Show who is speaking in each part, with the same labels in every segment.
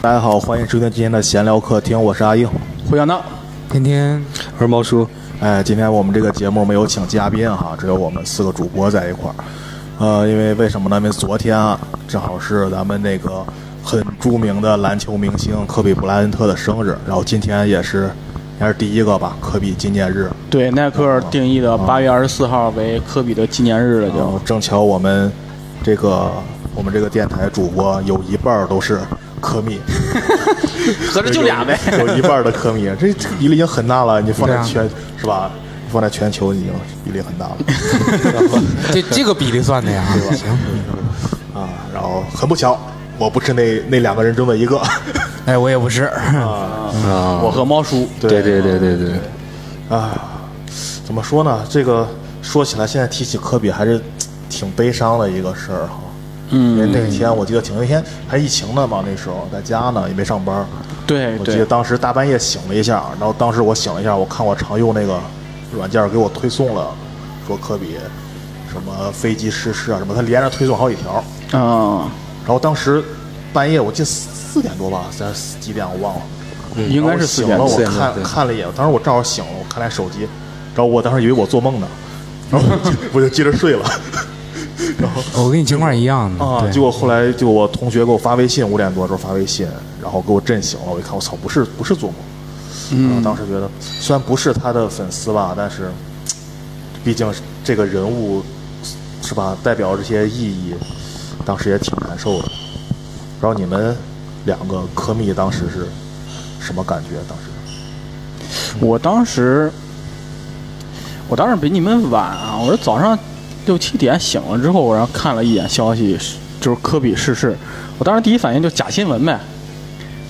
Speaker 1: 大家好，欢迎收听今天的闲聊客厅，我是阿硬。
Speaker 2: 胡小闹，
Speaker 3: 天天
Speaker 4: 而猫叔，
Speaker 1: 哎，今天我们这个节目没有请嘉宾哈，只有我们四个主播在一块儿。呃，因为为什么呢？因为昨天啊，正好是咱们那个很著名的篮球明星科比布莱恩特的生日，然后今天也是应该是第一个吧，科比纪念日。
Speaker 2: 对耐克尔定义的八月二十四号为科比的纪念日了，
Speaker 1: 然后
Speaker 2: 就
Speaker 1: 正巧我们这个我们这个电台主播有一半儿都是科密，
Speaker 2: 合着就俩呗。
Speaker 1: 有一半儿的科密，这这比例已经很大了。你放在
Speaker 3: 对啊
Speaker 1: 全、是吧？放在全球已经比例很大了。
Speaker 3: 这这个比例算的 呀？行，
Speaker 1: 啊，然后很不巧，我不是那那两个人中的一个。
Speaker 3: 哎，我也 不是，
Speaker 2: 我和猫叔，
Speaker 4: 对对对对对，
Speaker 1: 啊，怎么说呢？这个说起来，现在提起科比还是嘖挺悲伤的一个事儿哈。因为
Speaker 2: 嗯，
Speaker 1: 那天我记得挺那天还疫情呢嘛，那时候在家呢也没上班。
Speaker 2: 对
Speaker 1: 我记得
Speaker 2: 对，
Speaker 1: 当时大半夜醒了一下，然后当时我醒了一下，我看我常用那个软件给我推送了，说科比什么飞机失事啊什么，他连着推送好几条。
Speaker 2: 嗯，
Speaker 1: 然后当时半夜我记得四点多吧，三十几点我忘了。
Speaker 2: 应该是四
Speaker 1: 然
Speaker 2: 点
Speaker 1: 后
Speaker 2: 多
Speaker 1: 我
Speaker 4: 四
Speaker 1: 醒了，
Speaker 4: 点多
Speaker 1: 我看
Speaker 4: 对
Speaker 1: 看了一眼，当时我正好醒了，我看来手机，然后我当时以为我做梦呢，然后我就我就接着睡了。
Speaker 3: 我跟你情况一样的。
Speaker 1: 啊，
Speaker 3: 对
Speaker 1: 结果后来就我同学给我发微信，五点多的时候发微信，然后给我震醒了。我一看，我操，不是不是做梦。嗯，当时觉得虽然不是他的粉丝吧，但是嘖毕竟是这个人物是吧，代表这些意义，当时也挺难受的。不知道你们两个科密当时是什么感觉？当时
Speaker 2: 我当时，我当时比你们晚啊，我是早上六七点醒了之后，我然后看了一眼消息，是就是科比逝世，我当时第一反应就假新闻呗，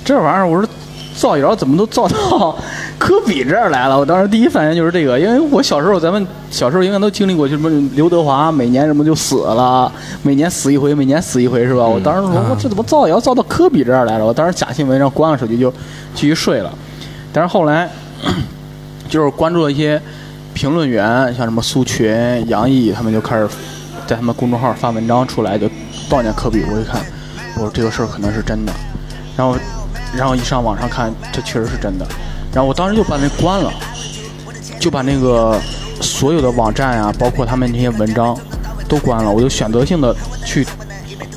Speaker 2: 这玩意儿我说造谣怎么都造到 科比这儿来了，我当时第一反应就是这个，因为我小时候咱们小时候应该都经历过，就什么刘德华每年什么就死了，每年死一回，每年死一回是吧？我当时说
Speaker 3: 啊
Speaker 2: 我这怎么造谣造到科比这儿来了？我当时假新闻，然后关了手机就继续睡了，但是后来。就是关注了一些评论员，像什么苏群、杨毅，他们就开始在他们公众号发文章出来，就悼念科比。我一看，我说这个事儿可能是真的，然后，然后一上网上看，这确实是真的。然后我当时就把那关了，就把那个所有的网站啊，包括他们那些文章都关了，我就选择性的去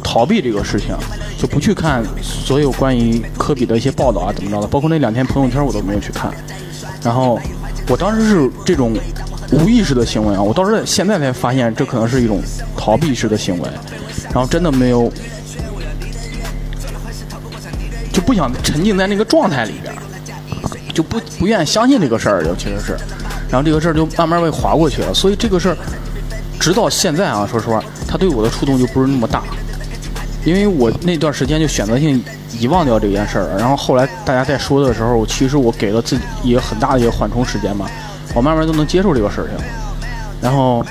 Speaker 2: 逃避这个事情，就不去看所有关于科比的一些报道啊，怎么着的，包括那两天朋友圈我都没有去看。然后我当时是这种无意识的行为啊，我到时候现在才发现这可能是一种逃避式的行为，然后真的没有就不想沉浸在那个状态里边儿，就不不愿意相信这个事儿，尤其实是，然后这个事儿就慢慢被划过去了，所以这个事儿直到现在啊，说实话，它对我的触动就不是那么大。因为我那段时间就选择性遗忘掉这件事儿了，然后后来大家在说的时候，其实我给了自己一个很大的一个缓冲时间吧，我慢慢就能接受这个事情，然后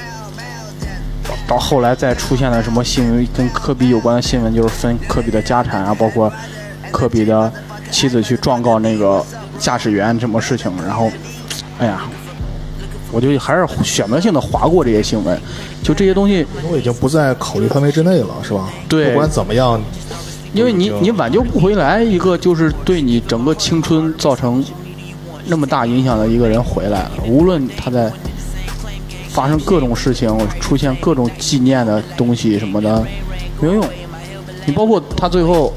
Speaker 2: 到后来再出现了什么新闻跟科比有关的新闻，就是分科比的家产啊，包括科比的妻子去状告那个驾驶员什么事情，然后，哎呀，我就还是选择性的划过这些新闻，就这些东西。
Speaker 1: 因为已经不在考虑范围之内了，是吧？
Speaker 2: 对
Speaker 1: 不管怎么样，
Speaker 2: 因为你
Speaker 1: 就
Speaker 2: 你挽救不回来一个就是对你整个青春造成那么大影响的一个人回来了，无论他在发生各种事情，出现各种纪念的东西什么的，没有用。你包括他最后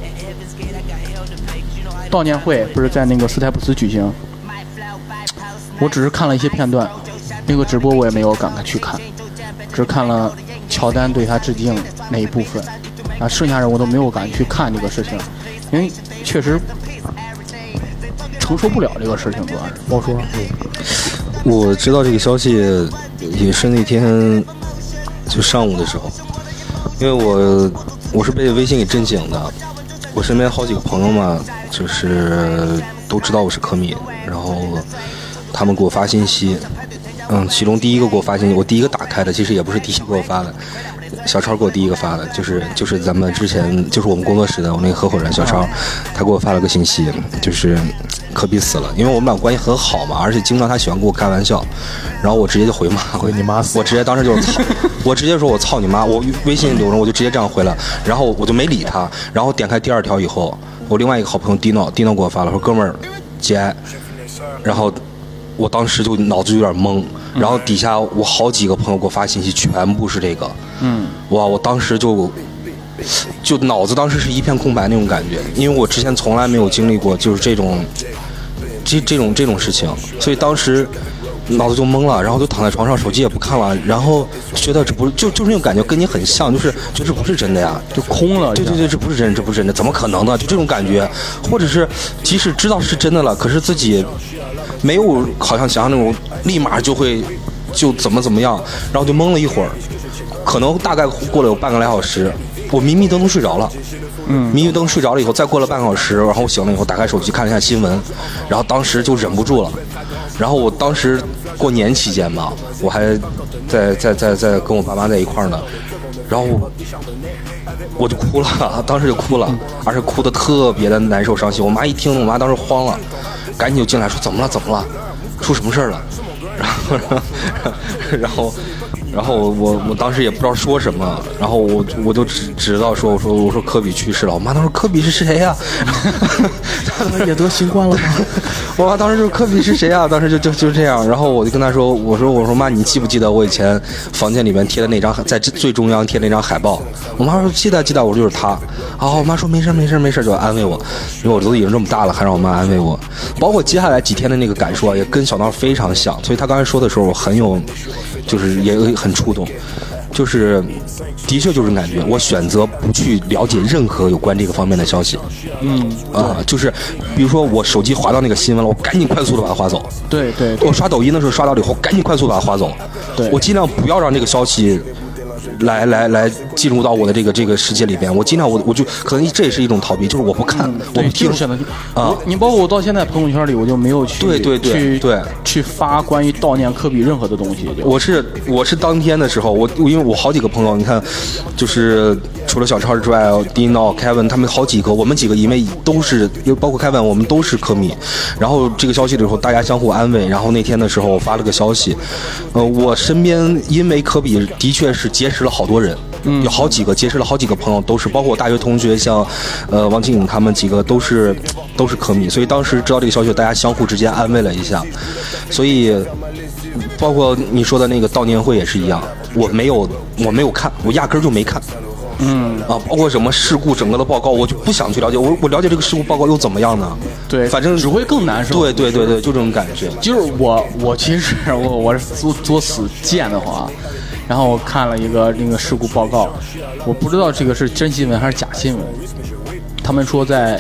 Speaker 2: 悼念会不是在那个斯台普斯举行，我只是看了一些片段，那个直播我也没有赶快去看，只看了乔丹对他致敬那一部分，啊，剩下人我都没有敢去看这个事情，因为确实承受不了这个事情，主要是。
Speaker 1: 猫叔，嗯
Speaker 4: 我知道这个消息也是那天就上午的时候，因为我我是被微信给震醒的，我身边好几个朋友嘛，就是都知道我是科米，然后他们给我发信息，嗯，其中第一个给我发信息，我第一个打开的，其实也不是第一个给我发的，小超给我第一个发的，就是就是咱们之前就是我们工作室的我那个合伙人小
Speaker 1: 啊
Speaker 4: 超，他给我发了个信息，就是科比死了，因为我们俩关系很好嘛，而且经常他喜欢跟我开玩笑，然后我直接就回骂回
Speaker 1: 你妈死
Speaker 4: 我直接当时就是操，我直接说我操你妈，我微信留着，我就直接这样回了，然后我就没理他，然后点开第二条以后，我另外一个好朋友 Dino Dino 给我发了，说哥们儿节哀，然后我当时就脑子有点懵，然后底下我好几个朋友给我发信息，全部是这个，嗯，哇，我当时就就脑子当时是一片空白那种感觉，因为我之前从来没有经历过就是这种这这种这种事情，所以当时脑子就懵了，然后就躺在床上，手机也不看了，然后觉得这不是就就是那种感觉，跟你很像，就是就这不是真的呀，
Speaker 2: 就空了一下。
Speaker 4: 对对对，这不是真，这不是真的，怎么可能呢？就这种感觉，或者是即使知道是真的了，可是自己没有好像想象那种立马就会就怎么怎么样，然后就懵了一会儿，可能大概过了有半个来小时，我迷迷瞪瞪睡着了。嗯，迷迷瞪瞪睡着了以后，再过了半个小时，然后我醒了以后，打开手机看了一下新闻，然后当时就忍不住了。然后我当时过年期间嘛，我还在在在在跟我爸妈在一块儿呢，然后我我就哭了， 当时就哭了，而且哭得特别的难受、伤心。我妈一听，我妈当时慌了，赶紧就进来说：“怎么了？怎么了？出什么事儿了？” 然后， 然后，然后我我当时也不知道说什么，然后我我就只只知道说：“我说我说科比去世了。”我妈当时科比是谁呀、 他怎么也得新冠了吗？ 我妈当时就科比是谁啊？当时就就就这样，然后我就跟她说：“我说我说妈，你记不记得我以前房间里面贴的那张在最最中央贴那张海报？”我妈说：“记得记得。”我说：“就是他。”啊，我妈说：“没事没事没事。”就安慰我，因为我都已经这么大了，还让我妈安慰我。包括接下来几天的那个感受啊，也跟小闹非常像，所以他刚才说的时候，我很有，就是也很触动。就是，的确就是感觉，我选择不去了解任何有关这个方面的消息。嗯，啊，就是，比如说我手机滑到那个新闻了，我赶紧快速的把它划走。
Speaker 2: 对对对
Speaker 4: 我刷抖音的时候刷到了以后，赶紧快速把它划走。
Speaker 2: 对
Speaker 4: 我尽量不要让这个消息来来来进入到我的这个这个世界里边。我尽量我我就可能这也是一种逃避，就是我不看，我不
Speaker 2: 嗯对，
Speaker 4: 听
Speaker 2: 就是。选择去
Speaker 4: 啊
Speaker 2: 我你包括我到现在朋友圈里，我就没有去
Speaker 4: 对对对
Speaker 2: 去
Speaker 4: 对
Speaker 2: 去发关于悼念科比任何的东西。就
Speaker 4: 我是我是当天的时候，我因为我好几个朋友，你看，就是除了小超之外，Dino、Kevin 他们好几个，我们几个因为都是，因为包括 Kevin，我们都是科迷。然后这个消息的时候，大家相互安慰。然后那天的时候，我发了个消息，呃，我身边因为科比的确是结识了好多人，有好几个结识了好几个朋友，都是包括我大学同学，像呃王静颖他们几个都是都是科迷，所以当时知道这个消息，大家相互之间安慰了一下，所以。包括你说的那个悼念会也是一样，我没有，我没有看，我压根儿就没看。嗯啊，包括什么事故整个的报告，我就不想去了解。我我了解这个事故报告又怎么样呢？
Speaker 2: 对
Speaker 4: 反正
Speaker 2: 只会更难受
Speaker 4: 对对对对，就这种感觉。
Speaker 2: 就是我，我其实我我是作作死贱的慌啊，然后我看了一个那个事故报告，我不知道这个是真新闻还是假新闻。他们说在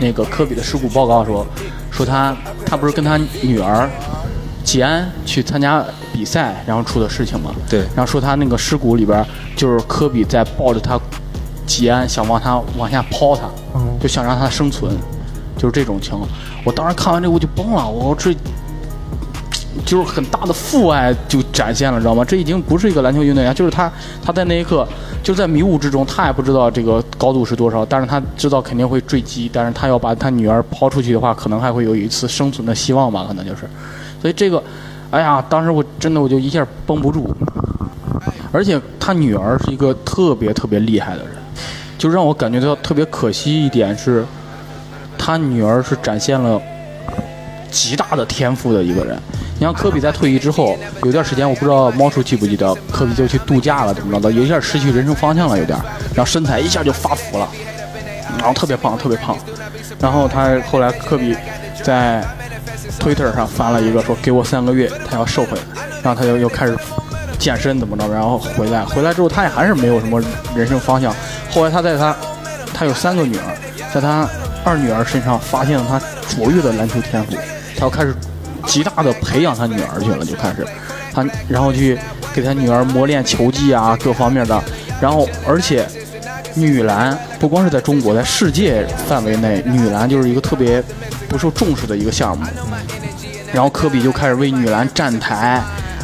Speaker 2: 那个科比的事故报告说，说他他不是跟他女儿吉安去参加比赛，然后出的事情嘛。
Speaker 4: 对
Speaker 2: 然后说他那个尸骨里边儿，就是科比在抱着他吉安，想往他往下抛他，就想让他生存，就是这种情况。我当时看完这个我就崩了，我这就是很大的父爱就展现了，你知道吗？这已经不是一个篮球运动员，就是他他在那一刻就在迷雾之中，他也不知道这个高度是多少，但是他知道肯定会坠机，但是他要把他女儿抛出去的话，可能还会有一次生存的希望吧，可能就是，所以这个，哎呀，当时我真的我就一下绷不住，而且他女儿是一个特别特别厉害的人，就让我感觉到特别可惜一点是，他女儿是展现了极大的天赋的一个人。你像科比在退役之后，有段时间我不知道猫叔记不记得，科比就去度假了，怎么着的，有一下失去人生方向了，有点儿，然后身材一下就发福了，然后特别胖，特别胖。然后他后来科比在 Twitter 上发了一个说给我三个月，他要瘦回来，然后他就又开始健身怎么着，然后回来，回来之后他也还是没有什么人生方向。后来他在他他有三个女儿，在他二女儿身上发现了他卓越的篮球天赋，他要开始极大的培养他女儿去了，就开始他然后去给他女儿磨练球技啊各方面的，然后而且女篮不光是在中国，在世界范围内，女篮就是一个特别不受重视的一个项目。然后科比就开始为女篮站台，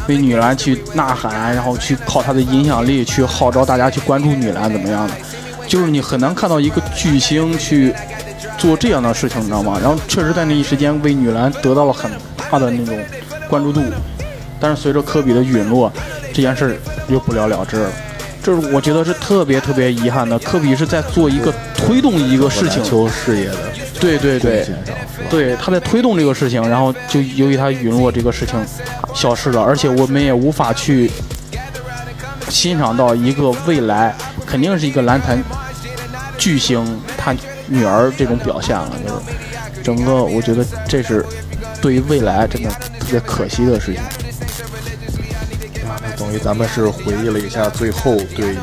Speaker 2: 为女篮去呐喊，然后去靠他的影响力去号召大家去关注女篮怎么样的，就是你很难看到一个巨星去做这样的事情，你知道吗？然后确实在那一时间为女篮得到了很大的那种关注度，但是随着科比的陨落，这件事儿又不了了之了。就是我觉得是特别特别遗憾的。科比是在做一个推动一个事情
Speaker 1: 篮，球事业的
Speaker 2: 对对对
Speaker 1: 进展是吧？
Speaker 2: 对，他在推动这个事情，然后就由于他陨落这个事情消失了，而且我们也无法去欣赏到一个未来肯定是一个篮坛巨星他女儿这种表现了，就是整个我觉得这是对于未来真的特别可惜的事情。
Speaker 1: 那等于咱们是回忆了一下最后对于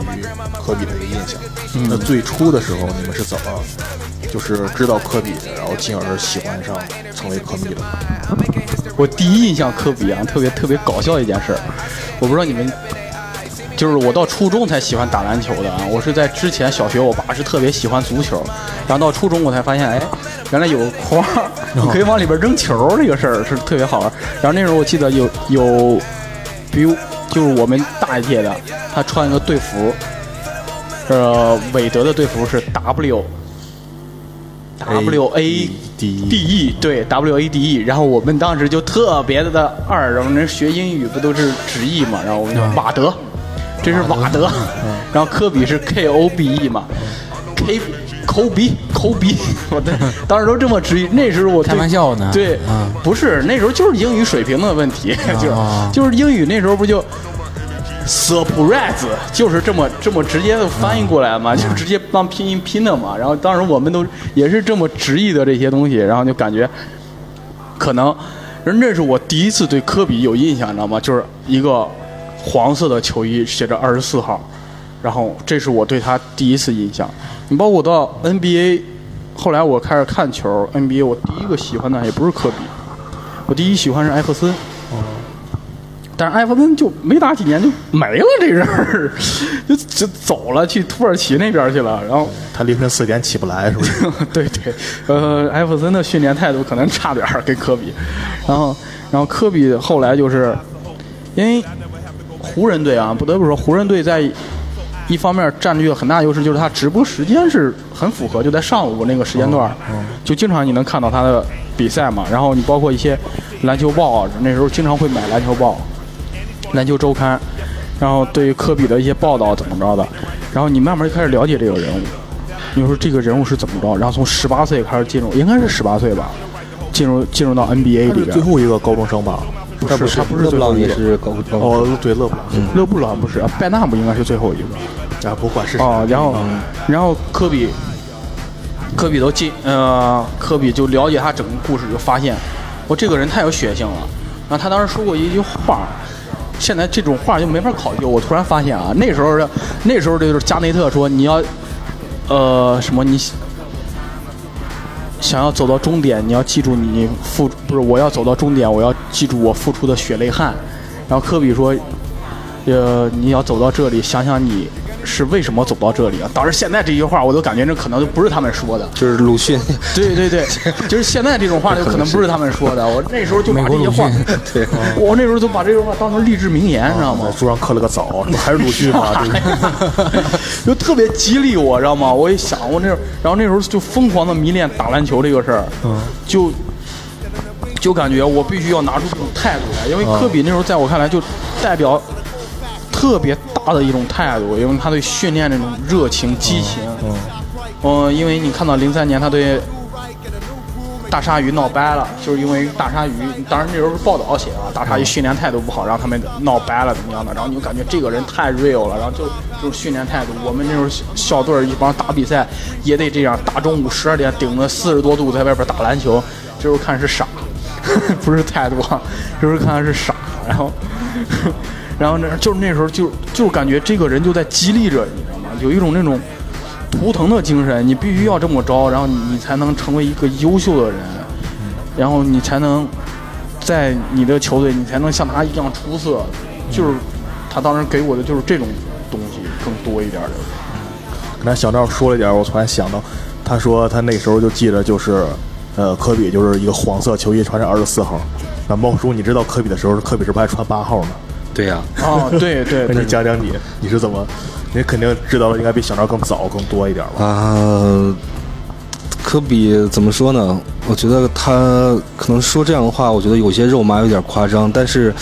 Speaker 1: 科比的一个印象。
Speaker 2: 嗯
Speaker 1: 那最初的时候，你们是怎么就是知道科比，然后进而喜欢上成为科比的？
Speaker 2: 我第一印象科比啊，特别特别搞笑一件事儿，我不知道你们，就是我到初中才喜欢打篮球的啊，我是在之前小学，我爸是特别喜欢足球，然后到初中我才发现，哎，原来有个框儿，你可以往里边扔球儿，这个事儿是特别好玩儿。然后那时候我记得有有，比如就是我们大一届的，他穿一个队服，呃，韦德的队服是 W。W A
Speaker 1: D E
Speaker 2: D E 对 W A D E，然后我们当时就特别的二，然后人学英语不都是直译嘛，然后我们就
Speaker 3: 嗯
Speaker 2: 瓦德，这是瓦德， 然后科比是 K O B E 嘛，K
Speaker 3: 嗯
Speaker 2: 抠鼻抠鼻， 我当当时都这么直译，那时候我对
Speaker 3: 开玩笑呢
Speaker 2: 对
Speaker 3: 嗯，
Speaker 2: 不是那时候就是英语水平的问题， 就是
Speaker 3: 啊
Speaker 2: 就是英语那时候不就 surprise 就是这么这么直接的翻译过来嘛，就直接帮拼音拼的嘛。然后当时我们都也是这么直译的这些东西，然后就感觉可能，人这是我第一次对科比有印象，你知道吗？就是一个黄色的球衣写着二十四号，然后这是我对他第一次印象。你包括我到 NBA，后来我开始看球 NBA，我第一个喜欢的也不是科比，我第一喜欢是艾弗森。但是艾弗森就没打几年就没了这人儿，就就走了去土耳其那边去了。然后，
Speaker 1: 他凌晨四点起不来，是不是？
Speaker 2: 对对，呃，艾弗森的训练态度可能差点儿跟科比。然后，然后科比后来就是因为湖人队啊，不得不说湖人队在一方面占据了很大优势，就是他直播时间是很符合，就在上午那个时间段儿，就经常你能看到他的比赛嘛。然后你包括一些篮球报啊，那时候经常会买篮球报。篮球周刊，然后对于科比的一些报道怎么着的，然后你慢慢就开始了解这个人物，你说这个人物是怎么着，然后从十八岁开始进入，应该是十八岁吧，进入进入到 NBA 里边。
Speaker 1: 最后一个高中生吧？不
Speaker 2: 是他不是
Speaker 4: 勒布
Speaker 2: 最后
Speaker 4: 朗
Speaker 2: 一
Speaker 4: 也
Speaker 2: 个，
Speaker 4: 是高高中
Speaker 1: 哦，对，勒布朗。
Speaker 2: 勒布朗不是，啊拜纳姆应该是最后一个。
Speaker 1: 啊，不管是谁
Speaker 2: 哦，然后，然后科比，科比都进，呃，科比就了解他整个故事，就发现，我这个人太有血性了。然后他当时说过一句话，现在这种话就没法考究。我突然发现啊，那时候的那时候就是加内特说你要，呃，什么你想要走到终点，你要记住你付不是我要走到终点，我要记住我付出的血泪汗。然后科比说，呃，你要走到这里，想想你是为什么走到这里啊？当时现在这句话，我都感觉这可能就不是他们说的。
Speaker 4: 就是鲁迅，
Speaker 2: 对对对， 就是现在这种话就可能不是他们说的。我那时候就把这 些话
Speaker 3: 美国，
Speaker 2: 对，我那时候就把这句话当成励志名言，你知道吗
Speaker 1: 在？桌上刻了个枣，还是鲁迅 吧？这个
Speaker 2: 啊就特别激励我，知道吗？我一想，我那时候，然后那时候就疯狂的迷恋打篮球这个事儿，就就感觉我必须要拿出这种态度来，因为科比那时候在我看来就代表特别大的一种态度，因为他对训练那种热情、激情。嗯，因为你看到零三年他对大鲨鱼闹掰了，就是因为大鲨鱼，当然那时候是报道写的啊，大鲨鱼训练态度不好，然后他们闹掰了怎么样的，然后你就感觉这个人太 real 了，然后就这种训练态度，我们那时候校队儿一帮打比赛也得这样，大中午十二点顶着四十多度在外边打篮球，这时候看是傻，不是态度啊，这时候看是傻，然后然后那就是那时候就就是感觉这个人就在激励着你，知道吗？有一种那种。图腾的精神，你必须要这么着，然后你你才能成为一个优秀的人，然后你才能在你的球队，你才能像他一样出色。就是他当时给我的就是这种东西更多一点儿的。
Speaker 1: 刚才小赵说了一点，我突然想到，他说他那时候就记着就是，呃，科比就是一个黄色球衣，穿着二十四号。那猫叔，你知道科比的时候，科比是不是还穿八号呢？
Speaker 4: 对呀、
Speaker 2: 啊，对对
Speaker 1: 那你
Speaker 2: 对，
Speaker 1: 讲讲你，你是怎么？你肯定知道的，应该比小赵更早更多一点吧？
Speaker 4: 啊，科比怎么说呢？我觉得他可能说这样的话，我觉得有些肉麻，有点夸张。但是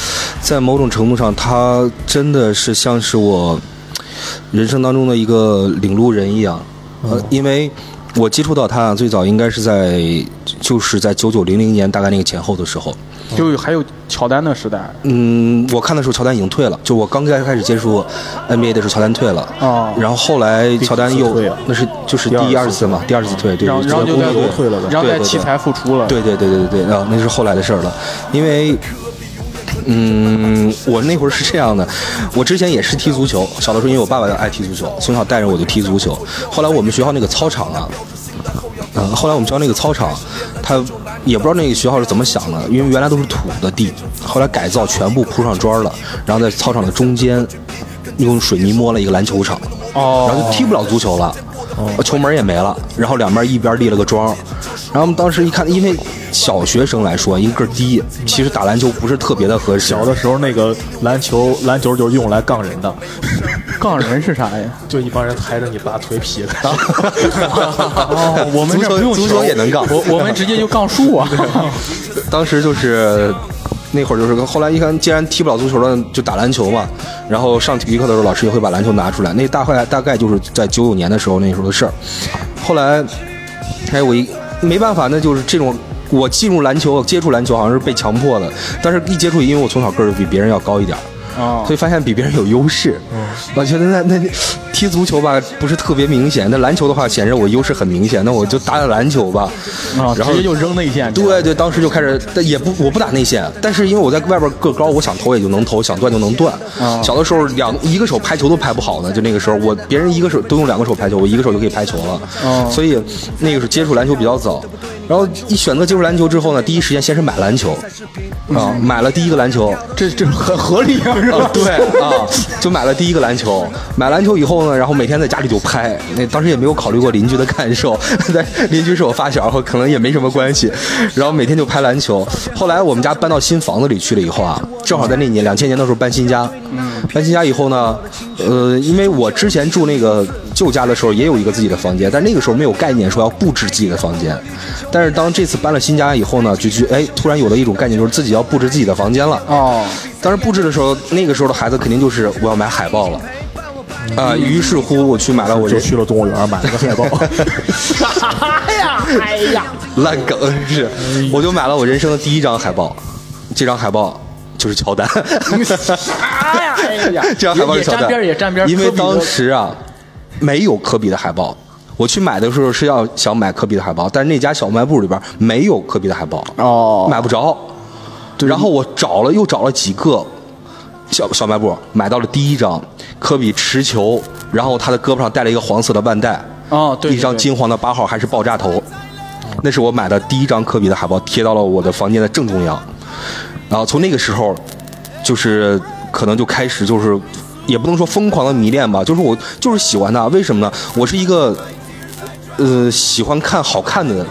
Speaker 4: 在某种程度上，他真的是像是我人生当中的一个领路人一样。呃，因为我接触到他最早应该是在就是在九九零零年大概那个前后的时候。
Speaker 2: 就有还有乔丹的时代，
Speaker 4: 嗯，我看的时候乔丹已经退了，就我刚开始开始接触 NBA 的时候乔丹退了。
Speaker 2: 哦
Speaker 4: 然后后来乔丹又
Speaker 1: 第几次退啊
Speaker 4: 那是就是
Speaker 1: 第二次
Speaker 4: 第二次嘛，第二次退，对，
Speaker 2: 然后然后就
Speaker 4: 公
Speaker 2: 在
Speaker 4: 牛队
Speaker 1: 退了呗
Speaker 2: 然后在
Speaker 4: 对对对
Speaker 2: 奇才复出了，
Speaker 4: 对对对对对对，啊，那是后来的事儿了，因为。嗯，我那会儿是这样的，我之前也是踢足球，小的时候因为我爸爸爱踢足球，从小带着我就踢足球。后来我们学校那个操场啊，嗯，后来我们学校那个操场，他也不知道那个学校是怎么想的，因为原来都是土的地，后来改造全部铺上砖了，然后在操场的中间用水泥摸了一个篮球场，
Speaker 2: 哦
Speaker 4: 然后就踢不了足球了，
Speaker 1: 哦
Speaker 4: 呃球门也没了，然后两边一边立了个桩，然后我们当时一看，因为小学生来说一个个儿低，其实打篮球不是特别的合适，
Speaker 1: 小的时候那个篮球，篮球就是用来杠人的，
Speaker 2: 杠人是啥呀？
Speaker 1: 就一帮人抬着你爸腿劈 的。
Speaker 2: 哦，我们
Speaker 4: 足
Speaker 2: 这
Speaker 4: 球
Speaker 2: 不用
Speaker 4: 足
Speaker 2: 球
Speaker 4: 球也能杠
Speaker 2: 我我们直接就杠树啊，
Speaker 4: 当时就是那会儿就是后来一看，既然踢不了足球了，就打篮球嘛。然后上体育课的时候，老师也会把篮球拿出来。那大概大概就是在九九年的时候那时候的事儿。后来，哎，我一没办法，那就是这种。我进入篮球，接触篮球好像是被强迫的，但是一接触，因为我从小个儿就比别人要高一点儿，
Speaker 2: 啊
Speaker 4: 所以发现比别人有优势。我觉得那那踢足球吧不是特别明显，那篮球的话显然我优势很明显，那我就打打篮球吧。
Speaker 2: 啊，
Speaker 4: 然后
Speaker 2: 直接就扔内线，
Speaker 4: 对对，当时就开始，但也不我不打内线，但是因为我在外边个高，我想投也就能投，想断就能断。
Speaker 2: 啊
Speaker 4: 小的时候两一个手拍球都拍不好呢，就那个时候我别人一个手都用两个手拍球，我一个手就可以拍球了。
Speaker 2: 哦
Speaker 4: 所以那个时候接触篮球比较早，然后一选择接触篮球之后呢，第一时间先是买篮球，啊、买了第一个篮球，
Speaker 2: 这这很合理啊，是吧？
Speaker 4: 对啊，就买了第一个篮球。买篮球以后呢，然后每天在家里就拍。那当时也没有考虑过邻居的感受， 但邻居是我发小，可能也没什么关系。然后每天就拍篮球。后来我们家搬到新房子里去了以后啊，正好在那年两千年的时候搬新家。搬新家以后呢，呃，因为我之前住那个旧家的时候也有一个自己的房间，但那个时候没有概念说要布置自己的房间。但是当这次搬了新家以后呢，就就哎，突然有了一种概念，就是自己要布置自己的房间了。
Speaker 2: 哦，
Speaker 4: 当时布置的时候，那个时候的孩子肯定就是我要买海报了，啊、于是乎我去买了我
Speaker 1: 我
Speaker 4: 这
Speaker 1: 就去了动物园买了个海报，
Speaker 4: 烂梗是，我就买了我人生的第一张海报，这张海报就是乔丹，
Speaker 2: 啥呀？ 哎呀，
Speaker 4: 这张海报
Speaker 2: 也
Speaker 4: 是乔
Speaker 2: 站
Speaker 4: 丹，
Speaker 2: 边儿也站边儿，
Speaker 4: 因为
Speaker 2: 科比都
Speaker 4: 当时啊没有科比的海报。我去买的时候是要想买科比的海报，但是那家小卖部里边没有科比的海报，
Speaker 2: 哦
Speaker 4: 买不着。然后我找了又找了几个小小卖部，买到了第一张科比持球，然后他的胳膊上戴了一个黄色的腕带，
Speaker 2: 哦对对
Speaker 4: 一张
Speaker 2: 对
Speaker 4: 金黄的八号还是爆炸头，那是我买的第一张科比的海报，贴到了我的房间的正中央。然后从那个时候，就是可能就开始就是，也不能说疯狂的迷恋吧，就是我就是喜欢他，为什么呢？我是一个呃喜欢看好看的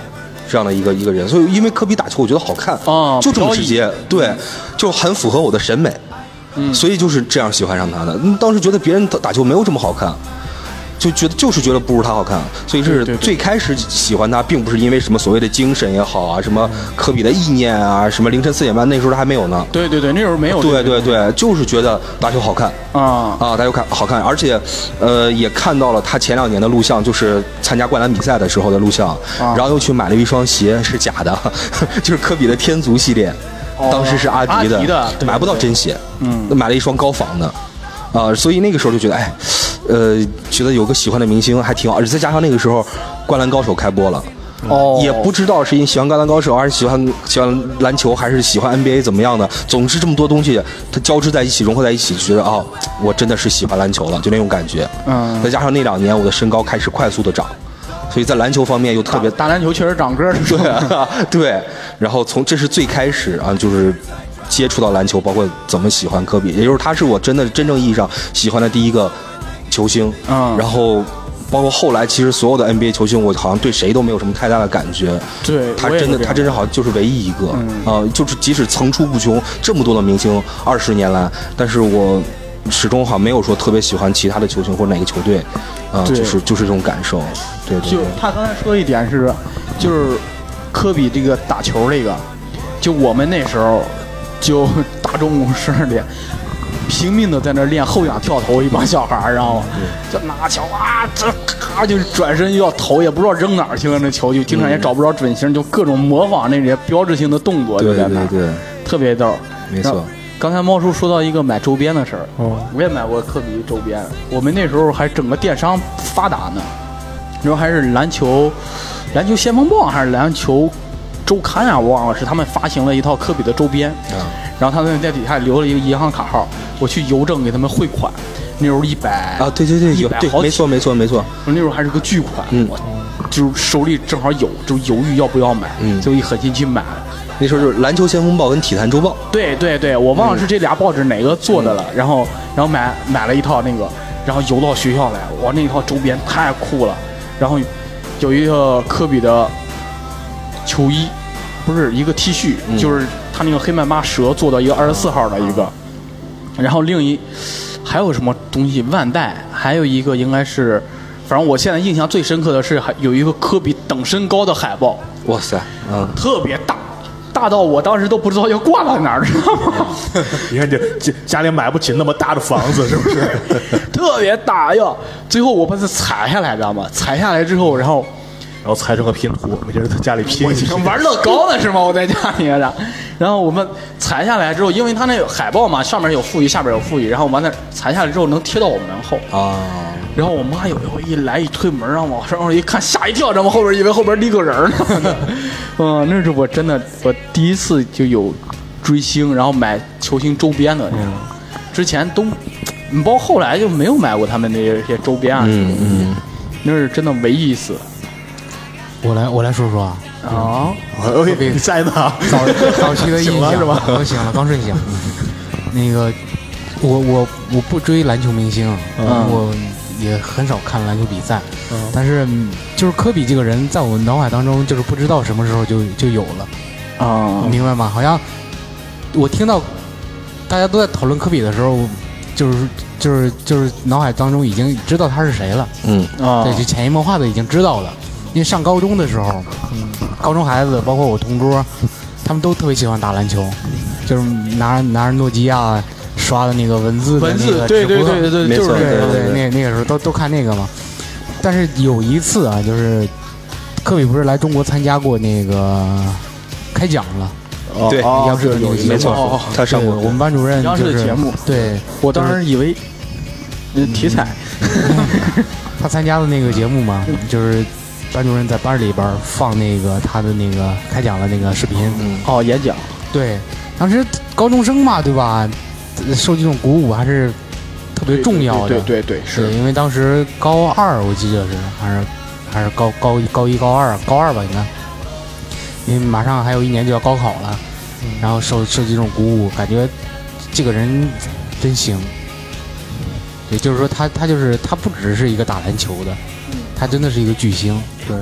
Speaker 4: 这样的一个一个人，所以因为科比打球，我觉得好看，
Speaker 2: 哦
Speaker 4: 就这么
Speaker 2: 飘逸
Speaker 4: 直接，对，
Speaker 2: 嗯
Speaker 4: 就很符合我的审美，所以就是这样喜欢上他的。嗯当时觉得别人打打球没有这么好看。就觉得就是觉得不如他好看，啊所以是
Speaker 2: 对对
Speaker 4: 最开始喜欢他，并不是因为什么所谓的精神也好啊，什么科比的意念啊，什么凌晨四点半那时候他还没有呢。
Speaker 2: 对对对，那时候没有
Speaker 4: 对对对，就是觉得打球好看
Speaker 2: 啊
Speaker 4: 啊，打球看好看，而且，呃，也看到了他前两年的录像，就是参加灌篮比赛的时候的录
Speaker 2: 啊
Speaker 4: 像，然后又去买了一双鞋，是假的， 就是科比的天足系列，当时是阿迪
Speaker 2: 哦
Speaker 4: 的，
Speaker 2: 阿迪的对
Speaker 4: 买不到真鞋，嗯，买了一双高仿的，啊、所以那个时候就觉得，哎，呃，觉得有个喜欢的明星还挺好，而且再加上那个时候《灌篮高手》开播了。
Speaker 2: 哦，
Speaker 4: 啊也不知道是因为喜欢《灌篮高手》，还是喜欢喜欢篮球，还是喜欢 NBA 怎么样的。总之这么多东西，它交织在一起，融合在一起，觉得哦，我真的是喜欢篮球了，就那种感觉。
Speaker 2: 嗯
Speaker 4: 再加上那两年我的身高开始快速的长，所以在篮球方面又特别
Speaker 2: 打篮球确实长个儿， 对
Speaker 4: 对、啊、 对，然后从这是最开始啊，就是接触到篮球，包括怎么喜欢科比，也就是他是我真的真正意义上喜欢的第一个球星。
Speaker 2: 嗯
Speaker 4: 然后包括后来，其实所有的 NBA 球星，我好像对谁都没有什么太大的感觉。
Speaker 2: 对
Speaker 4: 他
Speaker 2: 我也
Speaker 4: 真的，
Speaker 2: 是这样嗯
Speaker 4: 他真的好像就是唯一一个啊、就是即使层出不穷，这么多的明星，二十年来，但是我。始终好像没有说特别喜欢其他的球星或者哪个球队，啊、
Speaker 2: 对
Speaker 4: 就是就是这种感受，对对
Speaker 2: 就
Speaker 4: 对，
Speaker 2: 他刚才说的一点是，就是科比这个打球这个，就我们那时候就大中午十二点，拼命的在那儿练后仰跳投，一帮小孩儿，知道吗？就拿球啊，这咔就转身就要投，也不知道扔哪儿去了，那球就经
Speaker 4: 嗯
Speaker 2: 常也找不着准星，就各种模仿那些标志性的动作，就
Speaker 4: 对
Speaker 2: 在那
Speaker 4: 对
Speaker 2: 儿，
Speaker 4: 对，
Speaker 2: 特别逗。
Speaker 4: 没错。
Speaker 2: 刚才猫叔说到一个买周边的事儿，我也买过科比周边。我们那时候还整个电商发达呢，那时候还是篮球，篮球先锋报还是篮球周刊啊，我忘了是他们发行了一套科比的周边，
Speaker 4: 啊
Speaker 2: 然后他们在底下留了一个银行卡号，我去邮政给他们汇款，那时候一百
Speaker 4: 啊，对对对，
Speaker 2: 一
Speaker 4: 有
Speaker 2: 百
Speaker 4: 对，
Speaker 2: 好
Speaker 4: 没
Speaker 2: 几
Speaker 4: 错没错没错，
Speaker 2: 我那时候还是个巨款，
Speaker 4: 嗯
Speaker 2: 我就是手里正好有，就犹豫要不要买，
Speaker 4: 嗯
Speaker 2: 就一狠心去买了。
Speaker 4: 那时候就是《篮球先锋报》跟《体坛周报
Speaker 2: 对对对，我忘了是这俩报纸哪个做的了，然后然后买买了一套那个，然后邮到学校来，哇，那一套周边太酷了，然后有一个科比的球衣，不是一个 T 恤，就是他那个黑曼巴蛇做的一个二十四号的一个，然后另一还有什么东西万代，还有一个应该是，反正我现在印象最深刻的是还有一个科比等身高的海报，》。
Speaker 4: 哇塞，嗯，
Speaker 2: 特别大，大到我当时都不知道要挂到哪儿，知道吗？
Speaker 1: 你看这家家里买不起那么大的房子，是不是？
Speaker 2: 特别大，哎呀！最后我把它裁下来，知道吗？裁下来之后，然后
Speaker 1: 然后裁成个拼图，每天在家里拼
Speaker 2: 我
Speaker 1: 一拼。
Speaker 2: 玩乐高呢，是吗？我在家里着，然后我们裁下来之后，因为它那有海报嘛，上面有富裕，下边有富裕，然后完了裁下来之后能贴到我门后，
Speaker 4: 啊，
Speaker 2: 然后我妈有时候一来一推门，让我往上一看，吓一跳，然后后边以为后边立个人呢。嗯，那是我真的我第一次就有追星，然后买球星周边的那种，之前都，你包括后来就没有买过他们那些些周边啊什么的，那是真的唯一一次
Speaker 3: 我来我来说 说啊，
Speaker 2: 啊。
Speaker 1: 我哎，你在哪？
Speaker 3: 早早期的印
Speaker 1: 醒了
Speaker 3: 象
Speaker 1: 是吧？
Speaker 3: 我醒了，刚睡醒。那个，我我我不追篮球明星，
Speaker 2: 嗯
Speaker 3: 我也很少看篮球比赛，但是嗯就是科比这个人，在我脑海当中就是不知道什么时候就就有了，
Speaker 1: 嗯
Speaker 2: 啊
Speaker 3: 明白吗？好像我听到大家都在讨论科比的时候，就是就是就是脑海当中已经知道他是谁了。
Speaker 4: 嗯，
Speaker 2: 啊
Speaker 3: 对，就潜移默化的已经知道了。因为上高中的时候，高中孩子包括我同桌，他们都特别喜欢打篮球，就是拿拿着诺基亚刷的那个文字的
Speaker 2: 文
Speaker 3: 那
Speaker 2: 字
Speaker 3: 个
Speaker 2: 对
Speaker 3: 直
Speaker 2: 对
Speaker 3: 播
Speaker 2: 对对
Speaker 4: 没
Speaker 2: 对，就
Speaker 4: 错
Speaker 2: 是这
Speaker 3: 对
Speaker 2: 个嗯
Speaker 4: 对
Speaker 3: 对那那个时候都都看那个嘛。但是有一次啊，就是科比不是来中国参加过那个开讲了，
Speaker 1: 哦
Speaker 4: 对
Speaker 1: 哦
Speaker 3: 央视的
Speaker 1: 是
Speaker 3: 那
Speaker 1: 有
Speaker 3: 个
Speaker 1: 一个
Speaker 3: 节目
Speaker 4: 没
Speaker 1: 报
Speaker 4: 错
Speaker 2: 哦，
Speaker 4: 他上
Speaker 3: 对
Speaker 4: 过
Speaker 3: 我们班主任
Speaker 2: 央
Speaker 3: 就
Speaker 2: 视
Speaker 3: 是
Speaker 2: 的节目
Speaker 3: 对
Speaker 2: 我当时以为呃题材
Speaker 3: 他参加的那个节目嘛，就是班主任在班里边儿放那个他的那个开讲的那个视频。
Speaker 4: 嗯
Speaker 2: 哦演讲
Speaker 3: 对，当时高中生嘛，对吧？受这种鼓舞还是特别重要的。
Speaker 2: 对对对对
Speaker 3: 对
Speaker 2: 是
Speaker 3: 因为当时高二，我记得是还是还是高高一高一高二高二吧，应该，因为马上还有一年就要高考了，
Speaker 2: 嗯
Speaker 3: 然后受受这种鼓舞，感觉这个人真行。也就是说他，他就是他不只是一个打篮球的，他真的是一个巨星。
Speaker 1: 对，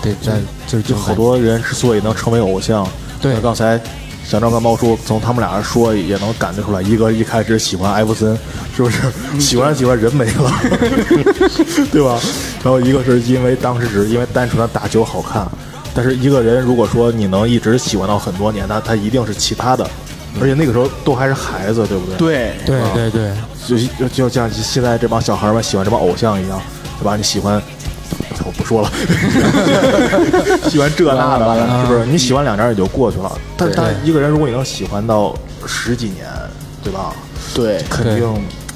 Speaker 3: 对，在就是这
Speaker 1: 就
Speaker 3: 种
Speaker 1: 好
Speaker 3: 感觉
Speaker 1: 多人之所以能成为偶像，
Speaker 3: 对
Speaker 1: 那刚才小赵跟猫叔从他们俩人说也能感觉出来，一个一开始喜欢艾弗森，是不是？喜欢着喜欢人没了， 对吧？然后一个是因为当时只是因为单纯的打球好看，但是一个人如果说你能一直喜欢到很多年，那他一定是其他的。而且那个时候都还是孩子，对不对？
Speaker 2: 对
Speaker 3: 对对对，
Speaker 1: 就就就像现在这帮小孩儿们喜欢这帮偶像一样，对吧？你喜欢，我不说了，喜欢这那
Speaker 2: 完了
Speaker 1: 的，是不是？你喜欢两年也就过去了，但
Speaker 3: 对
Speaker 1: 但一个人如果你能喜欢到十几年，对吧？
Speaker 2: 对
Speaker 1: 肯定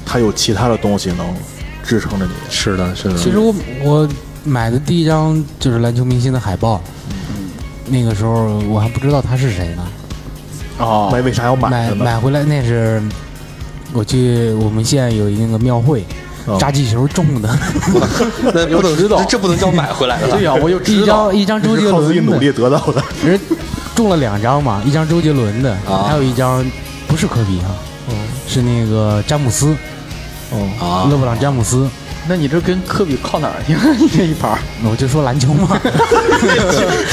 Speaker 1: 他有其他的东西能支撑着你。
Speaker 4: 是的，是的，
Speaker 3: 其实我我买的第一张就是篮球明星的海报，
Speaker 1: 嗯
Speaker 3: 那个时候我还不知道他是谁呢。
Speaker 2: 啊
Speaker 1: 买为啥要买
Speaker 3: 买
Speaker 1: 的呢？
Speaker 3: 买回来那是我去我们县有一个庙会
Speaker 1: 哦，
Speaker 3: 扎气球种 的，
Speaker 4: 那不能
Speaker 2: 知道
Speaker 4: 这这不能叫买回来了
Speaker 2: 对。啊呀，我就知
Speaker 3: 一
Speaker 2: 道
Speaker 3: 张一张周
Speaker 1: 你
Speaker 3: 杰
Speaker 1: 是靠自己
Speaker 3: 伦
Speaker 1: 努
Speaker 3: 的，
Speaker 1: 力得到 的。
Speaker 3: 人中了两张嘛，一张周杰伦的，
Speaker 4: 啊
Speaker 3: 还有一张不是科比啊，
Speaker 1: 哦
Speaker 3: 是那个詹姆斯，
Speaker 1: 嗯，
Speaker 4: 啊
Speaker 3: 勒布朗詹姆斯。
Speaker 2: 那你这跟科比靠哪儿去？你这一盘 儿
Speaker 1: 哦
Speaker 3: 我就说篮球嘛，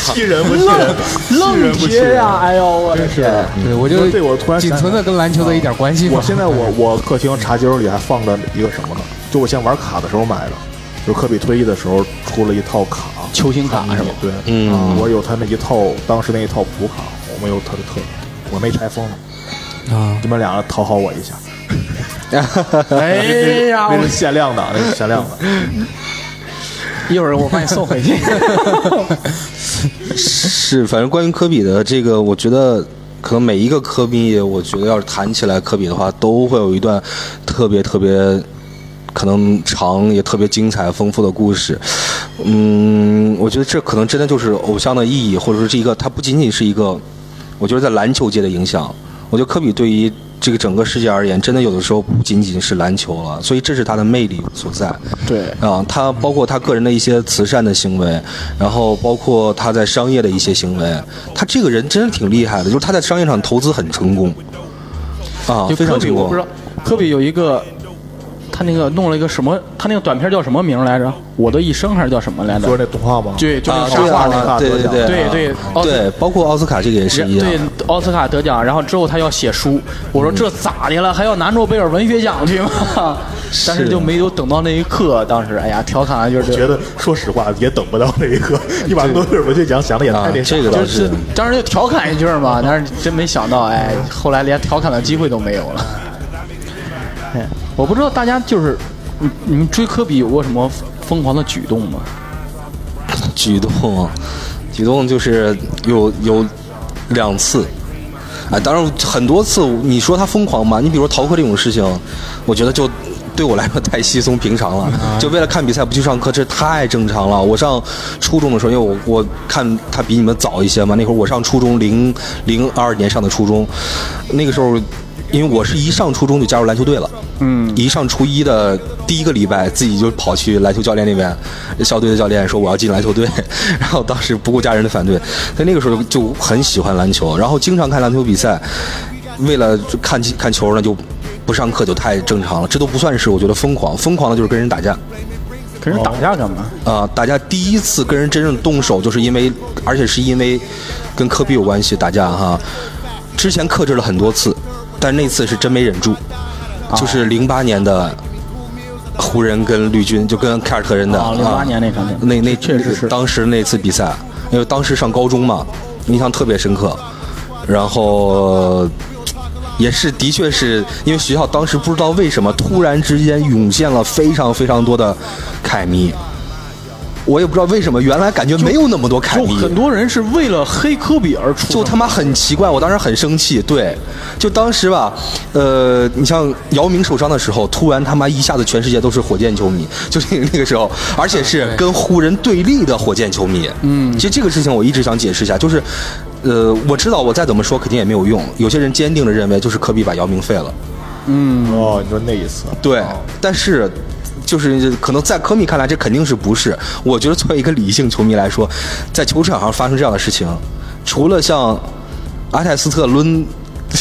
Speaker 1: 气人不气人？气人不气人？
Speaker 2: 哎呦我的天！
Speaker 3: 对我
Speaker 1: 你
Speaker 3: 就
Speaker 1: 说嗯这我突然
Speaker 3: 仅
Speaker 1: 想
Speaker 3: 存的跟篮球的一点关系嘛。
Speaker 1: 啊我现在 我我客厅茶几里还放着一个什么呢？就我先玩卡的时候买的，就是科比退役的时候出了一套卡，
Speaker 2: 球星卡是吧？
Speaker 1: 对，啊
Speaker 4: 嗯
Speaker 1: 我有他那一套，当时那一套普卡，我没有他的特，我没拆封呢，
Speaker 3: 啊，
Speaker 1: 你们俩讨好我一下，
Speaker 2: 哎 呀，
Speaker 1: 那是
Speaker 2: 我
Speaker 1: 限量的，那是限量 的。
Speaker 2: 一会儿我把你送回去。
Speaker 4: 是，反正关于科比的这个，我觉得可能每一个科比，我觉得要是谈起来科比的话，都会有一段特别特别可能长也特别精彩丰富的故事。嗯，我觉得这可能真的就是偶像的意义，或者说是一个，它不仅仅是一个，我觉得在篮球界的影响。我觉得科比对于这个整个世界而言，真的有的时候不仅仅是篮球了，所以这是他的魅力所在。
Speaker 2: 对，
Speaker 4: 啊，他包括他个人的一些慈善的行为，然后包括他在商业的一些行为，他这个人真是挺厉害的，就是他在商业上投资很成功，啊，
Speaker 2: 就
Speaker 4: 非
Speaker 2: 科
Speaker 4: 常
Speaker 2: 比，
Speaker 4: 成
Speaker 2: 我
Speaker 4: 功
Speaker 2: 不知。道科比有一个，他那个弄了一个什么，他那个短片叫什么名来着？我的一生还是叫什么来
Speaker 1: 你说
Speaker 2: 着？
Speaker 1: 那动画吗？
Speaker 2: 对，就那
Speaker 4: 啊，
Speaker 2: 个
Speaker 1: 沙
Speaker 2: 沙
Speaker 4: 对
Speaker 1: 画
Speaker 2: 画那
Speaker 1: 那
Speaker 4: 啊，
Speaker 1: 个
Speaker 4: 对对
Speaker 2: 对
Speaker 4: 对
Speaker 2: 对奥斯
Speaker 4: 对，包括奥斯卡这个也是一样
Speaker 2: 对，奥斯卡得奖，然后之后他要写书，我说这咋的了，还要拿诺贝尔文学奖去吗？但是就没有等到那一刻，当时哎呀，调侃了就是
Speaker 1: 觉得说实话也等不到那一 刻，你把诺贝尔文学奖想的也太
Speaker 4: 啊
Speaker 1: 那，啥
Speaker 4: 这个
Speaker 1: 了。
Speaker 4: 倒
Speaker 2: 就是是当时就调侃一句 嘛，但是真没想到，哎，后来连调侃的机会都没有 了。哎，我不知道大家就是你你们追科比有过什么疯狂的举动吗？
Speaker 4: 举动，举动就是有有两次。啊，当然很多次，你说他疯狂吧，你比如说逃课这种事情，我觉得就对我来说太稀松平常了。 就为了看比赛不去上课，这太正常了。我上初中的时候，因为我我看他比你们早一些嘛，那会儿我上初中零零二年上的初中，那个时候。因为我是一上初中就加入篮球队了，嗯，一上初一的第一个礼拜，自己就跑去篮球教练那边，校队的教练说我要进篮球队， 然后当时不顾家人的反对，在那个时候就很喜欢篮球，然后经常看篮球比赛，为了看看球呢就不上课就太正常了，这都不算是我觉得疯狂，疯狂的就是跟人打架。
Speaker 2: 跟人打架干嘛？
Speaker 4: 啊、打架第一次跟人真正动手，就是因为，而且是因为跟科比有关系打架哈。之前克制了很多次，但那次是真没忍住，
Speaker 2: 啊
Speaker 4: 就是零八年的湖人跟绿军，就跟凯尔特人的
Speaker 2: 啊08年那场比赛
Speaker 4: 那那
Speaker 2: 确实是
Speaker 4: 当时那次比赛，因为当时上高中嘛，印象特别深刻。然后也是，的确是因为学校当时不知道为什么突然之间涌现了非常非常多的凯迷，我也不知道为什么，原来感觉没有那么多凯
Speaker 2: 就
Speaker 4: 哦迷。
Speaker 2: 很多人是为了黑科比而出
Speaker 4: 就
Speaker 2: 的，
Speaker 4: 他妈很奇怪，我当时很生气。对，就当时吧，呃，你像姚明受伤的时候，突然他妈一下子全世界都是火箭球迷，就是那个那个时候，而且是跟湖人对立的火箭球迷。嗯，其实这个事情我一直想解释一下，就是，呃，我知道我再怎么说肯定也没有用，有些人坚定的认为就是科比把姚明废了。
Speaker 1: 哦，你说那一次，
Speaker 4: 对，但是就是可能在科米看来，这肯定是不是？我觉得作为一个理性球迷来说，在球场上发生这样的事情，除了像阿泰斯特抡。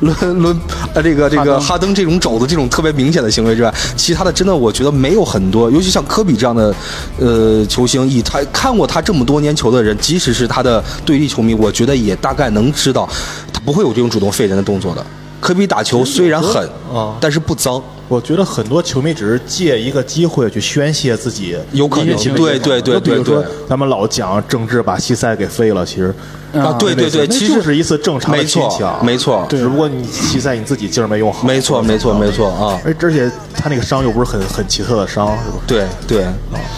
Speaker 4: 抡抡呃，这个这个哈登这种肘子这种特别明显的行为之外，其他的真的我觉得没有很多，尤其像科比这样的呃球星，以他看过他这么多年球的人，即使是他的对立球迷，我觉得也大概能知道他不会有这种主动废人的动作的。科比打球虽然狠
Speaker 1: 啊
Speaker 4: 但是不脏。
Speaker 1: 我觉得很多球迷只是借一个机会去宣泄自己，
Speaker 4: 有可能
Speaker 1: 一些情绪
Speaker 4: 对对对
Speaker 1: 就比如
Speaker 4: 对
Speaker 1: 说
Speaker 4: 对
Speaker 1: 咱们老讲政治把西塞给废了，其实
Speaker 4: 啊，对对对，
Speaker 1: 那
Speaker 4: 其
Speaker 1: 就
Speaker 4: 实
Speaker 1: 是一次正常的
Speaker 4: 没
Speaker 1: 亲
Speaker 4: 错
Speaker 1: 抢，
Speaker 4: 没错，
Speaker 1: 只不过你西塞你自己劲儿没用好，
Speaker 4: 没错，没错，没错啊，
Speaker 1: 而而且他那个伤又不是很很奇特的伤，是吧？
Speaker 4: 对对，
Speaker 1: 啊，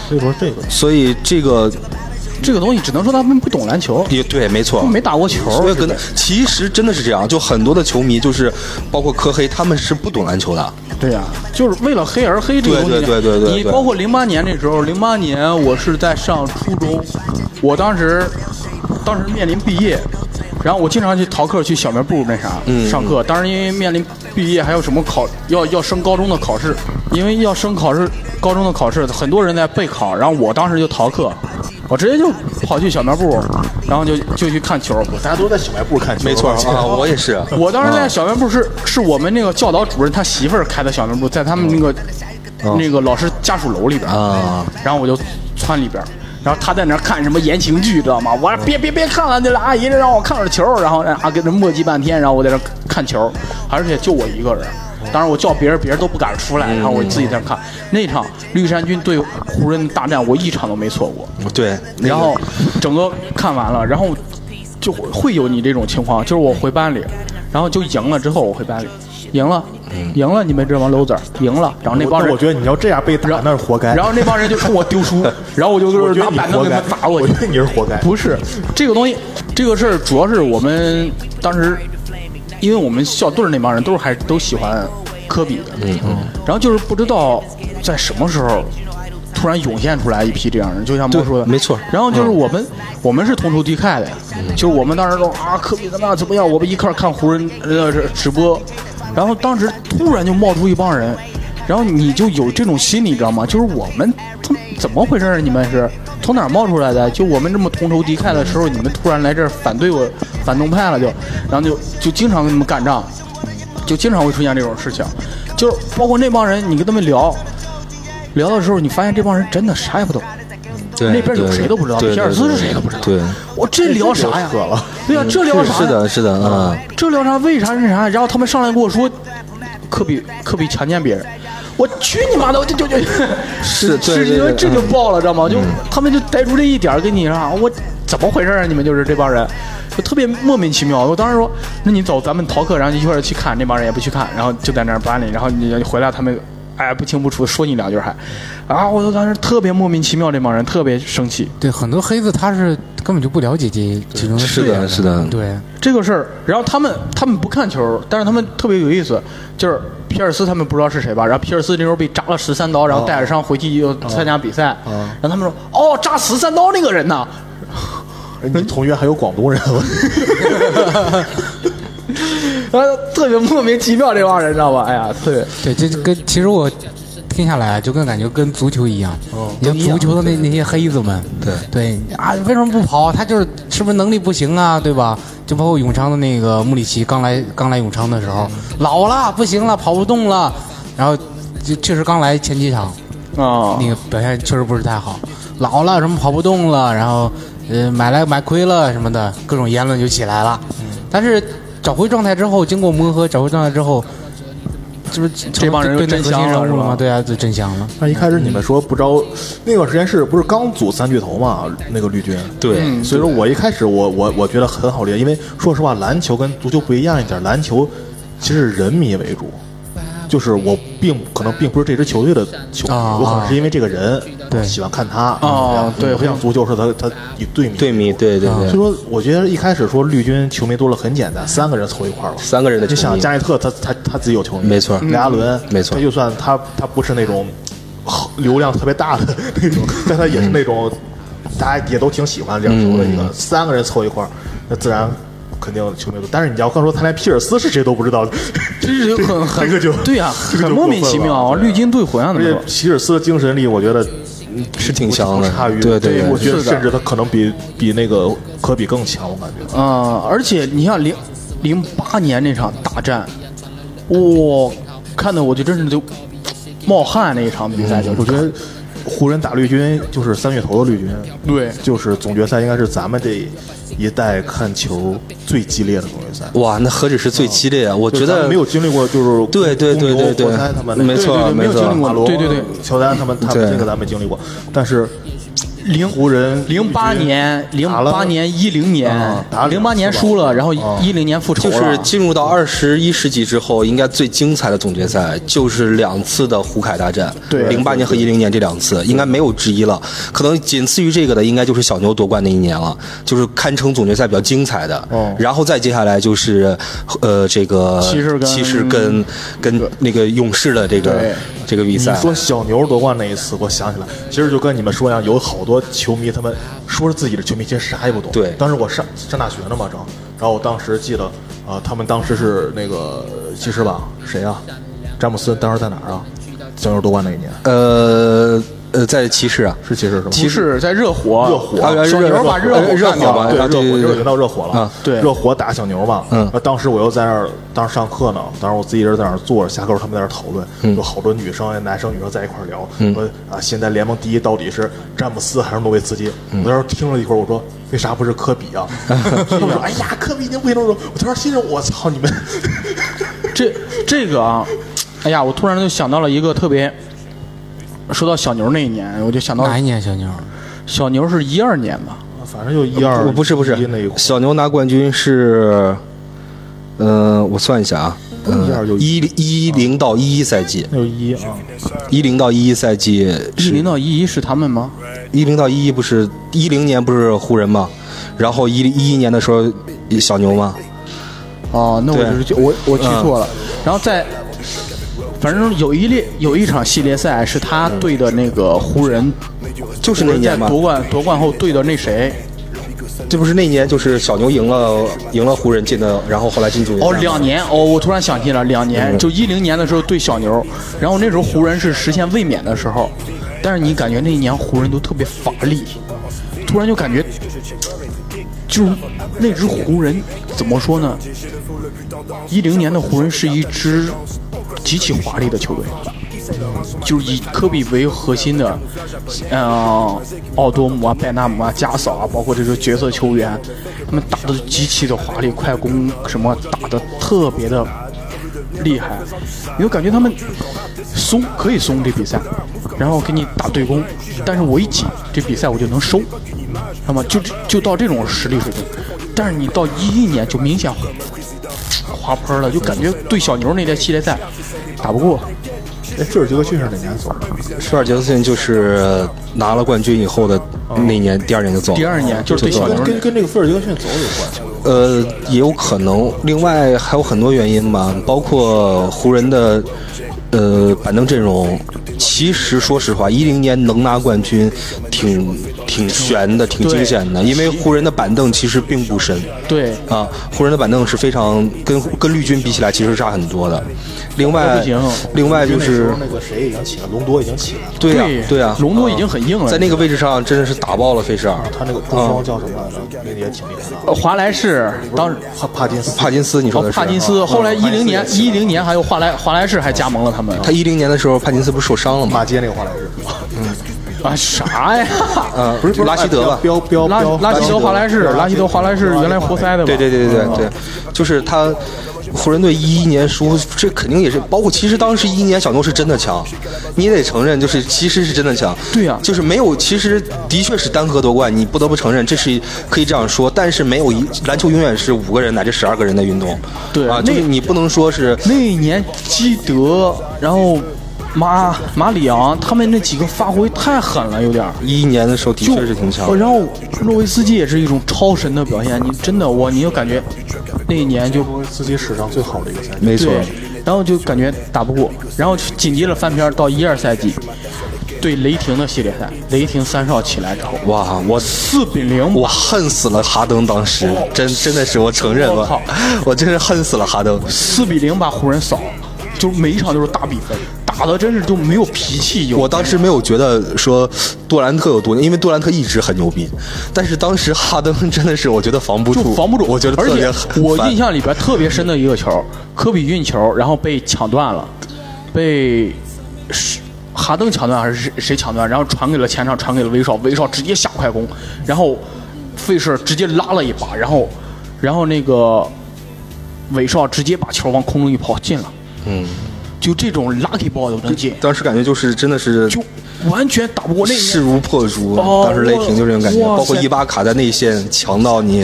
Speaker 1: 所以说这个
Speaker 4: 所以这个
Speaker 2: 这个东西只能说他们不懂篮球，
Speaker 4: 也对，没错，
Speaker 2: 没打过球。
Speaker 4: 所以跟其实真的是这样，就很多的球迷就是包括科黑，他们是不懂篮球的，
Speaker 2: 对呀、就是为了黑而黑这个东西。
Speaker 4: 对对对对对对
Speaker 2: 你包括零八年那时候，零八年我是在上初中，我当时当时面临毕业，然后我经常去逃课去小卖部那啥、
Speaker 4: 嗯
Speaker 2: 上课。当时因为面临毕业，还有什么考要要升高中的考试，因为要升考试高中的考试，很多人在备考，然后我当时就逃课，我直接就跑去小卖部，然后就就去看球。
Speaker 1: 大家都在小卖部看球，
Speaker 4: 没错
Speaker 1: 是吧
Speaker 4: 啊，我也是，
Speaker 2: 我当时在小卖部是是我们那个教导主任他媳妇儿开的小卖部，在他们那个、那个老师家属楼里边儿
Speaker 4: 啊，
Speaker 2: 然后我就窜里边儿，然后他在那儿看什么言情剧，知道吗？我说别别别看了，那个阿姨让我看会儿球，然后让阿跟那磨叽半天，然后我在那儿看球，而且就我一个人。当时我叫别人，别人都不敢出来，然后我自己在那儿看那场绿衫军对湖人大战，我一场都没错过。
Speaker 4: 对，那个
Speaker 2: 然后整个看完了，然后就会会有你这种情况，就是我回班里，然后就赢了之后我回班里，赢了，赢了你们这帮 loser，赢了，然后那帮
Speaker 1: 我嗯我
Speaker 2: 人
Speaker 1: 觉得你要这样被打，那是活该。
Speaker 2: 然后那帮人就冲我 丢书，然后我就
Speaker 1: 我
Speaker 2: 就是
Speaker 1: 觉
Speaker 2: 拿
Speaker 1: 得你
Speaker 2: 板凳
Speaker 1: 活
Speaker 2: 给
Speaker 1: 该
Speaker 2: 他们，砸
Speaker 1: 我
Speaker 2: 过
Speaker 1: 觉
Speaker 2: 去。
Speaker 1: 得你是活该。
Speaker 2: 不是这个东西，这个事儿主要是我们当时，因为我们校队儿那帮人都是还都喜欢科比的，嗯嗯，然后就是不知道在什么时候突然涌现出来一批这样的人，就像猫说的，
Speaker 4: 对没错嗯
Speaker 2: 然后就是我们、我们是同仇敌忾的，就是我们当时都啊科比怎么样怎么样，我们一块儿看湖人呃这直播，然后当时突然就冒出一帮人。然后你就有这种心理，你知道吗？就是我们他们怎么回事儿？你们是从哪儿冒出来的？就我们这么同仇敌忾的时候，你们突然来这儿反对我反动派了就，然后就就经常跟你们干仗，就经常会出现这种事情。就是包括那帮人，你跟他们聊聊的时候，你发现这帮人真的啥也不懂。
Speaker 4: 对，
Speaker 2: 那边有
Speaker 4: 对
Speaker 2: 谁都不知道
Speaker 4: 对
Speaker 2: 皮尔斯
Speaker 4: 对
Speaker 2: 是
Speaker 4: 对
Speaker 2: 谁都不知道
Speaker 4: 对，
Speaker 2: 我这聊啥呀
Speaker 1: 这就扯了？
Speaker 2: 对呀、这聊
Speaker 4: 嗯是
Speaker 2: 啥呀？
Speaker 4: 是的，是的啊，
Speaker 2: 这聊啥？为啥是啥？然后他们上来跟我说，科比科比强奸别人，我去你妈的！我就就就
Speaker 4: 是对
Speaker 2: 是
Speaker 4: 对
Speaker 2: 因为
Speaker 4: 对嗯
Speaker 2: 这就爆了，知道吗？就他们就逮住这一点儿跟你啊，我怎么回事啊？你们就是这帮人。就特别莫名其妙，我当时说，那你走，咱们逃课，然后一块儿去看，那帮人也不去看，然后就在那儿扒你，然后你回来，他们哎不清不楚地说你两句还，啊，我就当时特别莫名其妙，这帮人特别生气，
Speaker 3: 对，很多黑子他是根本就不了解这其中的
Speaker 4: 是
Speaker 3: 事
Speaker 4: 的
Speaker 3: 情
Speaker 4: 是的
Speaker 3: 对，
Speaker 2: 这个事儿，然后他们他们不看球，但是他们特别有意思，就是皮尔斯他们不知道是谁吧，然后皮尔斯那时候被扎了十三刀，然后带着伤回去又参加比赛，然后他们说哦扎十三刀那个人呐，
Speaker 1: 你同学还有广东人吗？
Speaker 2: 然后特别莫名其妙这帮人知道吧？哎呀，特别
Speaker 3: 对，这就跟其实我听下来啊就跟感觉跟足球哦一样，你像足球的那那些黑子们，对对啊，为什么不跑？他就是是不是能力不行啊，对吧？就包括永昌的那个穆里奇，刚来刚来永昌的时候，老了不行了，跑不动了，然后就确实刚来前几场，
Speaker 2: 啊，
Speaker 3: 那个表现确实不是太好，老了什么跑不动了，然后呃买来买亏了什么的，各种言论就起来了。
Speaker 2: 嗯
Speaker 3: 但是找回状态之后，经过磨合，找回状态之后，这不是成
Speaker 2: 这帮人
Speaker 3: 对
Speaker 2: 就
Speaker 3: 那
Speaker 2: 真
Speaker 3: 核心
Speaker 2: 香了
Speaker 3: 人物
Speaker 2: 是吧
Speaker 3: 吗？对啊，就真香了。
Speaker 1: 但一开始你们说不招，那段时间是不是刚组三巨头嘛？那个绿军，嗯
Speaker 4: 对，
Speaker 1: 所以说我一开始我我我觉得很好理解，因为说实话，篮球跟足球不一样一点，篮球其实人迷为主，就是我并可能并不是这支球队的球迷，
Speaker 3: 啊
Speaker 1: 我可能是因为这个人
Speaker 3: 对
Speaker 1: 喜欢看他
Speaker 2: 哦对
Speaker 1: 不像足球是他他以队迷
Speaker 4: 对迷，对对
Speaker 1: 所以
Speaker 4: 对，
Speaker 1: 说，我觉得一开始说绿军球迷多了很简单，三个人凑一块儿了。
Speaker 4: 三个人的
Speaker 1: 就
Speaker 4: 球
Speaker 1: 想
Speaker 4: 迷
Speaker 1: 加内特他他他自己有球迷，
Speaker 4: 没错
Speaker 1: 雷阿伦
Speaker 4: 没错
Speaker 1: 他就算他他不是那种流量特别大的 那种，但他也是那种大家也都挺喜欢这样球的一
Speaker 4: 嗯
Speaker 1: 个，三个人凑一块儿，那自然肯定球迷多。但是你要刚说他连皮尔斯是谁都不知道，
Speaker 2: 这是就很很
Speaker 1: 这个就
Speaker 2: 对呀、
Speaker 1: 这个就
Speaker 2: 很莫名其妙
Speaker 1: 过
Speaker 2: 啊，
Speaker 1: 分了
Speaker 2: 滤镜对魂啊，
Speaker 1: 而
Speaker 2: 怎么
Speaker 1: 且
Speaker 2: 说？
Speaker 1: 皮尔斯的精神力，我觉得
Speaker 4: 是挺
Speaker 1: 不
Speaker 4: 强的
Speaker 1: 不差于，
Speaker 4: 对对对
Speaker 1: 我觉得
Speaker 2: 是的
Speaker 1: 甚至他可能比比那个科比更强，我感觉。
Speaker 2: 嗯，而且你像零零八年那场大战，我、看的我就真是就冒汗那一场比赛，就
Speaker 1: 我觉得湖人打绿军就是三巨头的绿军，
Speaker 2: 对
Speaker 1: 就是总决赛应该是咱们这一代看球最激烈的总决赛。
Speaker 4: 哇，那何止是最激烈啊！我
Speaker 1: 就是
Speaker 4: 觉
Speaker 1: 咱们
Speaker 4: 得
Speaker 1: 没有经历过，就是
Speaker 4: 对对对对对
Speaker 1: 国台他们那个
Speaker 4: 没错
Speaker 1: 对对对
Speaker 4: 没
Speaker 1: 没有
Speaker 4: 错
Speaker 1: 经历过
Speaker 2: 马龙
Speaker 1: 龙，
Speaker 2: 对对对
Speaker 1: 乔丹他们他们
Speaker 4: 对
Speaker 1: 这个咱们经历过，但是零湖人
Speaker 2: 零八年、零
Speaker 1: 打了
Speaker 2: 八年、一零年
Speaker 1: 啊打了、
Speaker 2: 零八年输了，然后
Speaker 1: 啊
Speaker 2: 一零年复仇
Speaker 4: 就
Speaker 2: 了。
Speaker 4: 是进入到二十一世纪之后，应该最精彩的总决赛就是两次的胡凯大战，
Speaker 2: 对
Speaker 4: 零八年和一零年这两次，应该没有之一了。可能仅次于这个的，应该就是小牛夺冠那一年了，就是堪称总决赛比较精彩的。
Speaker 1: 哦
Speaker 4: 然后再接下来就是呃这个
Speaker 2: 骑士跟
Speaker 4: 骑士跟跟那个勇士的这个
Speaker 2: 对
Speaker 4: 这个比
Speaker 1: 你
Speaker 4: 赛。
Speaker 1: 说小牛夺冠那一次，我想起来，其实就跟你们说一样，有好多球迷他们说是自己的球迷，其实啥也不懂。
Speaker 4: 对
Speaker 1: 当时我上上大学呢嘛，正，然后我当时记得，呃，他们当时是那个其实吧，谁啊？詹姆斯当时在哪儿啊？小牛夺冠那一年
Speaker 4: 呃呃，在骑士啊，
Speaker 1: 是骑士是吗？
Speaker 2: 骑士在热火，
Speaker 1: 热火
Speaker 4: 啊
Speaker 2: 小
Speaker 4: 热
Speaker 2: 牛
Speaker 4: 火
Speaker 2: 把热火
Speaker 4: 热
Speaker 2: 干掉
Speaker 4: 火吧
Speaker 2: 了。
Speaker 1: 对
Speaker 4: 啊
Speaker 1: 热火，
Speaker 4: 对对
Speaker 1: 热
Speaker 4: 对
Speaker 1: 火赢到热火了
Speaker 4: 啊。
Speaker 2: 对
Speaker 1: 热火打小牛嘛。啊
Speaker 4: 嗯
Speaker 1: 那当时我又在那儿，当时上课呢，当时我自己一人在那儿坐着，下课时候他们在那儿讨论，有好多女生、男生、女生在一块儿聊，说啊，现在联盟第一到底是詹姆斯还是诺维茨基？我在那儿听了一会儿，我说为啥不是科比啊？他们说哎呀，科比已经不行了。我当时心里我操你们，
Speaker 2: 这这个啊，哎呀，我突然就想到了一个特别，说到小牛那一年，我就想到
Speaker 3: 哪一年啊小妞？
Speaker 2: 小牛是一二年吧，
Speaker 1: 反正就一二
Speaker 4: 我不是不是
Speaker 1: 一那一块儿
Speaker 4: 小牛拿冠军是，呃，我算一下啊，
Speaker 1: 一二就一，
Speaker 4: 一一零到一一赛季，
Speaker 1: 就一啊，
Speaker 4: 一零到一一赛季
Speaker 2: 一零到一一是他们吗？
Speaker 4: 一零到一一不是一零年不是湖人吗？然后一一一年的时候小牛吗？
Speaker 2: 哦，那我
Speaker 4: 对
Speaker 2: 就是记我我记
Speaker 1: 嗯
Speaker 2: 错了。然后在，反正有一列有一场系列赛是他
Speaker 1: 嗯
Speaker 2: 对的那个湖人，
Speaker 4: 就是那年
Speaker 2: 在
Speaker 4: 嘛，
Speaker 2: 夺冠夺冠后对的那谁？
Speaker 4: 这不是那年就是小牛赢了赢了湖人进的，然后后来进总决赛
Speaker 2: 哦，
Speaker 4: 吗
Speaker 2: 两年哦，我突然想起了两年，就一零年的时候对小牛，然后那时候湖人是实现卫冕的时候，但是你感觉那一年湖人都特别乏力，突然就感觉，就是那支湖人怎么说呢？一零年的湖人是一支极其华丽的球队，就是以科比为核心的，嗯、奥多姆啊、拜纳姆啊、加索啊，包括这些角色球员，他们打的极其的华丽，快攻什么打的特别的厉害，你就感觉他们松可以松这比赛，然后给你打对攻，但是我一挤这比赛我就能收，那么就就到这种实力水平，但是你到一一年就明显滑坡了，就感觉对小牛那届系列赛打不过。
Speaker 1: 哎，菲尔杰克逊是哪年走的？
Speaker 4: 施尔杰克逊就是拿了冠军以后的那年，第二年就走了。
Speaker 2: 哦第二年就是对
Speaker 4: 走
Speaker 2: 小
Speaker 4: 了
Speaker 2: 牛
Speaker 1: 跟跟这个菲尔杰克逊走有关系。
Speaker 4: 呃，也有可能。另外还有很多原因吧，包括湖人的呃板凳阵容。其实说实话，一零年能拿冠军挺挺悬的，挺惊险的，因为湖人的板凳其实并不深。
Speaker 2: 对，
Speaker 4: 啊，湖人的板凳是非常跟跟绿军比起来，其实差很多的。另
Speaker 2: 那
Speaker 4: 外
Speaker 2: 不行，
Speaker 4: 另外就
Speaker 1: 那时
Speaker 4: 是
Speaker 1: 候那个谁已经起来，隆多已经起来了，
Speaker 4: 对呀、
Speaker 2: 对
Speaker 4: 对呀、
Speaker 2: 隆多已
Speaker 4: 嗯
Speaker 2: 经很硬了
Speaker 4: 在那个位置上真的是打爆了费舍尔。
Speaker 1: 他那个中锋叫什么来着？那个也挺厉害的。
Speaker 2: 呃华莱士当时
Speaker 1: 帕帕金斯，
Speaker 4: 帕金斯，你说
Speaker 2: 哦
Speaker 4: 的是？啊
Speaker 2: 帕金斯，后来
Speaker 1: 帕
Speaker 2: 一
Speaker 1: 金斯
Speaker 2: 零年
Speaker 1: 也行
Speaker 2: 一零年还有华莱华莱士还加盟了他们
Speaker 4: 他一零年的时候，帕金斯不是受伤了吗
Speaker 1: 马？街那个华莱士，
Speaker 2: 啊啥呀？
Speaker 4: 呃，不是拉希德吧？
Speaker 1: 标标
Speaker 2: 拉
Speaker 1: 标
Speaker 2: 拉希德华莱士，
Speaker 1: 对
Speaker 2: 拉希德华莱士原来活塞的吧？
Speaker 4: 对对对对对对，就是他。湖人队一一年输，这肯定也是包括。其实当时一一年小牛是真的强，你也得承认，就是其实是真的强。
Speaker 2: 对呀
Speaker 4: 就是没有，其实的确是单核夺冠，你不得不承认，这是可以这样说。但是没有一篮球永远是五个人乃至十二个人的运动，
Speaker 2: 对
Speaker 4: 啊，就是
Speaker 2: 那
Speaker 4: 你不能说是
Speaker 2: 那一年基德，然后马马里昂他们那几个发挥太狠了，有点儿。
Speaker 4: 一一年的时候的
Speaker 2: 就呃
Speaker 4: 确是挺强的。
Speaker 2: 然后诺维斯基也是一种超神的表现，你真的我你就感觉那一年就
Speaker 1: 自己史上最好的一个赛季。
Speaker 4: 没错
Speaker 2: 对，，然后就感觉打不过，然后紧接着翻篇儿到一二赛季，对雷霆的系列赛，雷霆三少起来之后，
Speaker 4: 哇，我
Speaker 2: 四比零，
Speaker 4: 我恨死了哈登，当时真真的是我承认
Speaker 2: 我靠
Speaker 4: 了，我真是恨死了哈登。
Speaker 2: 四比零把湖人扫，就每一场都是大比分，打的真是就没有脾气，有
Speaker 4: 我当时没有觉得说杜兰特有多牛，因为杜兰特一直很牛逼，但是当时哈登真的是我觉得防不
Speaker 2: 就
Speaker 4: 住，
Speaker 2: 防不住，
Speaker 4: 我觉得
Speaker 2: 而
Speaker 4: 特别
Speaker 2: 且我
Speaker 4: 烦
Speaker 2: 印象里边特别深的一个球，科比运球，然后被抢断了，被是哈登抢断还是谁谁抢断，然后传给了前场，传给了威少，威少直接下快攻，然后费舍尔直接拉了一把，然后然后那个韦少直接把球往空中一抛进了，
Speaker 4: 嗯，
Speaker 2: 就这种 lucky ball 都能进，
Speaker 4: 当时感觉就是真的是
Speaker 2: 就完全打不过那一
Speaker 4: 势
Speaker 2: 年。
Speaker 4: 如破竹，
Speaker 2: 哦
Speaker 4: 当时雷霆就这种感觉，
Speaker 2: 哇
Speaker 4: 包括
Speaker 2: 塞
Speaker 4: 伊巴卡在内线强到你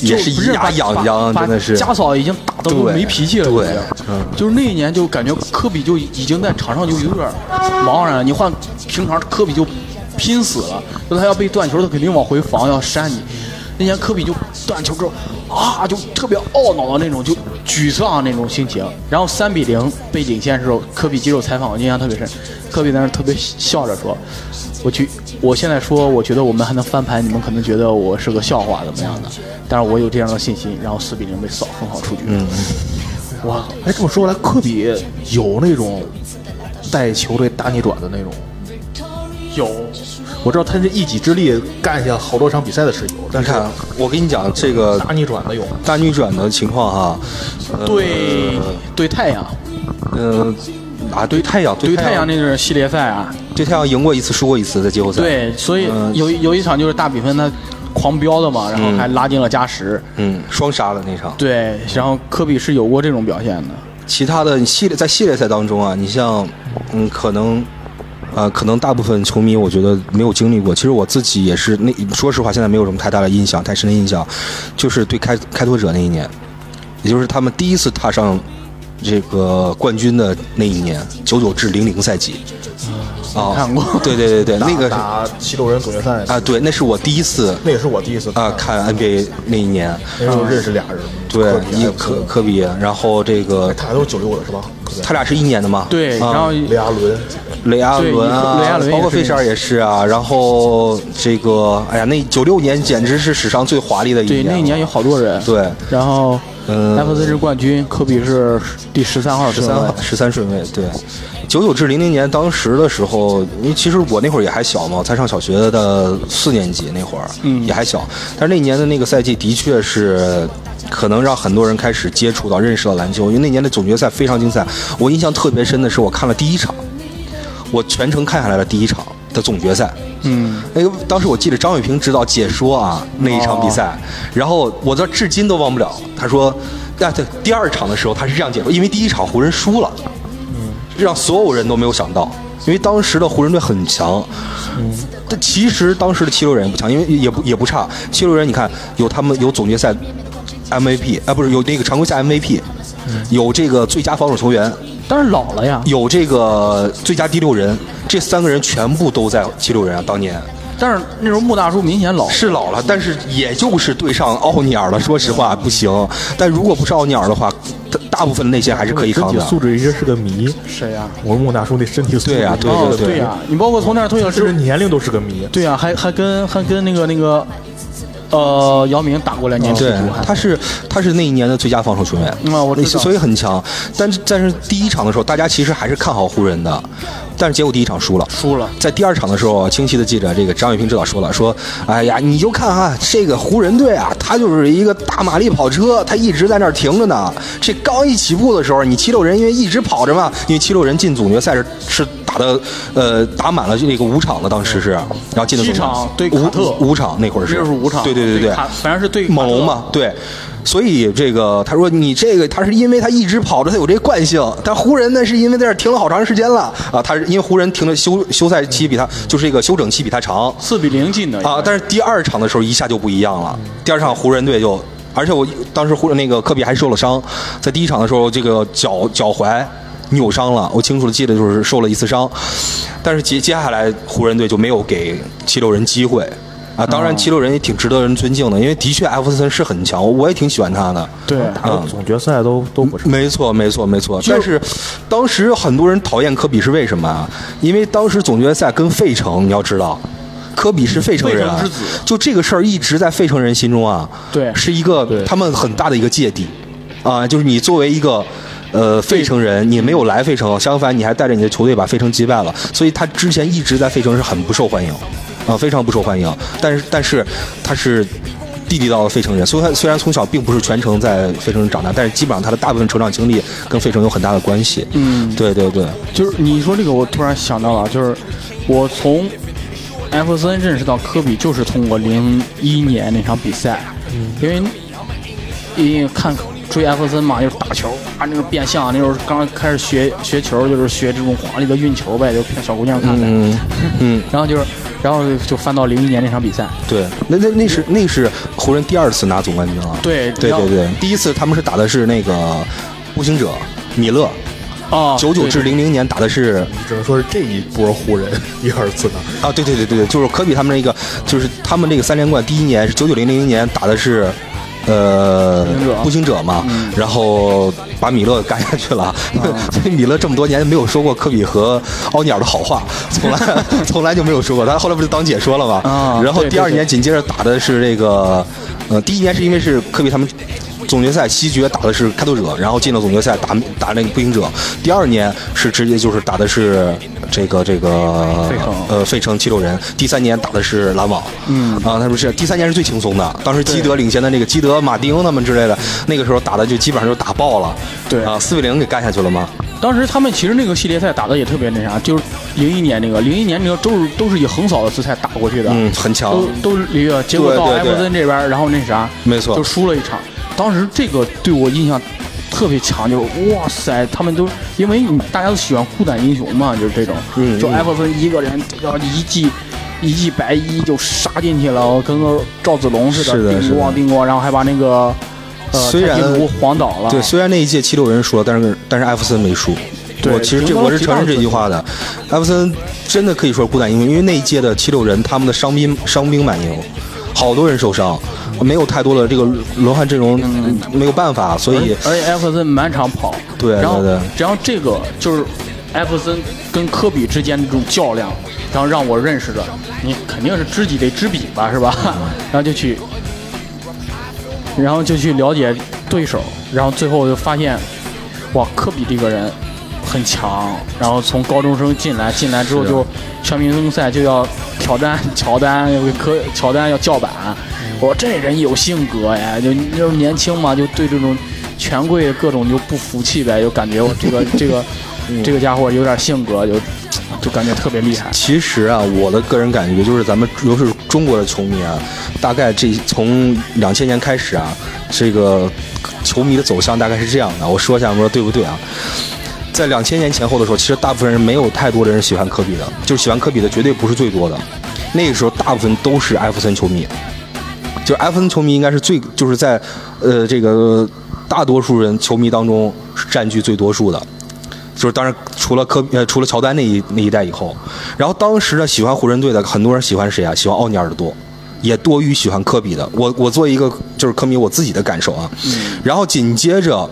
Speaker 4: 也是
Speaker 2: 一
Speaker 4: 牙痒痒，真的是。
Speaker 2: 家嫂已经打到都
Speaker 4: 对
Speaker 2: 没脾气了，
Speaker 4: 对
Speaker 2: 已经就是那一年就感觉科比就已经在场上就有点茫然，你换平常科比就拼死了，就他要被断球，他肯定往回防要扇你。那年科比就断球之后啊，就特别懊恼的那种，就沮丧啊那种心情。然后三比零被领先的时候，科比接受采访，我印象特别深。科比在那儿特别笑着说：“我去，我现在说，我觉得我们还能翻盘，你们可能觉得我是个笑话怎么样的，但是我有这样的信心。”然后四比零被扫，很好出局。嗯，
Speaker 1: 哇，哎，这么说来，科比有那种带球队打逆转的那种。
Speaker 2: 有
Speaker 1: 我知道他这一己之力干下好多场比赛的是有，但
Speaker 4: 你
Speaker 1: 是
Speaker 4: 看，我跟你讲这个
Speaker 1: 打逆转的有吗？
Speaker 4: 大逆转的情况哈，呃
Speaker 2: 对对太阳，
Speaker 4: 呃啊对太阳
Speaker 2: 对太阳
Speaker 4: 阳
Speaker 2: 那阵系列赛啊，
Speaker 4: 对太阳赢过一次，输过一次，在季后赛。
Speaker 2: 对，所以
Speaker 4: 嗯
Speaker 2: 有有一场就是大比分他狂飙的嘛，然后还拉进了加时。
Speaker 4: 嗯，双杀了那场。
Speaker 2: 对，然后科比是有过这种表现的。
Speaker 4: 其他的系列在系列赛当中啊，你像，嗯，可能，呃，可能大部分球迷我觉得没有经历过。其实我自己也是那，说实话，现在没有什么太大的印象，太深的印象，就是对开开拓者那一年，也就是他们第一次踏上这个冠军的那一年，九九至零零赛季，啊，
Speaker 2: 嗯看过
Speaker 4: 对对对对，那个是
Speaker 1: 打七六人总决赛
Speaker 4: 啊，对，那是我第一次
Speaker 1: 那也是我第一次
Speaker 4: 啊看 NBA 那一年，
Speaker 1: 那时候认识俩人，
Speaker 4: 嗯对
Speaker 1: 科，比还
Speaker 2: 啊
Speaker 4: 一
Speaker 1: 有
Speaker 4: 科
Speaker 1: 科
Speaker 4: 科比，然后这个
Speaker 1: 他俩都是九六的是吧？科比
Speaker 4: 他俩是一年的嘛，
Speaker 2: 对，
Speaker 4: 啊
Speaker 2: 然后
Speaker 1: 雷阿伦，
Speaker 4: 雷阿伦啊，
Speaker 2: 对雷阿伦也是
Speaker 4: 包括费舍尔也是啊，然后这个，哎呀，那九六年简直是史上最华丽的一
Speaker 2: 对
Speaker 4: 年了，
Speaker 2: 那一年有好多人，
Speaker 4: 对
Speaker 2: 然后
Speaker 4: 嗯
Speaker 2: 莱弗斯是冠军，科比是第十三号
Speaker 4: 十
Speaker 2: 顺位
Speaker 4: 三十三顺位，对，九九至零零年当时的时候，因为其实我那会儿也还小嘛，才上小学的四年级那会儿，嗯，也还小，但是那年的那个赛季的确是。可能让很多人开始接触到、认识到篮球，因为那年的总决赛非常精彩。我印象特别深的是，我看了第一场，我全程看下来了第一场的总决赛。嗯，那个当时我记得张伟平指导解说啊那一场比赛，然后我到至今都忘不了。他说，啊对，第二场的时候他是这样解说，因为第一场湖人输了，让所有人都没有想到，因为当时的湖人队很强。但其实当时的七六人也不强，因为也不也不差。七六人你看有他们有总决赛 MVP 啊，不是有那个常规赛 MVP，、有这个最佳防守球员，
Speaker 2: 但是老了呀，
Speaker 4: 有这个最佳第六人，这三个人全部都在七六人啊，当年
Speaker 2: 但是那时候穆大叔明显老，
Speaker 4: 是老了，但是也就是对上奥尼尔了。说实话不行，但如果不是奥尼尔的话，大大部分内线还是可以
Speaker 1: 身
Speaker 4: 扛
Speaker 1: 体
Speaker 4: 的。
Speaker 1: 素质一直是个谜。
Speaker 2: 谁呀？
Speaker 1: 我说穆大叔那身体素质，
Speaker 4: 对呀对
Speaker 2: 哦，
Speaker 4: 对
Speaker 2: 对呀，你包括从那儿退了之
Speaker 1: 甚
Speaker 2: 后
Speaker 1: 至，年龄都是个谜。
Speaker 2: 对呀，还还跟还跟那个那个呃姚明打过两年替
Speaker 4: 啊对
Speaker 2: 补，还，
Speaker 4: 他是他是那一年的最佳防守球员，
Speaker 2: 嗯我知道
Speaker 4: 所以很强。但是但是第一场的时候，大家其实还是看好湖人的，但是结果第一场输了。
Speaker 2: 输了。
Speaker 4: 在第二场的时候，清晰的记着这个张雨平指导说了，说，哎呀，你就看啊，这个湖人队啊，他就是一个大马力跑车，他一直在那儿停着呢。这刚一起步的时候，你七六人因为一直跑着嘛，因为七六人进总决赛是是打的，呃，打满了这个五场了，当时是，然后进的总
Speaker 2: 七
Speaker 4: 决赛
Speaker 2: 场对
Speaker 4: 五
Speaker 2: 卡特
Speaker 4: 五场那会儿是，
Speaker 2: 那是五场
Speaker 4: 对对对
Speaker 2: 对卡反正是对卡特
Speaker 4: 猛龙嘛，对。所以这个，他说你这个，他是因为他一直跑着，他有这惯性。但湖人呢，是因为在这儿停了好长时间了啊，他是因为湖人停的休休赛期比他就是这个休整期比他长
Speaker 2: 四比零进的
Speaker 4: 啊。但是第二场的时候一下就不一样了，第二场湖人队就，而且我当时湖那个科比还受了伤，在第一场的时候这个脚脚踝扭伤了，我清楚的记得就是受了一次伤。但是接接下来湖人队就没有给七六人机会。啊，当
Speaker 2: 嗯
Speaker 4: 然，七六人也挺值得人尊敬的，因为的确艾弗森是很强，我也挺喜欢他的。
Speaker 2: 对
Speaker 1: 打到总决赛都都不是。
Speaker 4: 没错，没错，没错。但是，当时很多人讨厌科比是为什么啊？因为当时总决赛跟费城，你要知道，科比是费城人啊
Speaker 2: 费城之子，
Speaker 4: 就这个事儿一直在费城人心中啊，
Speaker 2: 对
Speaker 4: 是一个他们很大的一个芥蒂啊，就是你作为一个。呃，费城人，你没有来费城，相反你还带着你的球队把费城击败了，所以他之前一直在费城是很不受欢迎，啊，非常不受欢迎。但是，但是他是地地道道费城人，虽然虽然从小并不是全程在费城长大，但是基本上他的大部分成长经历跟费城有很大的关系。嗯，对对对，
Speaker 2: 就是你说这个，我突然想到了，就是我从艾弗森认识到科比，就是通过零一年那场比赛，因为因为看追艾弗森嘛，就是打球啊，那种变向，那时候刚开始学学球，就是学这种华丽的运球呗，就骗小姑娘看的。
Speaker 4: 嗯嗯，
Speaker 2: 然后就是，然后就翻到零一年那场比赛，
Speaker 4: 对，那那那是那是湖人第二次拿总冠军了。
Speaker 2: 对
Speaker 4: 对
Speaker 2: 然后
Speaker 4: 对对，第一次他们是打的是那个步行者米勒，
Speaker 2: 哦，
Speaker 4: 九九
Speaker 2: 对
Speaker 4: 至零零年打的是
Speaker 1: 只能说是这一波湖人 第二次拿。
Speaker 4: 啊，对对对对对，就是科比他们那个，就是他们这个三连冠，第一年是九九零零年打的是。呃
Speaker 2: 步行者，嗯
Speaker 4: 步行者嘛，然后把米勒干下去
Speaker 2: 啊
Speaker 4: 了。 所以米勒这么多年没有说过科比和奥尼尔的好话，从来 从来就没有说过。他后来不是当解说了嘛？
Speaker 2: 啊
Speaker 4: 然后
Speaker 2: 对
Speaker 4: 第二
Speaker 2: 对对
Speaker 4: 年紧接着打的是这个，呃，第一年是因为是科比他们总决赛西决打的是开拓者，然后进了总决赛打打那个步行者。第二年是直接就是打的是这个这个
Speaker 2: 费城
Speaker 4: 呃费城七六人。第三年打的是篮网，嗯啊，他们是第三年是最轻松的，当时基德领先的那个基德、马丁他们之类的，那个时候打的就基本上就打爆了，
Speaker 2: 对
Speaker 4: 啊，四比零给干下去了嘛。
Speaker 2: 当时他们其实那个系列赛打的也特别那啥，就是零一年那个，零一年那个都是都是以横扫的姿态打过去的，
Speaker 4: 嗯很强
Speaker 2: 啊都都是一个结果
Speaker 4: 对
Speaker 2: 到
Speaker 4: 对
Speaker 2: 埃弗
Speaker 4: 对
Speaker 2: 森这边儿，然后那啥，
Speaker 4: 没错
Speaker 2: 就输了一场。当时这个对我印象特别强，就是哇塞，他们都因为你大家都喜欢孤胆英雄嘛，就是这种，
Speaker 4: 嗯
Speaker 2: 就
Speaker 4: 嗯
Speaker 2: 埃弗森一个人，然后一记。一记白衣就杀进去了，跟个赵子龙似
Speaker 4: 是的
Speaker 2: 的，
Speaker 4: 是
Speaker 2: 叮
Speaker 4: 的
Speaker 2: 咣叮咣，然后还把那个呃，
Speaker 4: 虽
Speaker 2: 泰
Speaker 4: 然
Speaker 2: 迪卢黄岛了，
Speaker 4: 对，虽然那一届七六人输了，但是但是艾弗森没输。
Speaker 2: 对
Speaker 4: 我其实这
Speaker 2: 我
Speaker 4: 我是
Speaker 2: 提
Speaker 4: 承
Speaker 2: 到
Speaker 4: 认
Speaker 2: 这
Speaker 4: 这句话的。艾弗森真的可以说是孤胆英雄，因为那一届的七六人他们的伤兵伤兵满营，好多人受伤，没有太多的这个轮换阵容，没有办法，所以
Speaker 2: 嗯而且艾弗森满场跑，
Speaker 4: 对
Speaker 2: 然后
Speaker 4: 对对
Speaker 2: 然后这个就是艾弗森跟科比之间的这种较量，然后让我认识了，你肯定是知己得知彼吧，是吧？
Speaker 4: 嗯
Speaker 2: 然后就去，然后就去了解对手，然后最后就发现，哇，科比这个人很强，然后从高中生进来，进来之后
Speaker 4: 是啊
Speaker 2: 就全明星赛就要挑战乔丹，要跟科乔丹要叫板。
Speaker 4: 嗯
Speaker 2: 我说这人有性格呀，就就是年轻嘛，就对这种权贵各种就不服气呗，就感觉我这 个这个
Speaker 4: 嗯
Speaker 2: 这个家伙有点性格，就就感觉特别厉害。
Speaker 4: 其实啊，我的个人感觉就是，咱们尤其是中国的球迷啊，大概这从两千年开始啊，这个球迷的走向大概是这样的。我说一下，我说对不对啊？在两千年前后的时候，其实大部分人没有太多的人喜欢科比的，就是喜欢科比的绝对不是最多的。那个时候，大部分都是艾弗森球迷，就是艾弗森球迷应该是最，就是在呃这个大多数人球迷当中是占据最多数的。就是当然除了科呃除了乔丹那一那一代以后，然后当时呢喜欢湖人队的很多人喜欢谁啊？喜欢奥尼尔的多，也多于喜欢科比的。我我做一个就是科迷我自己的感受啊。然后紧接着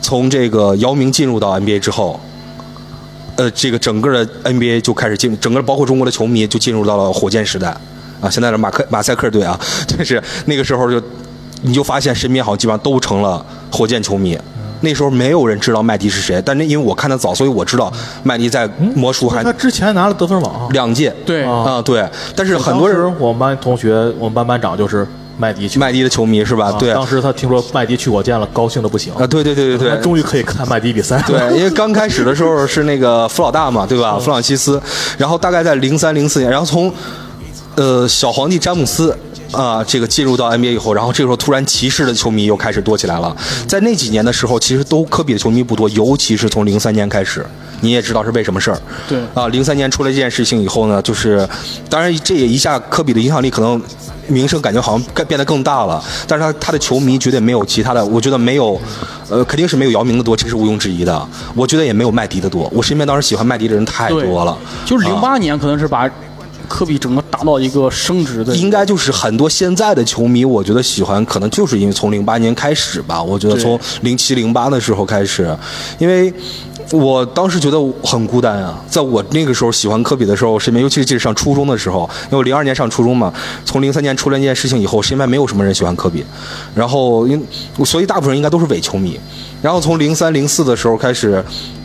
Speaker 4: 从这个姚明进入到 NBA 之后。呃，这个整个的 NBA 就开始进，整个包括中国的球迷就进入到了火箭时代，啊，现在的马克马赛克队啊，就是那个时候就，你就发现身边好像基本上都成了火箭球迷。那时候没有人知道麦迪是谁，但那因为我看的早，所以我知道麦迪在魔术还
Speaker 1: 嗯他之前拿了得分王，
Speaker 4: 两届，
Speaker 2: 对
Speaker 1: 啊
Speaker 4: 啊、对，但是很多
Speaker 1: 当
Speaker 4: 人
Speaker 1: 时我们班同学，我们班班长就是麦迪去
Speaker 4: 麦迪的球迷是吧？
Speaker 1: 啊
Speaker 4: 对，
Speaker 1: 当
Speaker 4: 啊，
Speaker 1: 时他听说麦迪去火箭了，高兴的不行。
Speaker 4: 对对对对
Speaker 1: 他
Speaker 4: 对，
Speaker 1: 终于可以看麦迪比赛了。
Speaker 4: 对，因为刚开始的时候是那个弗老大嘛，对吧？弗朗西斯，然后大概在零三零四年，然后从呃小皇帝詹姆斯啊、这个进入到 NBA 以后，然后这个时候突然骑士的球迷又开始多起来了。
Speaker 2: 嗯
Speaker 4: 在那几年的时候，其实都科比的球迷不多，尤其是从零三年开始，你也知道是为什么事儿。
Speaker 2: 对
Speaker 4: 啊，零三年出了这件事情以后呢，就是当然这也一下科比的影响力可能。名声感觉好像变变得更大了，但是他他的球迷绝对没有其他的，我觉得没有，呃，肯定是没有姚明的多，这是毋庸置疑的。我觉得也没有麦迪的多，我身边当时喜欢麦迪的人太
Speaker 2: 对
Speaker 4: 多了，
Speaker 2: 就是零
Speaker 4: 啊
Speaker 2: 八年可能是把科比整个打到一个升值的，
Speaker 4: 应该就是很多现在的球迷，我觉得喜欢可能就是因为从零八年开始吧，我觉得
Speaker 2: 对
Speaker 4: 从零七零八的时候开始，因为。我当时觉得很孤单啊，在我那个时候喜欢科比的时候，身边尤其是上初中的时候，因为我零二年上初中嘛，从零三年出了那件事情以后，身边没有什么人喜欢科比，然后因所以大部分人应该都是伪球迷，然后从零三零四的时候开始，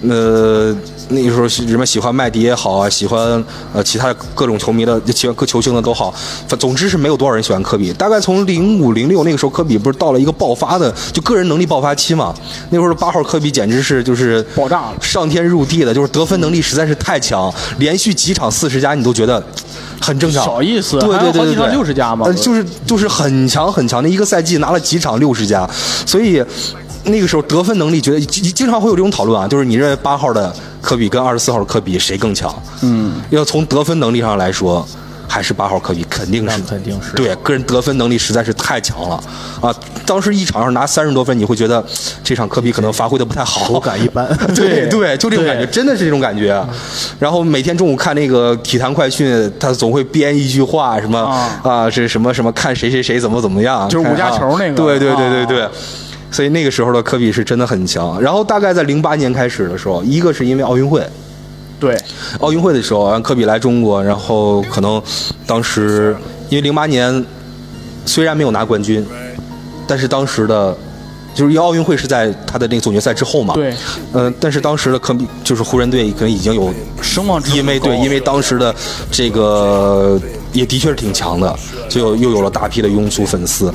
Speaker 4: 呃，那时候什么喜欢麦迪也好啊，喜欢呃其他各种球迷的，喜欢各球星的都好，反总之是没有多少人喜欢科比。大概从零五零六那个时候，科比不是到了一个爆发的，就个人能力爆发期嘛。那时候的八号科比简直是就是
Speaker 2: 爆炸了
Speaker 4: 上天入地的，就是得分能力实在是太强，连续几场四十加你都觉得很正常，
Speaker 2: 小意思
Speaker 4: 对
Speaker 2: 还有
Speaker 4: 对对
Speaker 2: 好
Speaker 4: 对
Speaker 2: 几场60
Speaker 4: 对，
Speaker 2: 加嘛
Speaker 4: 呃就是就是很强很强的一个赛季拿了几场六十加，所以那个时候得分能力觉得经经常会有这种讨论啊，就是你认为八号的科比跟二十四号的科比谁更强？嗯，要从得分能力上来说。还是八号科比，肯定是
Speaker 1: 那肯定是
Speaker 4: 对个人得分能力实在是太强了啊！当时一场要是拿三十多分，你会觉得这场科比可能发挥的不太好，。
Speaker 1: 手感一般
Speaker 4: 对对，就这种
Speaker 2: 对
Speaker 4: 感觉，真的是这种感觉。啊然后每天中午看那个体坛快讯，他总会编一句话，什么
Speaker 2: 啊
Speaker 4: 啊，这什么什么，看谁谁谁怎么怎么样，
Speaker 2: 就是
Speaker 4: 看
Speaker 2: 五加
Speaker 4: 啊
Speaker 2: 球那个
Speaker 4: 对对对
Speaker 2: 啊
Speaker 4: 对对。所以那个时候的科比是真的很强。然后大概在零八年开始的时候，一个是因为奥运会，
Speaker 2: 对，
Speaker 4: 奥运会的时候，然后科比来中国，然后可能当时因为零八年虽然没有拿冠军，但是当时的就是因为奥运会是在他的那个总决赛之后嘛，
Speaker 2: 对，
Speaker 4: 呃，但是当时的科比就是湖人队可能已经有
Speaker 2: 声望值
Speaker 4: 因为对，因为当时的这个也的确是挺强的，就有又有了大批的庸俗粉丝，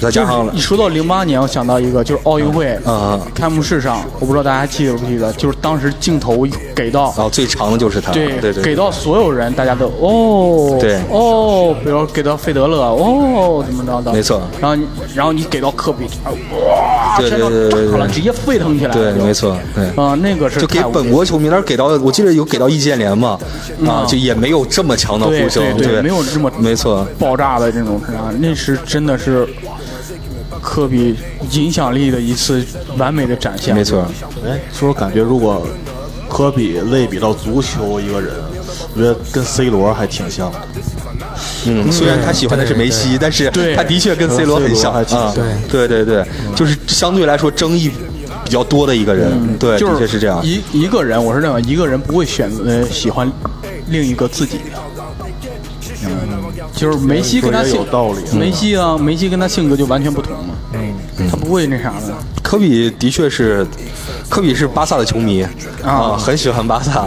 Speaker 4: 再加上了
Speaker 2: 你说到零八年，我想到一个，就是奥运会
Speaker 4: 嗯
Speaker 2: 开幕式上，我不知道大家记得不记得，就是当时镜头给到
Speaker 4: 然后最长的就是他，哦对对对，
Speaker 2: 给到所有人，大家都哦，
Speaker 4: 对
Speaker 2: 哦，比如给到费德勒，哦，怎么着的，
Speaker 4: 没错
Speaker 2: 然后你，然后你给到科比，啊哇，
Speaker 4: 对
Speaker 2: 身上
Speaker 4: 对对对对
Speaker 2: 炸了，
Speaker 4: 对
Speaker 2: 直接沸腾起来
Speaker 4: 对
Speaker 2: 了，就
Speaker 4: 没错对
Speaker 2: 啊，那个是
Speaker 4: 就给
Speaker 2: 太无敌
Speaker 4: 本国球迷，那给到我记得有给到易建联嘛，啊，就也没有这么强的呼
Speaker 2: 对
Speaker 4: 声，
Speaker 2: 对对，没有这么
Speaker 4: 没错，
Speaker 2: 爆炸的这种，啊那是真的是科比影响力的一次完美的展现。
Speaker 4: 没错，
Speaker 1: 哎，说感觉如果科比类比到足球一个人，我觉得跟 C 罗还挺像的。
Speaker 4: 嗯，虽然他喜欢的是梅西，但是
Speaker 2: 嗯对
Speaker 4: 他的确跟 C 罗很像
Speaker 1: 还挺
Speaker 4: 啊
Speaker 1: 像，
Speaker 4: 对对对，就是相对来说争议比较多的一个人，对，
Speaker 2: 嗯就
Speaker 4: 的确是这样。
Speaker 2: 一一个人，我是认为一个人不会选择喜欢另一个自己。嗯，就是梅西跟他
Speaker 1: 说也
Speaker 2: 性
Speaker 1: 有道理
Speaker 2: 梅西啊，梅西跟他性格就完全不同嘛。嗯，他不会那啥的。
Speaker 4: 科比的确是，科比是巴萨的球迷啊、很喜欢巴萨。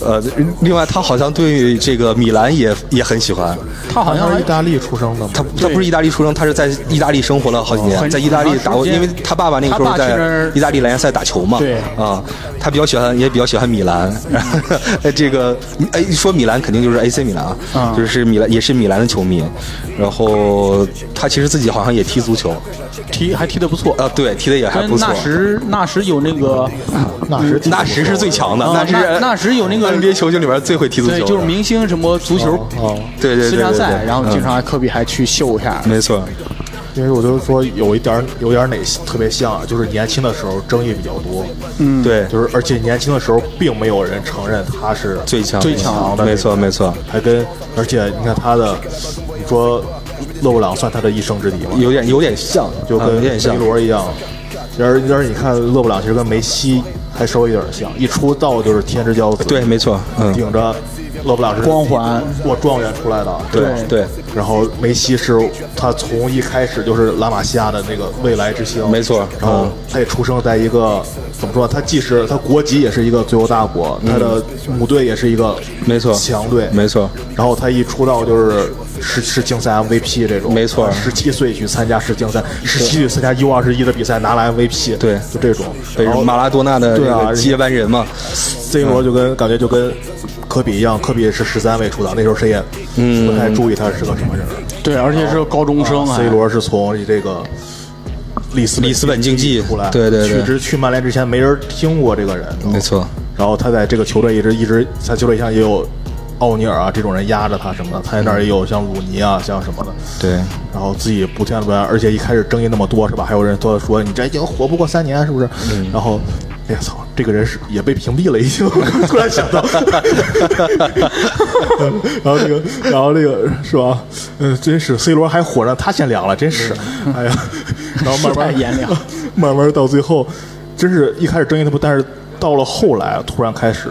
Speaker 4: 呃，另外他好像对这个米兰也也很喜欢。
Speaker 2: 他好
Speaker 1: 他
Speaker 2: 像
Speaker 1: 是
Speaker 2: 还
Speaker 1: 意大利出生的嘛，
Speaker 4: 他他不是意大利出生，他是在意大利生活了好几年，
Speaker 2: 很
Speaker 4: 在意大利打过，
Speaker 2: 很长时间
Speaker 4: 因为他爸爸那个时
Speaker 2: 他
Speaker 4: 候
Speaker 2: 爸去那
Speaker 4: 在
Speaker 2: 儿
Speaker 4: 意大利联赛打球嘛。
Speaker 2: 对
Speaker 4: 啊，他比较喜欢，也比较喜欢米兰。 哎这个哎，一说米兰肯定就是 AC 米兰啊
Speaker 2: 啊，
Speaker 4: 就是米兰也是米兰的球迷。然后他其实自己好像也踢足球
Speaker 2: 踢还踢得不错，
Speaker 4: 啊，对，踢的也还
Speaker 2: 跟
Speaker 4: 不错
Speaker 2: 纳。什纳什有那个
Speaker 1: 那是
Speaker 4: 纳什是最强的，
Speaker 2: 啊
Speaker 4: 什
Speaker 2: 纳纳什有那个
Speaker 4: NBA 球星里边最会踢足球
Speaker 2: 对，
Speaker 4: 的，
Speaker 2: 就是明星什么足球
Speaker 1: 哦，
Speaker 4: 对对对
Speaker 2: 慈
Speaker 4: 对
Speaker 2: 善
Speaker 4: 对
Speaker 2: 赛，
Speaker 4: 对
Speaker 2: 然后
Speaker 4: 嗯
Speaker 2: 经常科比还去秀一下。
Speaker 4: 没错，
Speaker 1: 因为我就说有一点儿有点儿哪特别像啊，就是年轻的时候争议比较多，
Speaker 4: 嗯，对，
Speaker 1: 就是而且年轻的时候并没有人承认他是
Speaker 4: 最强
Speaker 1: 最强的，
Speaker 4: 没错没错，
Speaker 1: 还跟而且你看他的，你说勒布朗算他的一生之敌吗？
Speaker 4: 有点有点像，
Speaker 1: 就
Speaker 4: 啊有
Speaker 1: 跟
Speaker 4: 点
Speaker 1: C
Speaker 4: 像，
Speaker 1: 罗一样。然而，然而你看勒布朗其实跟梅西还稍微有点像，一出道就是天之骄子，
Speaker 4: 对，没错，嗯，
Speaker 1: 顶着勒布朗是
Speaker 2: 光环
Speaker 1: 做状元出来的，
Speaker 4: 对对，
Speaker 1: 然后梅西是他从一开始就是拉玛西亚的那个未来之星，
Speaker 4: 没错
Speaker 1: 然后
Speaker 4: 嗯
Speaker 1: 他也出生在一个怎么说？他既是他国籍也是一个最后大国，他的母队也是一个
Speaker 4: 嗯没错
Speaker 1: 强队，
Speaker 4: 没错。
Speaker 1: 然后他一出道就是是是竞赛 MVP 这种，
Speaker 4: 没错
Speaker 1: 十七岁去参加世竞赛，十七岁参加 U 二十一的比赛拿了 MVP，
Speaker 4: 对
Speaker 1: 就这种。
Speaker 4: 被
Speaker 1: 然后
Speaker 4: 马拉多纳的这
Speaker 1: 对啊
Speaker 4: 个接班人嘛，
Speaker 1: C 罗就跟感觉就跟科比一样，科比也是十三位出道，那时候谁也
Speaker 4: 嗯
Speaker 1: 不太注意他是个什么人。
Speaker 2: 对，而且是高中生啊还
Speaker 1: C 罗是从这个里斯
Speaker 4: 里斯本竞技
Speaker 1: 出来，
Speaker 4: 对对对
Speaker 1: 去之去曼联之前没人听过这个人，
Speaker 4: 没错，
Speaker 1: 然后他在这个球队一直一直在球队上也有奥尼尔啊这种人压着他什么的，他在那儿也有像鲁尼啊像什么的，
Speaker 4: 对，
Speaker 1: 然后自己不断不断，而且一开始争议那么多是吧？还有人说说你这已经活不过三年是不是？然后。哎呀操！这个人是也被屏蔽了，已经。突然想到，然后这个，然后这个是吧？嗯，真是 C 罗还火着，他先凉了，真是。哎呀， 然后慢慢
Speaker 2: 世态炎凉，
Speaker 1: 慢慢到最后，真是一开始争议他不，但是到了后来，突然开始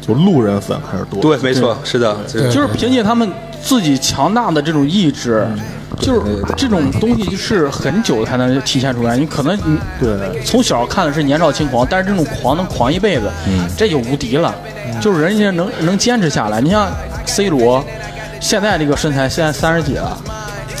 Speaker 1: 就路人粉开始多。
Speaker 4: 对，没错，是的，这
Speaker 2: 就是凭借他们自己强大的这种意志，就是这种东西就是很久才能体现出来。你可能你
Speaker 1: 对
Speaker 2: 从小看的是年少轻狂，但是这种狂能狂一辈子，这就无敌了。就是人家能能坚持下来。你像 C 罗，现在这个身材，现在三十几了，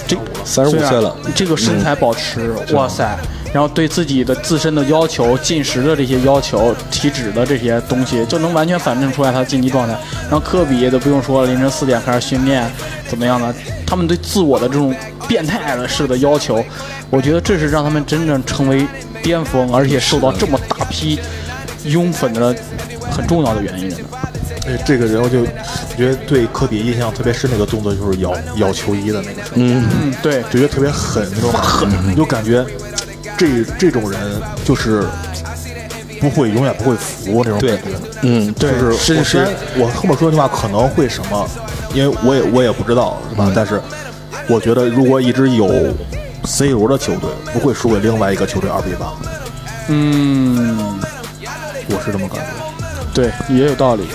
Speaker 2: 这
Speaker 4: 三十五
Speaker 2: 对啊
Speaker 4: 岁了，嗯啊
Speaker 2: 这个身材保持，哇塞！然后对自己的自身的要求、进食的这些要求、体脂的这些东西，就能完全反映出来他的竞技状态。然后科比也都不用说了，凌晨四点开始训练，怎么样呢？他们对自我的这种变态的式的要求，我觉得这是让他们真正成为巅峰，而且受到这么大批拥粉的很重要的原因的。
Speaker 1: 对，这个人我就我觉得对科比印象特别深那个动作就是咬咬球衣的那个时候，
Speaker 2: 嗯，对，
Speaker 1: 就觉得特别狠，那种狠，你嗯就感觉这这种人就是不会永远不会服那种感
Speaker 4: 对
Speaker 1: 觉。，
Speaker 4: 嗯，
Speaker 1: 就
Speaker 4: 对
Speaker 1: 是我
Speaker 4: 绅
Speaker 1: 虽
Speaker 4: 士
Speaker 1: 然，我后面说的话可能会什么，因为我也我也不知道是吧？
Speaker 4: 嗯
Speaker 1: 但是我觉得如果一支有 C 罗的球队不会输给另外一个球队二比八，
Speaker 2: 嗯，
Speaker 1: 我是这么感觉。
Speaker 2: 对，也有道理。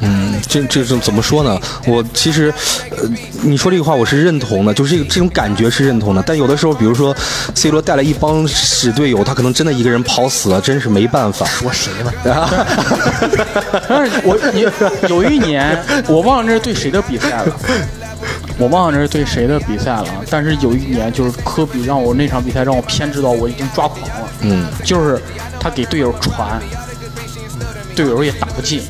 Speaker 4: 嗯，这这是怎么说呢？我其实，呃，你说这个话我是认同的，就是这个这种感觉是认同的。但有的时候，比如说 C 罗带了一帮死队友，他可能真的一个人跑死了，真是没办法。
Speaker 1: 说谁呢？
Speaker 2: 但是我你有一年，我忘了这是对谁的比赛了，我忘了这是对谁的比赛了。啊但是有一年，就是科比让我那场比赛让我偏执到我已经抓狂了。
Speaker 4: 嗯，
Speaker 2: 就是他给队友传，队友也打不进，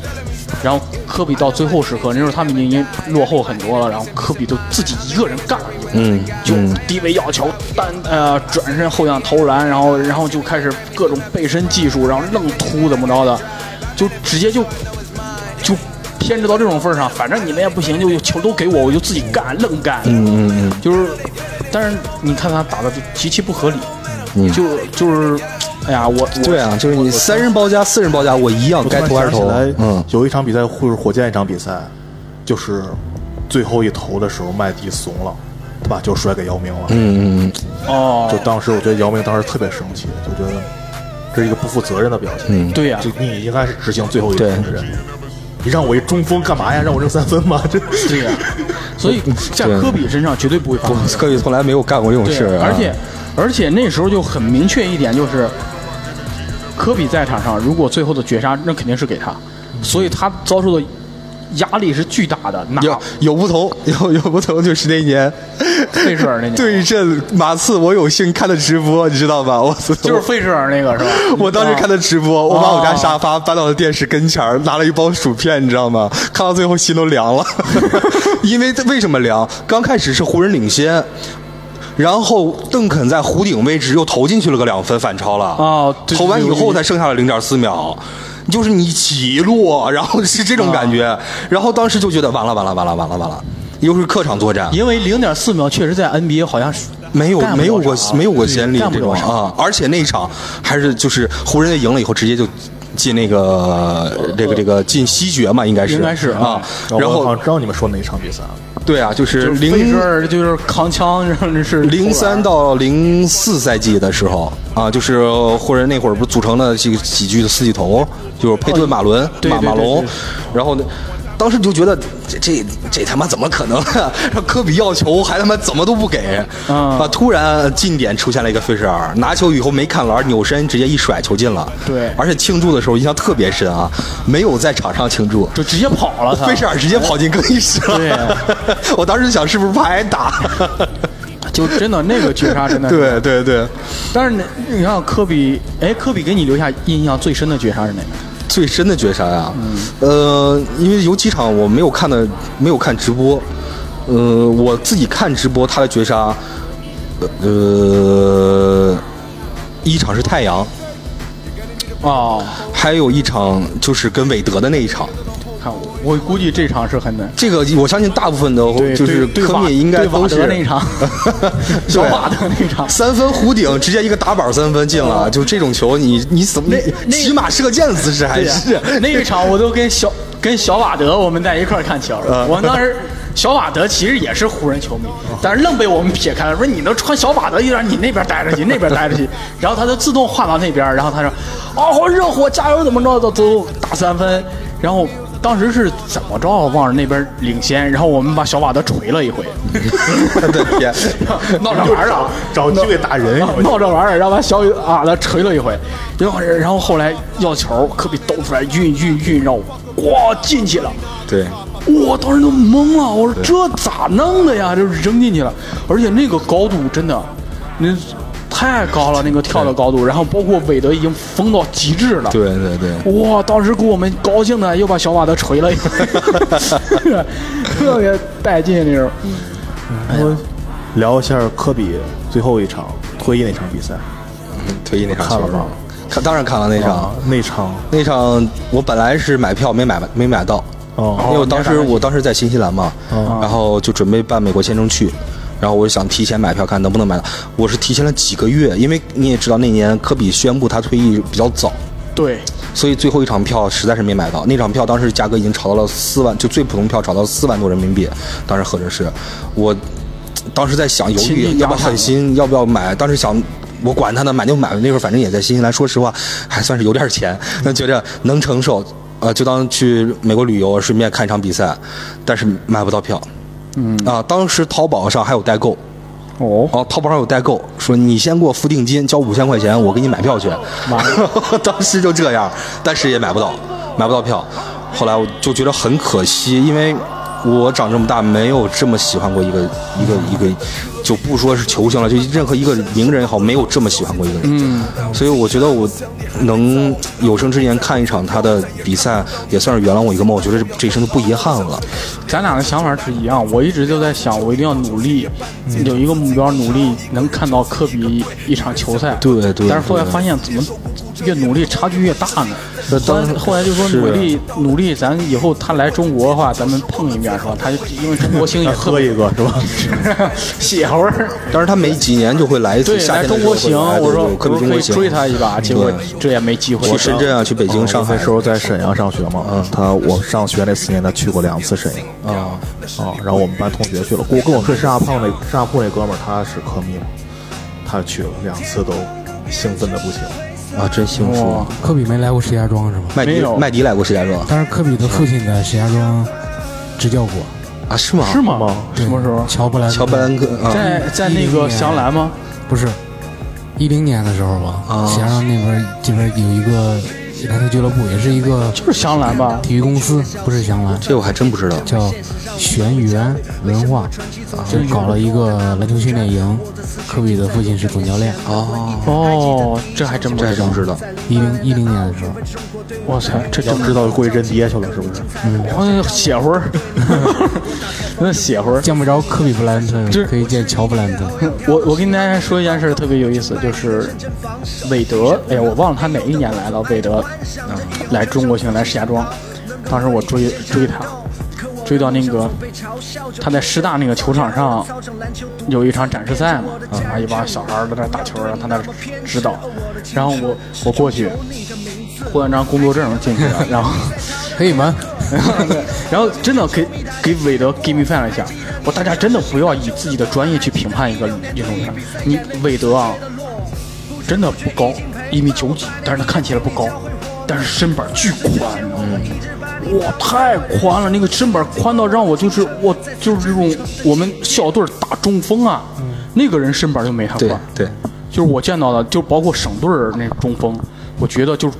Speaker 2: 然后科比到最后时刻，那时候他们已经落后很多了，然后科比就自己一个人干了一个。
Speaker 4: 嗯
Speaker 2: 就低位要球，单呃转身后仰投篮，然后然后就开始各种背身技术，然后愣突怎么着的，就直接就就偏执到这种份儿上，反正你们也不行，就就球都给我，我就自己干，愣干。嗯嗯嗯，就是但是你看他打的就极其不合理，
Speaker 4: 嗯
Speaker 2: 就就是，哎呀，我我
Speaker 4: 对啊，就是你三人包夹、四人包夹，我一样
Speaker 1: 我
Speaker 4: 该
Speaker 1: 突
Speaker 4: 投还
Speaker 1: 然
Speaker 4: 是
Speaker 1: 想
Speaker 4: 投
Speaker 1: 起。来，
Speaker 4: 嗯，
Speaker 1: 有一场比赛或者火箭一场比赛，就是最后一投的时候，麦迪怂了，他把球甩给姚明了。
Speaker 4: 嗯嗯
Speaker 2: 哦
Speaker 1: 就，当时我觉得姚明当时特别生气，就觉得这是一个不负责任的表现。
Speaker 4: 嗯
Speaker 2: 对呀
Speaker 1: 就你应该是执行最后一个的人，你让我一中锋干嘛呀？让我扔三分吗？ 这
Speaker 2: 对 呀，所以在
Speaker 4: 对
Speaker 2: 科比身上绝对不会发生
Speaker 4: 嗯，。科比从来没有干过这种
Speaker 2: 对
Speaker 4: 事儿，啊，
Speaker 2: 而且而且那时候就很明确一点，就是科比在场上，如果最后的绝杀，那肯定是给他，所以他遭受的压力是巨大的。那
Speaker 4: 有有不同，有有不同，就是那年
Speaker 2: 费舍尔那年
Speaker 4: 对阵马刺，我有幸看的直播，你知道吧？我
Speaker 2: 就是费舍尔那个是吧？
Speaker 4: 我当时看他直播，我把我家
Speaker 2: 哦
Speaker 4: 沙发搬到了电视跟前儿，拿了一包薯片，你知道吗？看到最后心 都凉了，因为为什么凉？刚开始是湖人领先。然后邓肯在弧顶位置又投进去了个两分，反超了。
Speaker 2: 哦对
Speaker 4: 投完以
Speaker 2: 对对
Speaker 4: 后才剩下了零点四秒，就是你起落，然后是这种感觉。
Speaker 2: 啊
Speaker 4: 然后当时就觉得完了，完了，完了，完了，完了，又是客场作战，
Speaker 2: 因为零点四秒确实在 NBA 好像是
Speaker 4: 没有
Speaker 2: 干不了
Speaker 4: 没有过
Speaker 2: 啥
Speaker 4: 没有过
Speaker 2: 对
Speaker 4: 先例
Speaker 2: 嗯干不
Speaker 4: 这
Speaker 2: 了
Speaker 4: 种
Speaker 2: 啥
Speaker 4: 啊，而且那一场还是就是湖人队赢了以后，直接就进那个这个这个进西决嘛，应该是
Speaker 2: 呃应该是呃
Speaker 4: 啊，
Speaker 1: 我
Speaker 4: 然
Speaker 1: 好
Speaker 4: 后
Speaker 1: 像知道你们说哪一场比赛了。
Speaker 4: 对啊，就是
Speaker 2: 就是费舍
Speaker 4: 零
Speaker 2: 尔就是扛枪，然后那是
Speaker 4: 零三到零四赛季的时候啊，就是湖人那会儿不是组成了几几巨的四巨头，就是佩顿、马伦、
Speaker 2: 哦对
Speaker 4: 马
Speaker 2: 对
Speaker 4: 马
Speaker 2: 对
Speaker 4: 龙
Speaker 2: 对，
Speaker 4: 然后呢。当时就觉得这这这他妈怎么可能、 啊？让科比要球还他妈怎么都不给
Speaker 2: 嗯
Speaker 4: 啊！突然近点出现了一个费舍尔，拿球以后没看篮，扭身直接一甩球进了。
Speaker 2: 对
Speaker 4: 而且庆祝的时候印象特别深啊，没有在场上庆祝，
Speaker 2: 就直接跑了他。
Speaker 4: 费舍尔直接跑进更衣室了。 我当时就想是不是怕挨打？
Speaker 2: 就真的那个绝杀啊真的是
Speaker 4: 对对对。
Speaker 2: 但是你你看科比，哎，科比给你留下印象最深的绝杀是哪个？
Speaker 4: 最深的绝杀呀、
Speaker 2: 嗯
Speaker 4: 呃，因为有几场我没有看的，没有看直播，呃，我自己看直播他的绝杀，呃，一场是太阳，
Speaker 2: 哦，
Speaker 4: 还有一场就是跟韦德的那一场。
Speaker 2: 看我，我估计这场是很难。
Speaker 4: 这个我相信大部分的
Speaker 2: 对，
Speaker 4: 就是
Speaker 2: 对对
Speaker 4: 科
Speaker 2: 瓦
Speaker 4: 密应该
Speaker 2: 对瓦
Speaker 4: 都是，
Speaker 2: 德那一场小瓦德那场，
Speaker 4: 三分弧顶直接一个打板三分进了，就这种球你你怎么
Speaker 2: 啊那那
Speaker 4: 骑马射箭姿势还
Speaker 2: 对呀
Speaker 4: 是
Speaker 2: 那一场我都跟小跟小瓦德我们在一块儿看球了。
Speaker 4: 嗯哦
Speaker 2: 我当时小瓦德其实也是湖人球迷，但是愣被我们撇开了，说你能穿小瓦德衣裳，你那边待着去， 那边待着去，然后他就自动换到那边，然后他说：“哦，热火加油，怎么着？走走，打三分。”然后。当时是怎么着忘了那边领先，然后我们把小瓦德锤了一 回，
Speaker 4: 我的天，
Speaker 2: 闹着玩儿啊，
Speaker 1: 找机会打人，
Speaker 2: 啊闹着玩儿，然后把小雨啊他锤了一回，然后然后后来要球，科比兜出来运运运，然后咣进去了。
Speaker 4: 对。
Speaker 2: 我当时都懵了，我说这咋弄的呀？就是扔进去了，而且那个高度真的，那太高了，那个跳的高度，然后包括韦德已经疯到极致了。
Speaker 4: 对对对，
Speaker 2: 哇！当时给我们高兴的，又把小瓦德锤了一回， 特别带劲那种。
Speaker 1: 聊一下科比最后一场退役那场比赛
Speaker 4: 退役那场
Speaker 1: 看
Speaker 4: 球
Speaker 1: 了吗？
Speaker 4: 看，当然看了那场。
Speaker 1: 啊，那场
Speaker 4: 那场我本来是买票没买没买到，因
Speaker 1: 哦，
Speaker 4: 为我当时我当时在新西兰嘛，
Speaker 1: 哦
Speaker 4: 然后就准备办美国签证去，然后我就想提前买票看能不能买到。我是提前了几个月，因为你也知道那年科比宣布他退役比较早，
Speaker 2: 对，
Speaker 4: 所以最后一场票实在是没买到。那场票当时价格已经炒到了四万，就最普通票炒到四万多人民币，当时合着是，我当时在想犹
Speaker 2: 亲
Speaker 4: 豫
Speaker 2: 力
Speaker 4: 要不要
Speaker 2: 压场
Speaker 4: 狠心，要不要买，当时想。我管他呢，买就买吧。那会儿反正也在新西兰，说实话还算是有点钱，那觉着能承受，呃，就当去美国旅游，顺便看一场比赛，但是买不到票。嗯啊，当时淘宝上还有代购，
Speaker 2: 哦，
Speaker 4: 哦，淘宝上有代购，说你先给我付定金，交五千块钱，我给你买票去。 当时就这样，但是也买不到，买不到票。后来我就觉得很可惜，因为我长这么大没有这么喜欢过一个一个一个，就不说是球星了，就任何一个名人也好，没有这么喜欢过一个人。嗯，所以我觉得我能有生之年看一场他的比赛，也算是圆了我一个梦。我觉得这这一生就不遗憾了。
Speaker 2: 咱俩的想法是一样，我一直就在想，我一定要努力，
Speaker 4: 嗯
Speaker 2: 有一个目标，努力能看到科比一场球赛。
Speaker 4: 对对
Speaker 2: 但是后来
Speaker 4: 对
Speaker 2: 发现，怎么越努力差距越大呢。
Speaker 4: 那
Speaker 2: 后
Speaker 4: 当
Speaker 2: 来后来就说
Speaker 4: 是
Speaker 2: 努力努力，咱以后他来中国的话，咱们碰一面是吧？他就因为中国 星也特
Speaker 1: 喝一个是吧？
Speaker 2: 血味儿。
Speaker 4: 但是他每几年就会来一次，
Speaker 2: 对，
Speaker 4: 夏
Speaker 2: 来
Speaker 4: 天的
Speaker 2: 中
Speaker 4: 时候
Speaker 2: 国行，
Speaker 4: 会来
Speaker 2: 我
Speaker 4: 对
Speaker 2: 说
Speaker 4: 对可
Speaker 2: 我说
Speaker 4: 能中
Speaker 2: 可
Speaker 4: 国
Speaker 2: 以
Speaker 4: 行
Speaker 2: 追他一把，结果哦这也没机会。
Speaker 4: 去深圳啊，去北京、上海嗯
Speaker 1: 那时候在沈阳上学嘛，他我上学那四年，他去过两次沈阳
Speaker 4: 啊，
Speaker 1: 啊。然后我们班同学去了，我跟我睡上下铺那上下铺那哥们儿他是科密嘛，他去了两次都兴奋的不行。
Speaker 4: 啊，真幸福
Speaker 2: 哇。
Speaker 3: 科比没来过石家庄是吗？
Speaker 4: 麦
Speaker 2: 没
Speaker 4: 迪
Speaker 2: 有
Speaker 4: 麦迪来过石家庄
Speaker 3: 但是科比的父亲在石家庄执教过，
Speaker 4: 啊？是吗？
Speaker 2: 是吗
Speaker 1: 吗？
Speaker 3: 对
Speaker 2: 什么时候？啊
Speaker 3: 乔布兰
Speaker 4: 乔布兰克啊
Speaker 2: 在在那个祥兰吗？
Speaker 3: 不是一零年的时候吧？
Speaker 4: 啊
Speaker 3: 石家庄那边这边有一个篮球俱乐部，也是一个
Speaker 2: 就是祥兰吧？
Speaker 3: 体育公司，不是香兰，
Speaker 4: 这我还真不知道。
Speaker 3: 叫玄元文化，啊就搞了一个篮球训练营。科比的父亲是总教练，
Speaker 4: 哦，
Speaker 2: 哦，这还真不
Speaker 4: 这还真不知道。
Speaker 3: 一零一零年的时候，
Speaker 2: 我操，这
Speaker 1: 要
Speaker 2: 真
Speaker 1: 知道就过去认爹去了，是不是？
Speaker 2: 嗯，血魂儿， 那血魂儿。
Speaker 3: 见不着科比布莱恩特，
Speaker 2: 这
Speaker 3: 可以见乔布莱恩特。
Speaker 2: 我我跟大家说一件事儿特别有意思，就是韦德，哎呀，我忘了他哪一年来了，韦德、来中国行来石家庄，当时我追追他，追到那个他在师大那个球场上有一场展示赛嘛，啊，一帮小孩儿在那儿打球，然后他在那儿指导，然后我我过去获完张工作证进去了，然后。
Speaker 3: 黑门，
Speaker 2: 对， 然后真的给给韦德 give me fan 了一下，我大家真的不要以自己的专业去评判一个运动员，你韦德啊，真的不高，一米九几，但是他看起来不高，但是身板巨宽，你知道吗？哇，太宽了！那个身板宽到让我就是我就是这种我们校队打中锋啊，那个人身板就没他
Speaker 4: 对
Speaker 2: 宽。
Speaker 4: 对，
Speaker 2: 就是我见到的，就包括省队儿那中锋，我觉得就是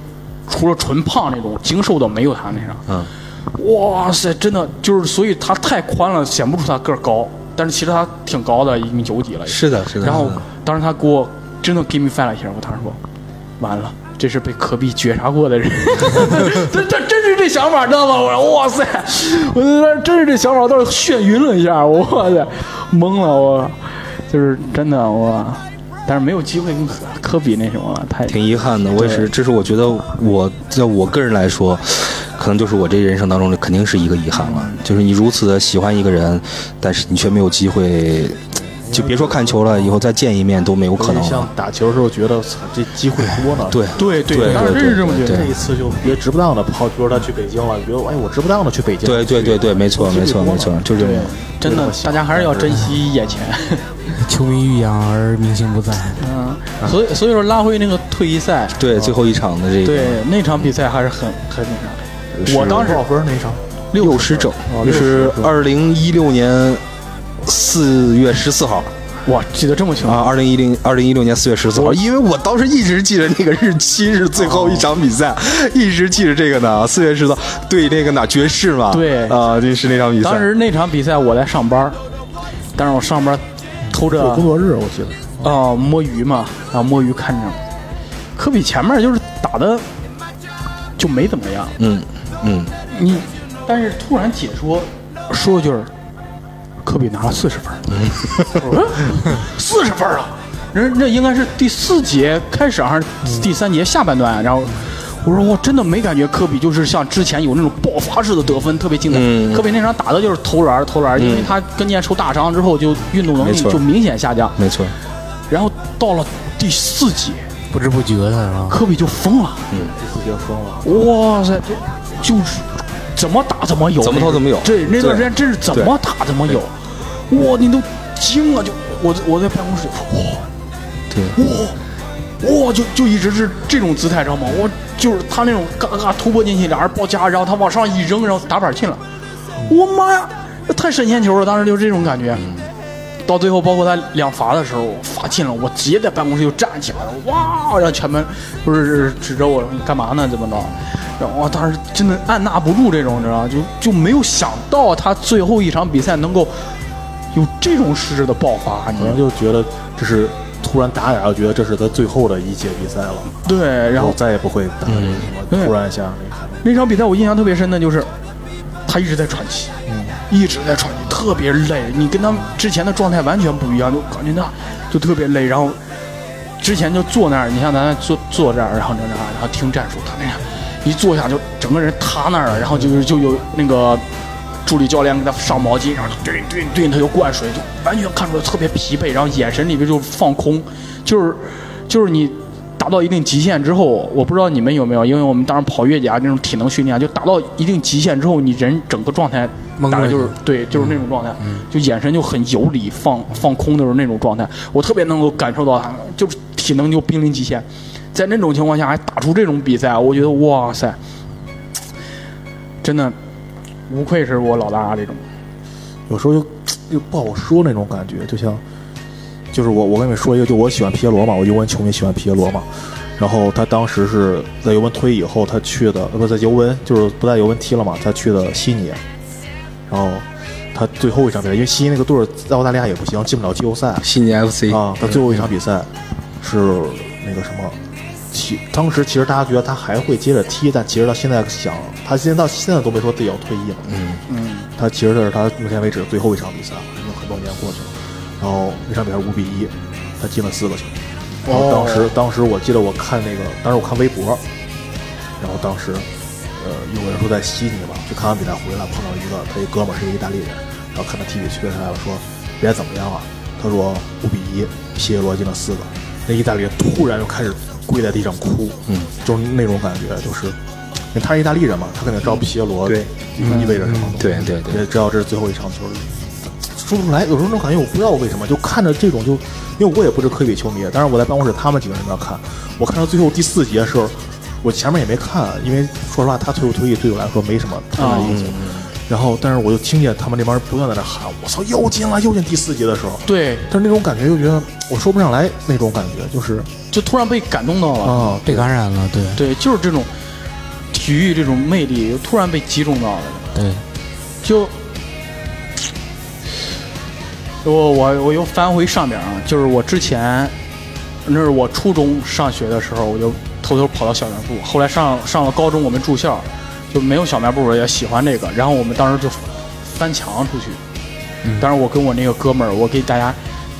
Speaker 2: 除了纯胖那种，精瘦的没有他那啥。
Speaker 4: 嗯，
Speaker 2: 哇塞，真的就是，所以他太宽了，显不出他个儿高，但是其实他挺高的，嗯一米九几了。
Speaker 4: 是的，是的。
Speaker 2: 然后当时他给我真的 give me five 了一下，我当时说，完了。这是被科比绝杀过的 人，他他真是这想法，知道吗？我说哇塞，我当时真是这想法，我当时眩晕了一下，我哇塞，懵了我，就是真的我，但是没有机会跟科科比那什么了，太
Speaker 4: 挺遗憾的，我也是，这是我觉得我在我个人来说，可能就是我这人生当中的肯定是一个遗憾了。就是你如此的喜欢一个人，但是你却没有机会，就别说看球了，以后再见一面都没有可能
Speaker 1: 像
Speaker 4: 了。
Speaker 1: 啊打球的时候觉得操这机会多呢，
Speaker 4: 哎对
Speaker 2: 对对
Speaker 4: 对
Speaker 2: 当时
Speaker 4: 对
Speaker 2: 真是这么觉
Speaker 4: 对
Speaker 2: 得
Speaker 1: 这
Speaker 4: 对
Speaker 1: 一次就别值不当的跑，比如说他去北京了，觉得哎我值不当的去北京，
Speaker 4: 对对对对，没错没错没错，就这
Speaker 2: 对
Speaker 4: 样。，
Speaker 2: 真的，大家还是要珍惜眼前。
Speaker 3: 球迷欲扬而明星不在。
Speaker 2: 嗯，所以所以说拉回那个退役赛，
Speaker 4: 对，最后一场的这个
Speaker 2: 对那场比赛还是很很那啥
Speaker 4: 是
Speaker 2: 我当时
Speaker 1: 多少分那一场？
Speaker 4: 六十整，就是二零一六年四月十四号。
Speaker 2: 的，哇，记得这么清
Speaker 4: 啊，
Speaker 2: 楚。
Speaker 4: 二零一零二零一六年四月十四号，因为我当时一直记着那个日期是最后一场比赛，一直记着这个呢。四月十四对那个哪爵士嘛，
Speaker 2: 对
Speaker 4: 啊，这是那场比赛。
Speaker 2: 当时那场比赛我在上班，但是我上班偷着
Speaker 1: 有工作日我记得。
Speaker 2: 啊、摸鱼嘛，然后摸鱼看着，科比前面就是打的就没怎么样，
Speaker 4: 嗯嗯，
Speaker 2: 你但是突然解说说就是科比拿了四十分儿，
Speaker 4: 嗯
Speaker 2: 四十分儿啊！人那应该是第四节开始还
Speaker 4: 嗯
Speaker 2: 是第三节下半段啊、然后我说我真的没感觉科比就是像之前有那种爆发式的得分，特别精彩。
Speaker 4: 嗯
Speaker 2: 科比那场打的就是投篮儿投篮儿，因为
Speaker 4: 嗯
Speaker 2: 他跟腱受大伤之后就运动能
Speaker 4: 没
Speaker 2: 力
Speaker 4: 错
Speaker 2: 就明显下降。
Speaker 4: 没错，
Speaker 2: 然后到了第四节，
Speaker 3: 不知不觉的啊，
Speaker 2: 科比就疯了，
Speaker 4: 嗯
Speaker 1: 自己疯了，
Speaker 2: 哇塞，就就是怎么打怎么有，
Speaker 4: 怎么投怎么有
Speaker 2: 对，那段时
Speaker 4: 对
Speaker 2: 间真是怎么打怎么有，哇，你都惊了，就我我在办公室，哇
Speaker 4: 对，
Speaker 2: 哇，就就一直是这种姿态，知道吗？我就是他那种嘎嘎突破进去，俩人抱夹，然后他往上一扔，然后打板进了，我妈呀，这太神仙球了，当时就是这种感觉。到最后，包括他两罚的时候，我罚进了，我直接在办公室就站起来了，哇！让全班不是指着我说你干嘛呢？怎么着？然后我当时真的按捺不住这种，你知道吗就就没有想到他最后一场比赛能够有这种实质的爆发，你知
Speaker 1: 可
Speaker 2: 道
Speaker 1: 能
Speaker 2: 吗？
Speaker 1: 就觉得这是突然打打，觉得这是他最后的一届比赛了，
Speaker 2: 对，然后嗯
Speaker 1: 我再也不会打这什么，突然一下那个。
Speaker 2: 那场比赛我印象特别深的就是，他一直在喘气，一直在喘气，特别累。你跟他之前的状态完全不一样，就感觉那就特别累。然后之前就坐那儿，你像咱坐坐这儿，然后那那儿，然后听战术，他那样一坐下就整个人塌那儿了，然后就是就有那个助理教练给他上毛巾，然后就对对对，他就灌水，就完全看出来特别疲惫，然后眼神里边就放空，就是就是你。达到一定极限之后，我不知道你们有没有，因为我们当时跑越野啊那种体能训练啊，就达到一定极限之后，你人整个状态
Speaker 3: 懵
Speaker 2: 大概
Speaker 3: 了
Speaker 2: 就是
Speaker 3: 就嗯
Speaker 2: 对，就是那种状态，就眼神就很游离、放放空的时候那种状态，我特别能够感受到他，就是体能就濒临极限，在那种情况下还打出这种比赛，我觉得哇塞，真的无愧是我老大这种。
Speaker 1: 有时候又又不好说那种感觉，就像，就是我我跟你们说一个，就我喜欢皮耶罗嘛，我尤文球迷喜欢皮耶罗嘛，然后他当时是在尤文退役以后，他去的呃不在尤文就是不在尤文踢了嘛，他去的悉尼，然后他最后一场比赛，因为悉尼那个队儿在澳大利亚也不行，进不了季后赛
Speaker 4: 悉尼 FC
Speaker 1: 啊，他最后一场比赛是那个什么。其当时其实大家觉得他还会接着踢，但其实他现在想，他现在到现在都没说自己要退役嘛。
Speaker 2: 嗯，
Speaker 1: 他其实这是他目前为止最后一场比赛，已经很多年过去了。然后那场比赛五比一，他进了四个球。然
Speaker 4: 哦
Speaker 1: 后当时、当时我记得我看那个，当时我看微博，然后当时呃有个人说在悉尼吧，就看完比赛回来碰到一个他一哥们儿是一个意大利人，然后看他踢比球赛，我说别怎么样啊，他说五比一，皮耶罗进了四个。那意大利人突然就开始跪在地上哭，嗯，就是那种感觉，就是因为他是意大利人嘛，他肯定知道皮耶罗
Speaker 4: 嗯对嗯
Speaker 1: 意味着什么东西，
Speaker 4: 对对对
Speaker 1: 也知道这是最后一场球，说不出来。有时候那种感觉，我不知道为什么，就看着这种就，因为我也不是科比球迷，但是我在办公室他们几个人那看，我看到最后第四节的时候，我前面也没看，因为说实话，他退不退役对我来说没什么太大意思。然后，但是我就听见他们那帮人不断在那喊：“我操，又进了，又进！”第四节的时候，
Speaker 2: 对，
Speaker 1: 但是那种感觉又觉得我说不上来那种感觉，就是
Speaker 2: 就突然被感动到了。
Speaker 1: 啊，
Speaker 3: 被感染了，对
Speaker 2: 对，就是这种体育这种魅力，突然被击中到了。
Speaker 3: 对，
Speaker 2: 就我我我又翻回上边儿啊，就是我之前那是我初中上学的时候，我就偷偷跑到小卖部。后来上上了高中，我们住校就没有小卖部了，也喜欢这个。然后我们当时就翻墙出去。当时我跟我那个哥们儿，我给大家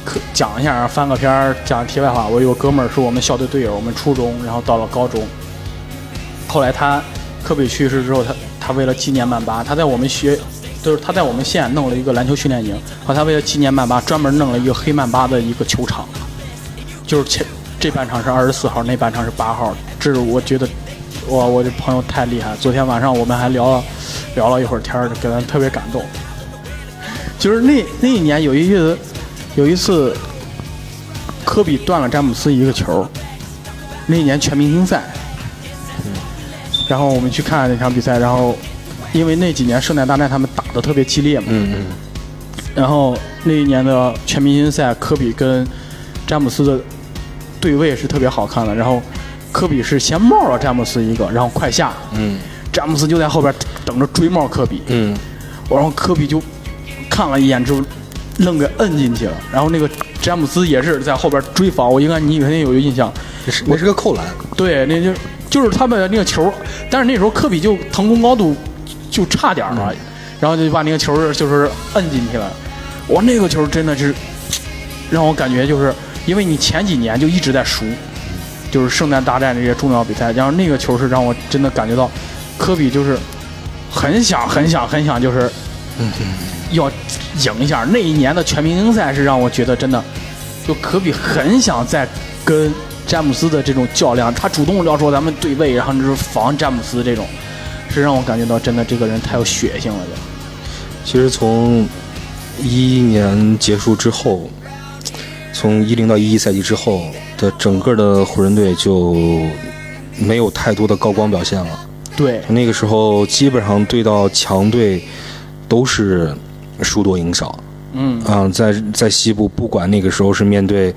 Speaker 2: 可讲一下啊，翻个篇儿，讲题外话。我有个哥们儿是我们校队队友，我们初中，然后到了高中。后来他科比去世之后，他他为了纪念曼巴，他在我们学，就是他在我们县弄了一个篮球训练营，然后他为了纪念曼巴，专门弄了一个黑曼巴的一个球场，就是前这半场是二十四号，那半场是八号，这是我觉得。哇，我这朋友太厉害了！昨天晚上我们还聊了聊了一会儿天儿，给咱特别感动。就是那那一年有一次，有一次，科比断了詹姆斯一个球，那一年全明星赛，然后我们去看那场比赛，然后因为那几年圣诞大战他们打的特别激烈嘛，
Speaker 4: 嗯嗯，
Speaker 2: 然后那一年的全明星赛，科比跟詹姆斯的对位是特别好看的，然后科比是先帽了詹姆斯一个，然后快下，
Speaker 4: 嗯
Speaker 2: 詹姆斯就在后边等着追帽科比，
Speaker 4: 嗯，
Speaker 2: 然后科比就看了一眼之后，愣给摁进去了。然后那个詹姆斯也是在后边追防，我应该你肯定有印象。
Speaker 4: 这是那是个扣篮，
Speaker 2: 对，那就就是他们那个球，但是那时候科比就腾空高度就差点儿了，
Speaker 4: 嗯
Speaker 2: 然后就把那个球儿就是摁进去了。我那个球儿真的是让我感觉就是，因为你前几年就一直在输，就是圣诞大战这些重要比赛，然后那个球是让我真的感觉到科比就是很想很想很想就是要赢一下。那一年的全明星赛是让我觉得真的，就科比很想在跟詹姆斯的这种较量，他主动要说咱们对位，然后就是防詹姆斯这种，是让我感觉到真的这个人太有血性了就。
Speaker 4: 其实从一一年结束之后，从一零到一一赛季之后的整个的湖人队就没有太多的高光表现了。
Speaker 2: 对，
Speaker 4: 那个时候基本上对到强队都是输多赢少。
Speaker 2: 嗯，
Speaker 4: 嗯，在在西部，不管那个时候是面对，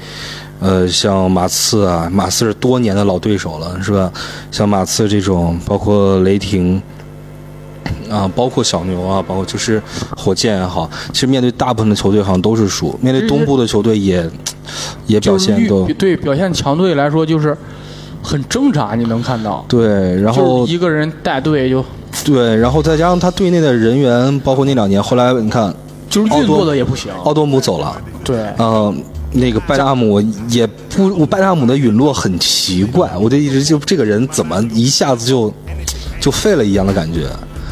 Speaker 4: 呃，像马刺啊，马刺是多年的老对手了，是吧？像马刺这种，包括雷霆，啊、包括小牛啊，包括就是火箭也好，其实面对大部分的球队好像都是输，面对东部的球队也也表
Speaker 2: 嗯就是
Speaker 4: 现都
Speaker 2: 绿对表现强队来说就是很挣扎，你能看到，
Speaker 4: 对，然后
Speaker 2: 就是一个人带队就
Speaker 4: 对，然后再加上他队内的人员，包括那两年，后来你看
Speaker 2: 就是运作的也不行，
Speaker 4: 奥多姆走了，
Speaker 2: 对，
Speaker 4: 嗯、那个拜纳姆也不突我拜纳姆的陨落很奇怪，我就一直就这个人怎么一下子就就废了一样的感觉。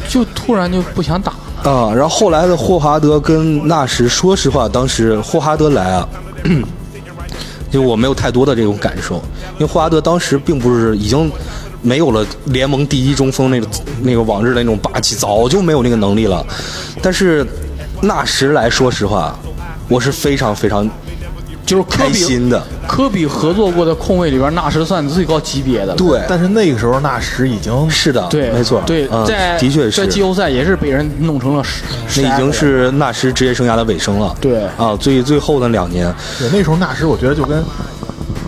Speaker 2: 就突然就不想打了。
Speaker 4: 啊、然后后来的霍华德跟纳什，说实话，当时霍华德来啊， 就我没有太多的这种感受，因为霍华德当时并不是已经没有了联盟第一中锋那个那个往日的那种霸气，早就没有那个能力了。但是纳什来说实话，我是非常非常
Speaker 2: 就是科
Speaker 4: 开
Speaker 2: 比
Speaker 4: 心的，
Speaker 2: 科比合作过的控卫里边，纳什算最高级别的了。
Speaker 4: 对，
Speaker 1: 但是那个时候纳什已经
Speaker 4: 是的，
Speaker 2: 对，
Speaker 4: 没错，
Speaker 2: 对，
Speaker 4: 嗯
Speaker 2: 在
Speaker 4: 的确是
Speaker 2: 在季后赛也是被人弄成了十，
Speaker 4: 那已经
Speaker 2: 十
Speaker 4: 是纳什职业生涯的尾声了。
Speaker 2: 对
Speaker 4: 啊，最最后的两年，
Speaker 1: 对那时候纳什，我觉得就跟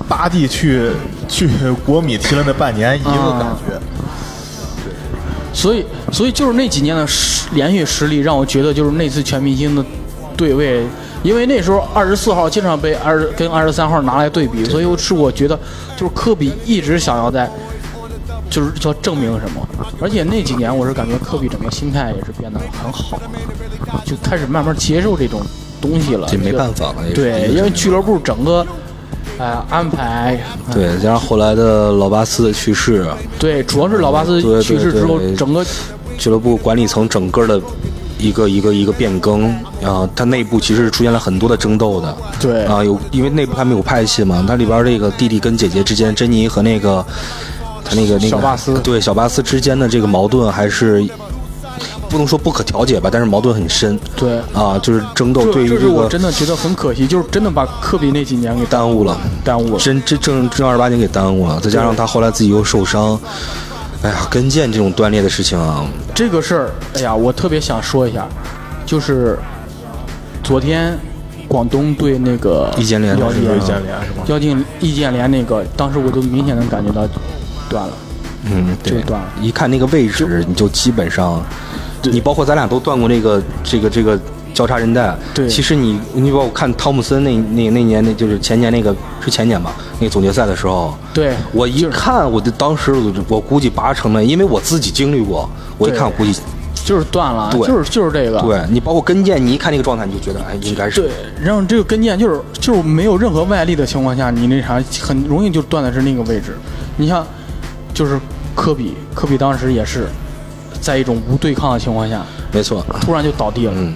Speaker 1: 巴蒂去去国米踢了那半年一个感觉。
Speaker 2: 所以，所以就是那几年的实连续实力，让我觉得就是那次全明星的对位，因为那时候二十四号经常被二跟二十三号拿来对比，所以我是我觉得就是科比一直想要在，就是要证明什么，而且那几年我是感觉科比整个心态也是变得很好了，就开始慢慢接受这种东西了，
Speaker 4: 这
Speaker 2: 觉
Speaker 4: 没
Speaker 2: 得
Speaker 4: 办法了也是也
Speaker 2: 对，
Speaker 4: 是
Speaker 2: 因
Speaker 4: 没
Speaker 2: 为
Speaker 4: 办法
Speaker 2: 俱乐部整个。呃，安排哎
Speaker 4: 对，加上后来的老巴斯的去世，
Speaker 2: 对，主要是老巴斯
Speaker 4: 对对
Speaker 2: 去世之后
Speaker 4: 对，
Speaker 2: 整个
Speaker 4: 俱乐部管理层整个的一个一个一个变更，啊，它内部其实是出现了很多的争斗的。
Speaker 2: 对
Speaker 4: 啊，有因为内部还没有派系嘛，它里边这个弟弟跟姐姐之间，珍妮和那个他那个那个
Speaker 2: 小巴斯
Speaker 4: 对小巴斯之间的这个矛盾还是。不能说不可调解吧，但是矛盾很深。
Speaker 2: 对
Speaker 4: 啊，就是争斗
Speaker 2: 这
Speaker 4: 对于
Speaker 2: 这是
Speaker 4: 个
Speaker 2: 我真的觉得很可惜，就是真的把科比那几年给
Speaker 4: 耽误了，
Speaker 2: 耽误了。
Speaker 4: 真真正正儿八经给耽误了，再加上他后来自己又受伤，哎呀，跟腱这种断裂的事情啊，
Speaker 2: 这个事儿，哎呀，我特别想说一下，就是昨天广东对那个
Speaker 4: 易建联
Speaker 2: 辽
Speaker 4: 对
Speaker 1: 有易
Speaker 2: 宁，
Speaker 1: 建联是吗？
Speaker 2: 辽宁易建联那个，当时我就明显能感觉到断了。
Speaker 4: 嗯，对
Speaker 2: 就断了，
Speaker 4: 一看那个位置，你就基本上，
Speaker 2: 对
Speaker 4: 你包括咱俩都断过那个这个这个交叉韧带，
Speaker 2: 对
Speaker 4: 其实你你包括看汤姆森那那那年那就是前年那个是前年吧，那个总决赛的时候，
Speaker 2: 对
Speaker 4: 我一看我就当时我就我估计八成的，因为我自己经历过，我一看我
Speaker 2: 对
Speaker 4: 估计，
Speaker 2: 就是断了，
Speaker 4: 对
Speaker 2: 就是就是这个。
Speaker 4: 对你包括跟腱，你一看那个状态，你就觉得哎应该是
Speaker 2: 对，然后这个跟腱就是就是没有任何外力的情况下，你那啥很容易就断的是那个位置。你像，就是科比，科比当时也是在一种无对抗的情况下，
Speaker 4: 没错，
Speaker 2: 突然就倒地了。
Speaker 4: 嗯。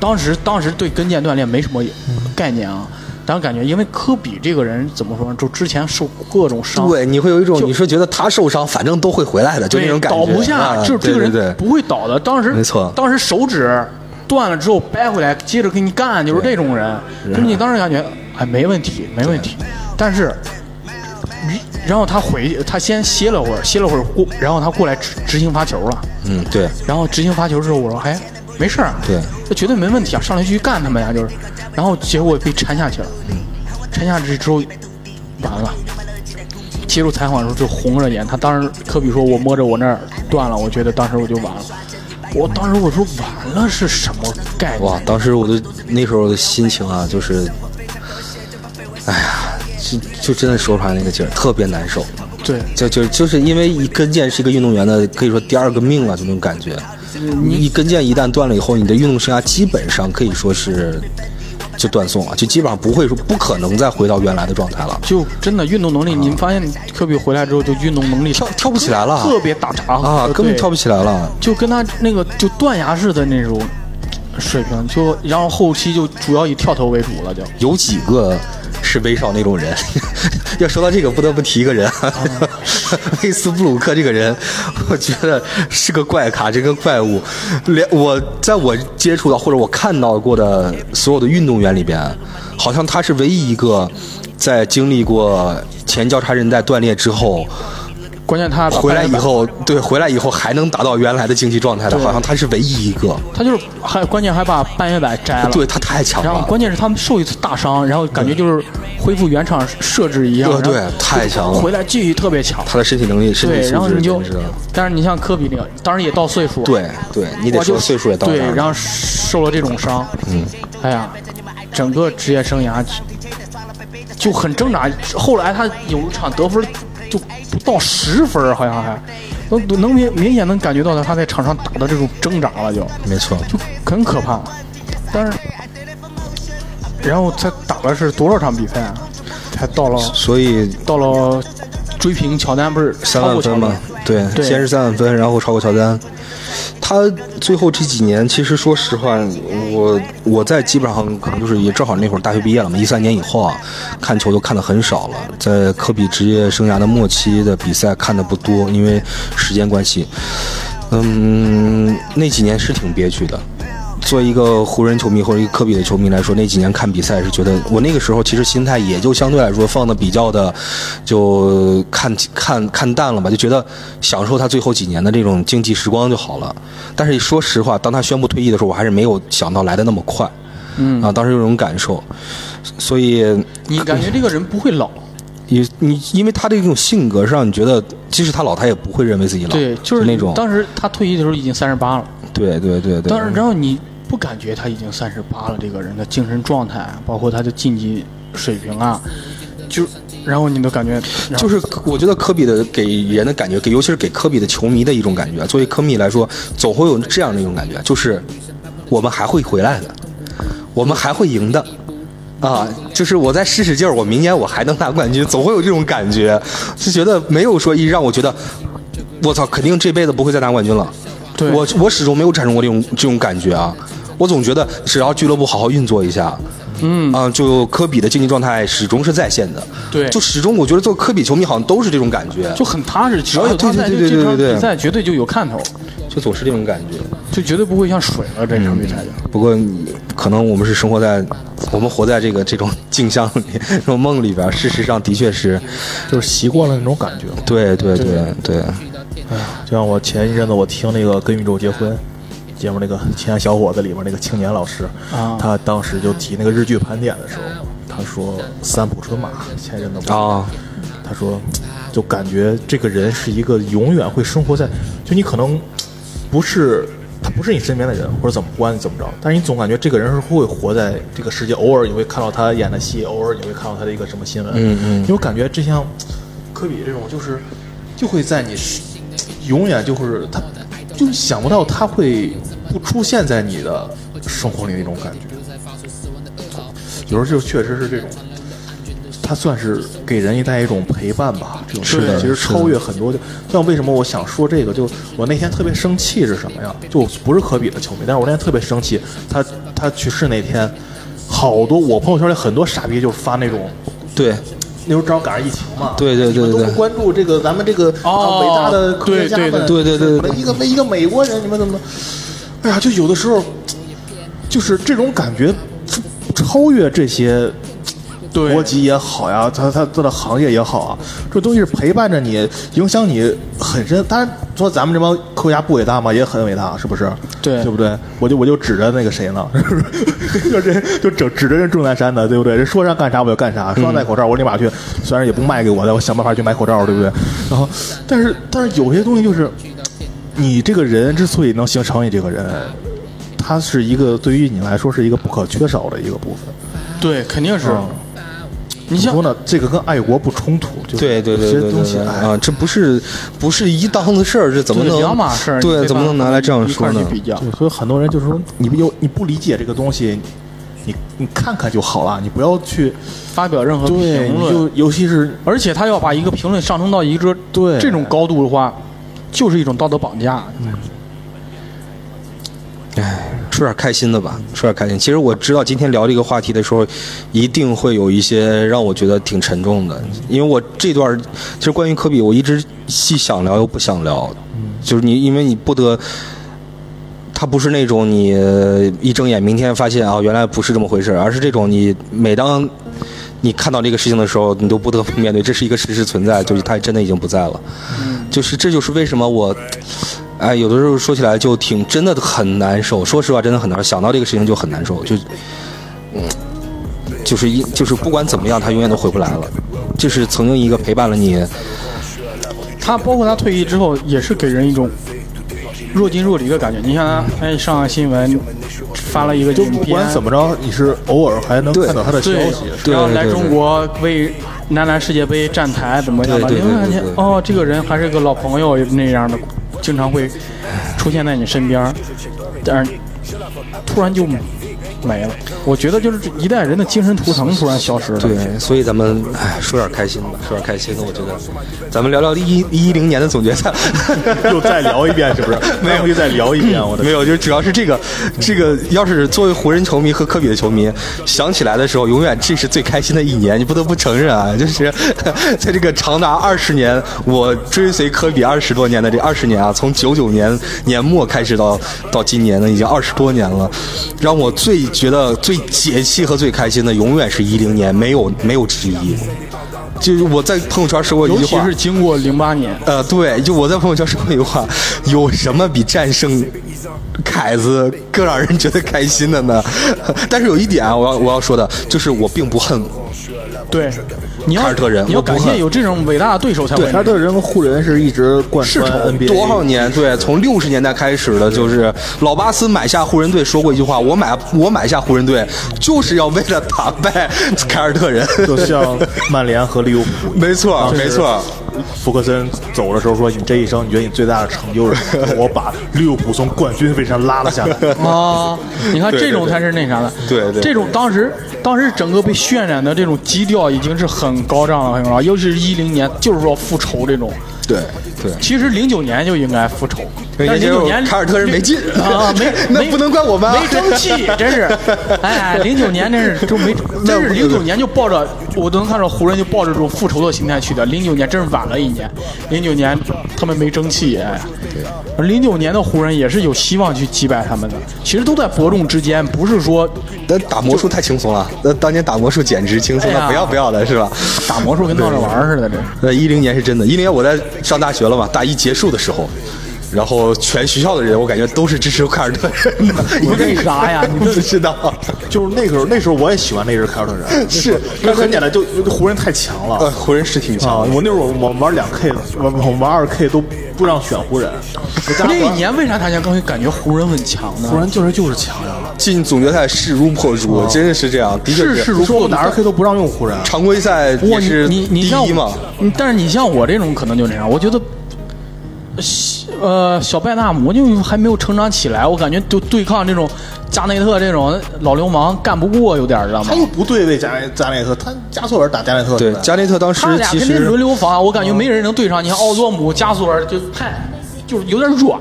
Speaker 2: 当时当时对跟腱断裂没什么
Speaker 4: 嗯
Speaker 2: 概念啊，但是感觉因为科比这个人怎么说呢，就之前受各种伤，
Speaker 4: 对，你会有一种
Speaker 2: 就
Speaker 4: 你是觉得他受伤，反正都会回来的，就
Speaker 2: 对
Speaker 4: 那种感觉。
Speaker 2: 倒不下，
Speaker 4: 啊
Speaker 2: 就是这个
Speaker 4: 对对
Speaker 2: 人
Speaker 4: 对
Speaker 2: 不会倒的。当时
Speaker 4: 没错
Speaker 2: 当时手指断了之后掰回来，接着给你干，就是这种人，就是你当时感觉哎没问题，没问题，但是。然后他回去，他先歇了会儿，歇了会儿过，然后他过来执执行罚球了。
Speaker 4: 嗯，对，
Speaker 2: 然后执行罚球之后，我说：“哎，没事儿啊，
Speaker 4: 对
Speaker 2: 这绝对没问题啊，上来就去干他们呀，就是。”然后结果被缠下去了，缠下去之后，完了。接受采访的时候就红着眼，他当时科比说：“我摸着我那儿断了，我觉得当时我就完了。”我当时我说：“完了是什么概念
Speaker 4: 哇，当时我的那时候的心情啊，就是，哎呀，就就真的说不出来那个劲儿，特别难受。？”
Speaker 2: 对，
Speaker 4: 就就就是因为一跟腱是一个运动员的可以说第二个命了，就那种感觉。你一跟腱一旦断了以后，你的运动生涯基本上可以说是就断送了，就基本上不会说不可能再回到原来的状态了。
Speaker 2: 就真的运动
Speaker 4: 啊
Speaker 2: 能力，你们发现科比回来之后就运动能力
Speaker 4: 跳跳不起来了
Speaker 2: 特别打岔
Speaker 4: 啊，根本跳不起来了。
Speaker 2: 就跟他那个就断崖式的那种水平，就然后后期就主要以跳投为主了，就
Speaker 4: 有几个是威少那种人？ 要说到这个，不得不提一个人，啊
Speaker 2: 哦
Speaker 4: 威斯布鲁克这个人，我觉得是个怪咖，这个怪物。连我在我接触到或者我看到过的所有的运动员里边，啊好像他是唯一一个在经历过前交叉韧带断裂之后。
Speaker 2: 关键他把
Speaker 4: 回来以
Speaker 2: 半月板，
Speaker 4: 后，对，回来以后还能达到原来的竞技状态的，
Speaker 2: 对
Speaker 4: 好像他是唯一一个。
Speaker 2: 他就是还关键还把半月板摘了，
Speaker 4: 对他太强
Speaker 2: 然后
Speaker 4: 了，
Speaker 2: 关键是他们受一次大伤，然后感觉就是恢复原厂设置一样，
Speaker 4: 对对
Speaker 2: 然后
Speaker 4: 太强了
Speaker 2: 回来继续特别强，
Speaker 4: 他的身体能力、身体
Speaker 2: 对，然
Speaker 4: 素
Speaker 2: 后
Speaker 4: 质，
Speaker 2: 你就
Speaker 4: 简直了。，
Speaker 2: 但是你像科比那个，当然也到岁数，
Speaker 4: 对对，你得
Speaker 2: 我就
Speaker 4: 说岁数也到那
Speaker 2: 对
Speaker 4: 儿，了
Speaker 2: 然后受了这种伤，嗯，哎呀，整个职业生涯就很挣扎。后来他有一场得分就不到十分儿，好像还能能明明显能感觉到他他在场上打的这种挣扎了就，
Speaker 4: 没错，
Speaker 2: 就很可怕。但是，然后他打了是多少场比赛啊？还到了
Speaker 4: 所以
Speaker 2: 到了追平乔丹，不是
Speaker 4: 三
Speaker 2: 超
Speaker 4: 万
Speaker 2: 过乔
Speaker 4: 分
Speaker 2: 丹
Speaker 4: 嘛，对，
Speaker 2: 对
Speaker 4: 先是三万分，然后超过乔丹。他最后这几年，其实说实话，我我在基本上可能就是也正好那会儿大学毕业了嘛，一三年以后啊，看球就看的很少了。在科比职业生涯的末期的比赛看的不多，因为时间关系。嗯，那几年是挺憋屈的。作为一个湖人球迷或者一个科比的球迷来说，那几年看比赛是觉得，我那个时候其实心态也就相对来说放的比较的，就看看看淡了吧，就觉得享受他最后几年的这种竞技时光就好了。但是说实话，当他宣布退役的时候，我还是没有想到来的那么快，嗯啊，当时有这种感受，所以
Speaker 2: 你感觉这个人不会老？
Speaker 4: 你你因为他这种性格上，你觉得即使他老，他也不会认为自己老，
Speaker 2: 对，
Speaker 4: 就是那种，
Speaker 2: 当时他退役的时候已经三十八了，
Speaker 4: 对对对对，
Speaker 2: 但是然后你不感觉他已经三十八了，这个人的精神状态，包括他的竞技水平啊，就然后你都感觉然后
Speaker 4: 就是我觉得科比的给人的感觉，给尤其是给科比的球迷的一种感觉。作为科迷来说，总会有这样的一种感觉，就是我们还会回来的，我们还会赢的。啊，就是我再使使劲儿，我明年我还能拿冠军，总会有这种感觉，就觉得没有说一让我觉得，我操，肯定这辈子不会再拿冠军了。
Speaker 2: 对
Speaker 4: 我我始终没有产生过这种这种感觉啊，我总觉得只要俱乐部好好运作一下，嗯啊，就科比的竞技状态始终是在线的。
Speaker 2: 对
Speaker 4: 就始终我觉得做科比球迷好像都是这种感觉，
Speaker 2: 就很踏实，只要有
Speaker 4: 啊对
Speaker 2: 他在，
Speaker 4: 对
Speaker 2: 就
Speaker 4: 对
Speaker 2: 这场
Speaker 4: 对对对
Speaker 2: 比赛绝对就有看头，
Speaker 4: 就总是这种感觉。
Speaker 2: 就绝对不会像水了这
Speaker 4: 嗯
Speaker 2: 场比赛就。
Speaker 4: 不过你可能我们是生活在，我们活在这个这种镜像里、这种梦里边儿。事实上，的确是，
Speaker 1: 就是习惯了那种感觉嘛。
Speaker 4: 对对对对，
Speaker 1: 就像我前一阵子我听那个《跟宇宙结婚》节目那个《亲爱小伙子》里面那个青年老师，
Speaker 2: 啊
Speaker 1: 他当时就提那个日剧盘点的时候，他说三浦春马前一阵子不是
Speaker 4: 啊，
Speaker 1: 他说就感觉这个人是一个永远会生活在，就你可能不是。他不是你身边的人，或者怎么关系怎么着，但是你总感觉这个人是会活在这个世界，偶尔你会看到他演的戏，偶尔你会看到他的一个什么新闻，
Speaker 4: 嗯嗯
Speaker 1: 因为我感觉这像科比这种，就是就会在你是永远就是他，就是想不到他会不出现在你的生活里那种感觉。有时候就确实是这种，他算是给人一带一种陪伴吧。这种
Speaker 4: 是的
Speaker 1: 其实
Speaker 4: 是的
Speaker 1: 超越很多。就像为什么我想说这个，就我那天特别生气是什么呀？就我不是科比的球迷，但是我那天特别生气，他他去世那天，好多我朋友圈里很多傻逼就发那种。
Speaker 4: 对
Speaker 1: 那时候正好赶上疫情嘛，
Speaker 4: 对对对对
Speaker 1: 你们都
Speaker 4: 对
Speaker 1: 不关注这个咱们这个
Speaker 2: 哦
Speaker 1: 啊伟大的科学家们，
Speaker 4: 哦对对对对对对
Speaker 1: 一个一个美国人，你们怎么？哎呀，就有的时候，就是这种感觉，超越这些
Speaker 2: 对
Speaker 1: 国籍也好呀，他他他的行业也好啊，这东西是陪伴着你，影响你很深。当然说咱们这帮科学家不伟大吗？也很伟大，是不是？
Speaker 2: 对
Speaker 1: 对不对？我就我就指着那个谁呢， 是不是？就这就指指着人钟南山呢，对不对？人说让干啥我就干啥，说让戴口罩我立马去，虽然也不卖给我，但我想办法去买口罩，对不对？然后，但是但是有些东西就是，你这个人之所以能形成你这个人。它是一个对于你来说是一个不可缺少的一个部分。
Speaker 2: 对，肯定是。
Speaker 4: 啊
Speaker 1: 嗯
Speaker 2: 你
Speaker 1: 怎么
Speaker 2: 像
Speaker 1: 说呢？这个跟爱国不冲突，就是
Speaker 4: 对对对
Speaker 1: 有
Speaker 4: 对
Speaker 1: 些东西
Speaker 4: 对
Speaker 1: 哎
Speaker 4: 啊，这不是不是一档子事儿，这怎么
Speaker 2: 对
Speaker 4: 能
Speaker 2: 两码事儿，你
Speaker 4: 对，
Speaker 2: 没
Speaker 4: 怎么
Speaker 2: 办
Speaker 4: 能
Speaker 2: 法
Speaker 4: 拿来这样
Speaker 2: 一块
Speaker 4: 说
Speaker 2: 儿
Speaker 4: 呢
Speaker 2: 去？比较？
Speaker 1: 对，所以很多人就是说，你不有你不理解这个东西，你你看看就好了，你不要去
Speaker 2: 发表任何
Speaker 1: 对，
Speaker 2: 评
Speaker 1: 你
Speaker 2: 论
Speaker 1: 就，尤其是
Speaker 2: 而且他要把一个评论上升到一个
Speaker 1: 对
Speaker 2: 这种高度的话，就是一种道德绑架。
Speaker 4: 说点开心的吧，说点开心。其实我知道今天聊这个话题的时候，一定会有一些让我觉得挺沉重的，因为我这段儿其实关于科比，我一直既想聊又不想聊，就是你因为你不得。他不是那种你呃一睁眼明天发现啊原来不是这么回事儿，而是这种你每当你看到这个事情的时候，你都不得不面对，这是一个事实存在，就是他真的已经不在了。就是这就是为什么我，哎，有的时候说起来就挺真的很难受。说实话，真的很难受，想到这个事情就很难受，就，嗯，就是一就是不管怎么样，他永远都回不来了。这是曾经一个陪伴了你，
Speaker 2: 他包括他退役之后，也是给人一种若即若离的感觉。你像他，哎，上个新闻发了一个
Speaker 1: 就
Speaker 2: 影
Speaker 1: 不
Speaker 2: 片
Speaker 1: 管，怎么着，你是偶尔还能
Speaker 4: 对
Speaker 1: 看到他的消
Speaker 2: 对
Speaker 1: 息。，
Speaker 4: 对
Speaker 2: 然后来
Speaker 4: 对对
Speaker 2: 中国为男篮世界杯站台怎么样吧？
Speaker 4: 对
Speaker 2: 你
Speaker 4: 对
Speaker 2: 会发
Speaker 4: 对对
Speaker 2: 现
Speaker 4: 对
Speaker 2: 哦，这个人还是个老朋友那样的，经常会出现在你身边儿，但是突然就没了。我觉得就是这一代人的精神图腾突然消失了。
Speaker 4: 对，所以咱们哎，说点开心的吧，说点开心的。我觉得，咱们聊聊一一零年的总决赛，
Speaker 1: 又再聊一遍是不是？ 没有，又再聊一遍，我的
Speaker 4: 没有，就主要是这个，
Speaker 2: 嗯
Speaker 4: 这个要是作为湖人球迷和科比的球迷，想起来的时候，永远这是最开心的一年，你不得不承认啊，就是 在这个长达二十年，我追随科比二十多年的这二十年啊，从九九年年末开始到到今年呢，已经二十多年了，让我最觉得最解气和最开心的，永远是一零年，没有没有之一。就是我在朋友圈说过一
Speaker 2: 尤
Speaker 4: 句话，
Speaker 2: 其是经过零八年，
Speaker 4: 呃，对，就我在朋友圈说过一句话，有什么比战胜凯子更让人觉得开心的呢？ 但是有一点啊，我要我要说的就是，我并不恨
Speaker 2: 对，你要
Speaker 4: 凯尔特人
Speaker 2: 你要
Speaker 4: 我不
Speaker 2: 感谢
Speaker 4: 恨
Speaker 2: 有这种伟大的对手才会
Speaker 1: 凯尔特人和湖人是一直贯
Speaker 4: 是
Speaker 1: 穿 NBA
Speaker 4: 多少年？对，从六十年代开始的，就是老巴斯买下湖人队说过一句话：我买我买下湖人队就是要为了打败凯尔特人。
Speaker 1: 就像曼联和利物浦一样。
Speaker 4: 没错，没错，
Speaker 1: 福克森走的时候说：“你这一生，你觉得你最大的成就是什 么？我把利物浦从冠军位上拉了下来。
Speaker 2: 啊！你看
Speaker 4: 对对
Speaker 2: 这种才是那啥的，
Speaker 4: 对对
Speaker 2: 这种当时当时整个被渲染的这种基调已经是很高涨了，很高涨，啊尤其是一零年，就是说复仇这种。
Speaker 4: 对对。
Speaker 2: 其实零九年就应该复仇，但是
Speaker 4: 人家
Speaker 2: 零九年
Speaker 4: 凯尔特人没进
Speaker 2: 啊，没
Speaker 4: 那
Speaker 2: 没
Speaker 4: 不能怪我们啊
Speaker 2: 没争气，真是， 哎，零九年真是就没，真是零九年就抱着我都能看着湖人就抱着这种复仇的心态去的，零九年真是晚了一年，零九年他们没争气，哎，零九年的湖人也是有希望去击败他们的，其实都在伯仲之间，不是说
Speaker 4: 但打魔术太轻松了，那当年打魔术简直轻松
Speaker 2: 哎呀
Speaker 4: 的不要不要的，是吧？
Speaker 2: 打魔术跟闹着玩儿似的，这 是
Speaker 4: 呃，一零年是真的，一零年我在上大学了嘛，大一结束的时候，然后全学校的人我感觉都是支持凯尔特人的，因
Speaker 2: 为啥呀你
Speaker 4: 不知道，”
Speaker 1: 就是那个时候，那时候我也喜欢那支凯尔特人，
Speaker 4: 是
Speaker 1: 那很简单，就湖人太强
Speaker 4: 呃，
Speaker 1: 了。
Speaker 4: 湖人是挺
Speaker 1: 啊！
Speaker 4: 强的。
Speaker 1: 我那会儿我玩两 K，我我玩二 K 都不让选湖人，
Speaker 2: 那一年为啥大家刚才感觉湖人很强呢？
Speaker 1: 湖人就是就是强呀，
Speaker 4: 进总决赛势如破竹，真的是这样，的确
Speaker 2: 哦是势如
Speaker 1: 说
Speaker 2: 破
Speaker 1: 我
Speaker 2: 竹
Speaker 1: 打二 K 都不让用湖人，
Speaker 4: 常规赛
Speaker 2: 哇，
Speaker 4: 也是
Speaker 2: 你你
Speaker 4: 第
Speaker 2: 你像
Speaker 4: 一嘛
Speaker 2: 我，嗯但是你像我这种可能就这样，我觉得。呃，小拜纳姆就还没有成长起来，我感觉就对抗这种加内特这种老流氓干不过，有点儿知道吗
Speaker 1: 他？又不对位加内加内特，他加索尔打加内特
Speaker 4: 对，加内特当时
Speaker 2: 他俩
Speaker 4: 其
Speaker 2: 肯定
Speaker 4: 实嗯
Speaker 2: 轮流防，我感觉没人能对上。你看奥多姆、加索尔就太就是有点软，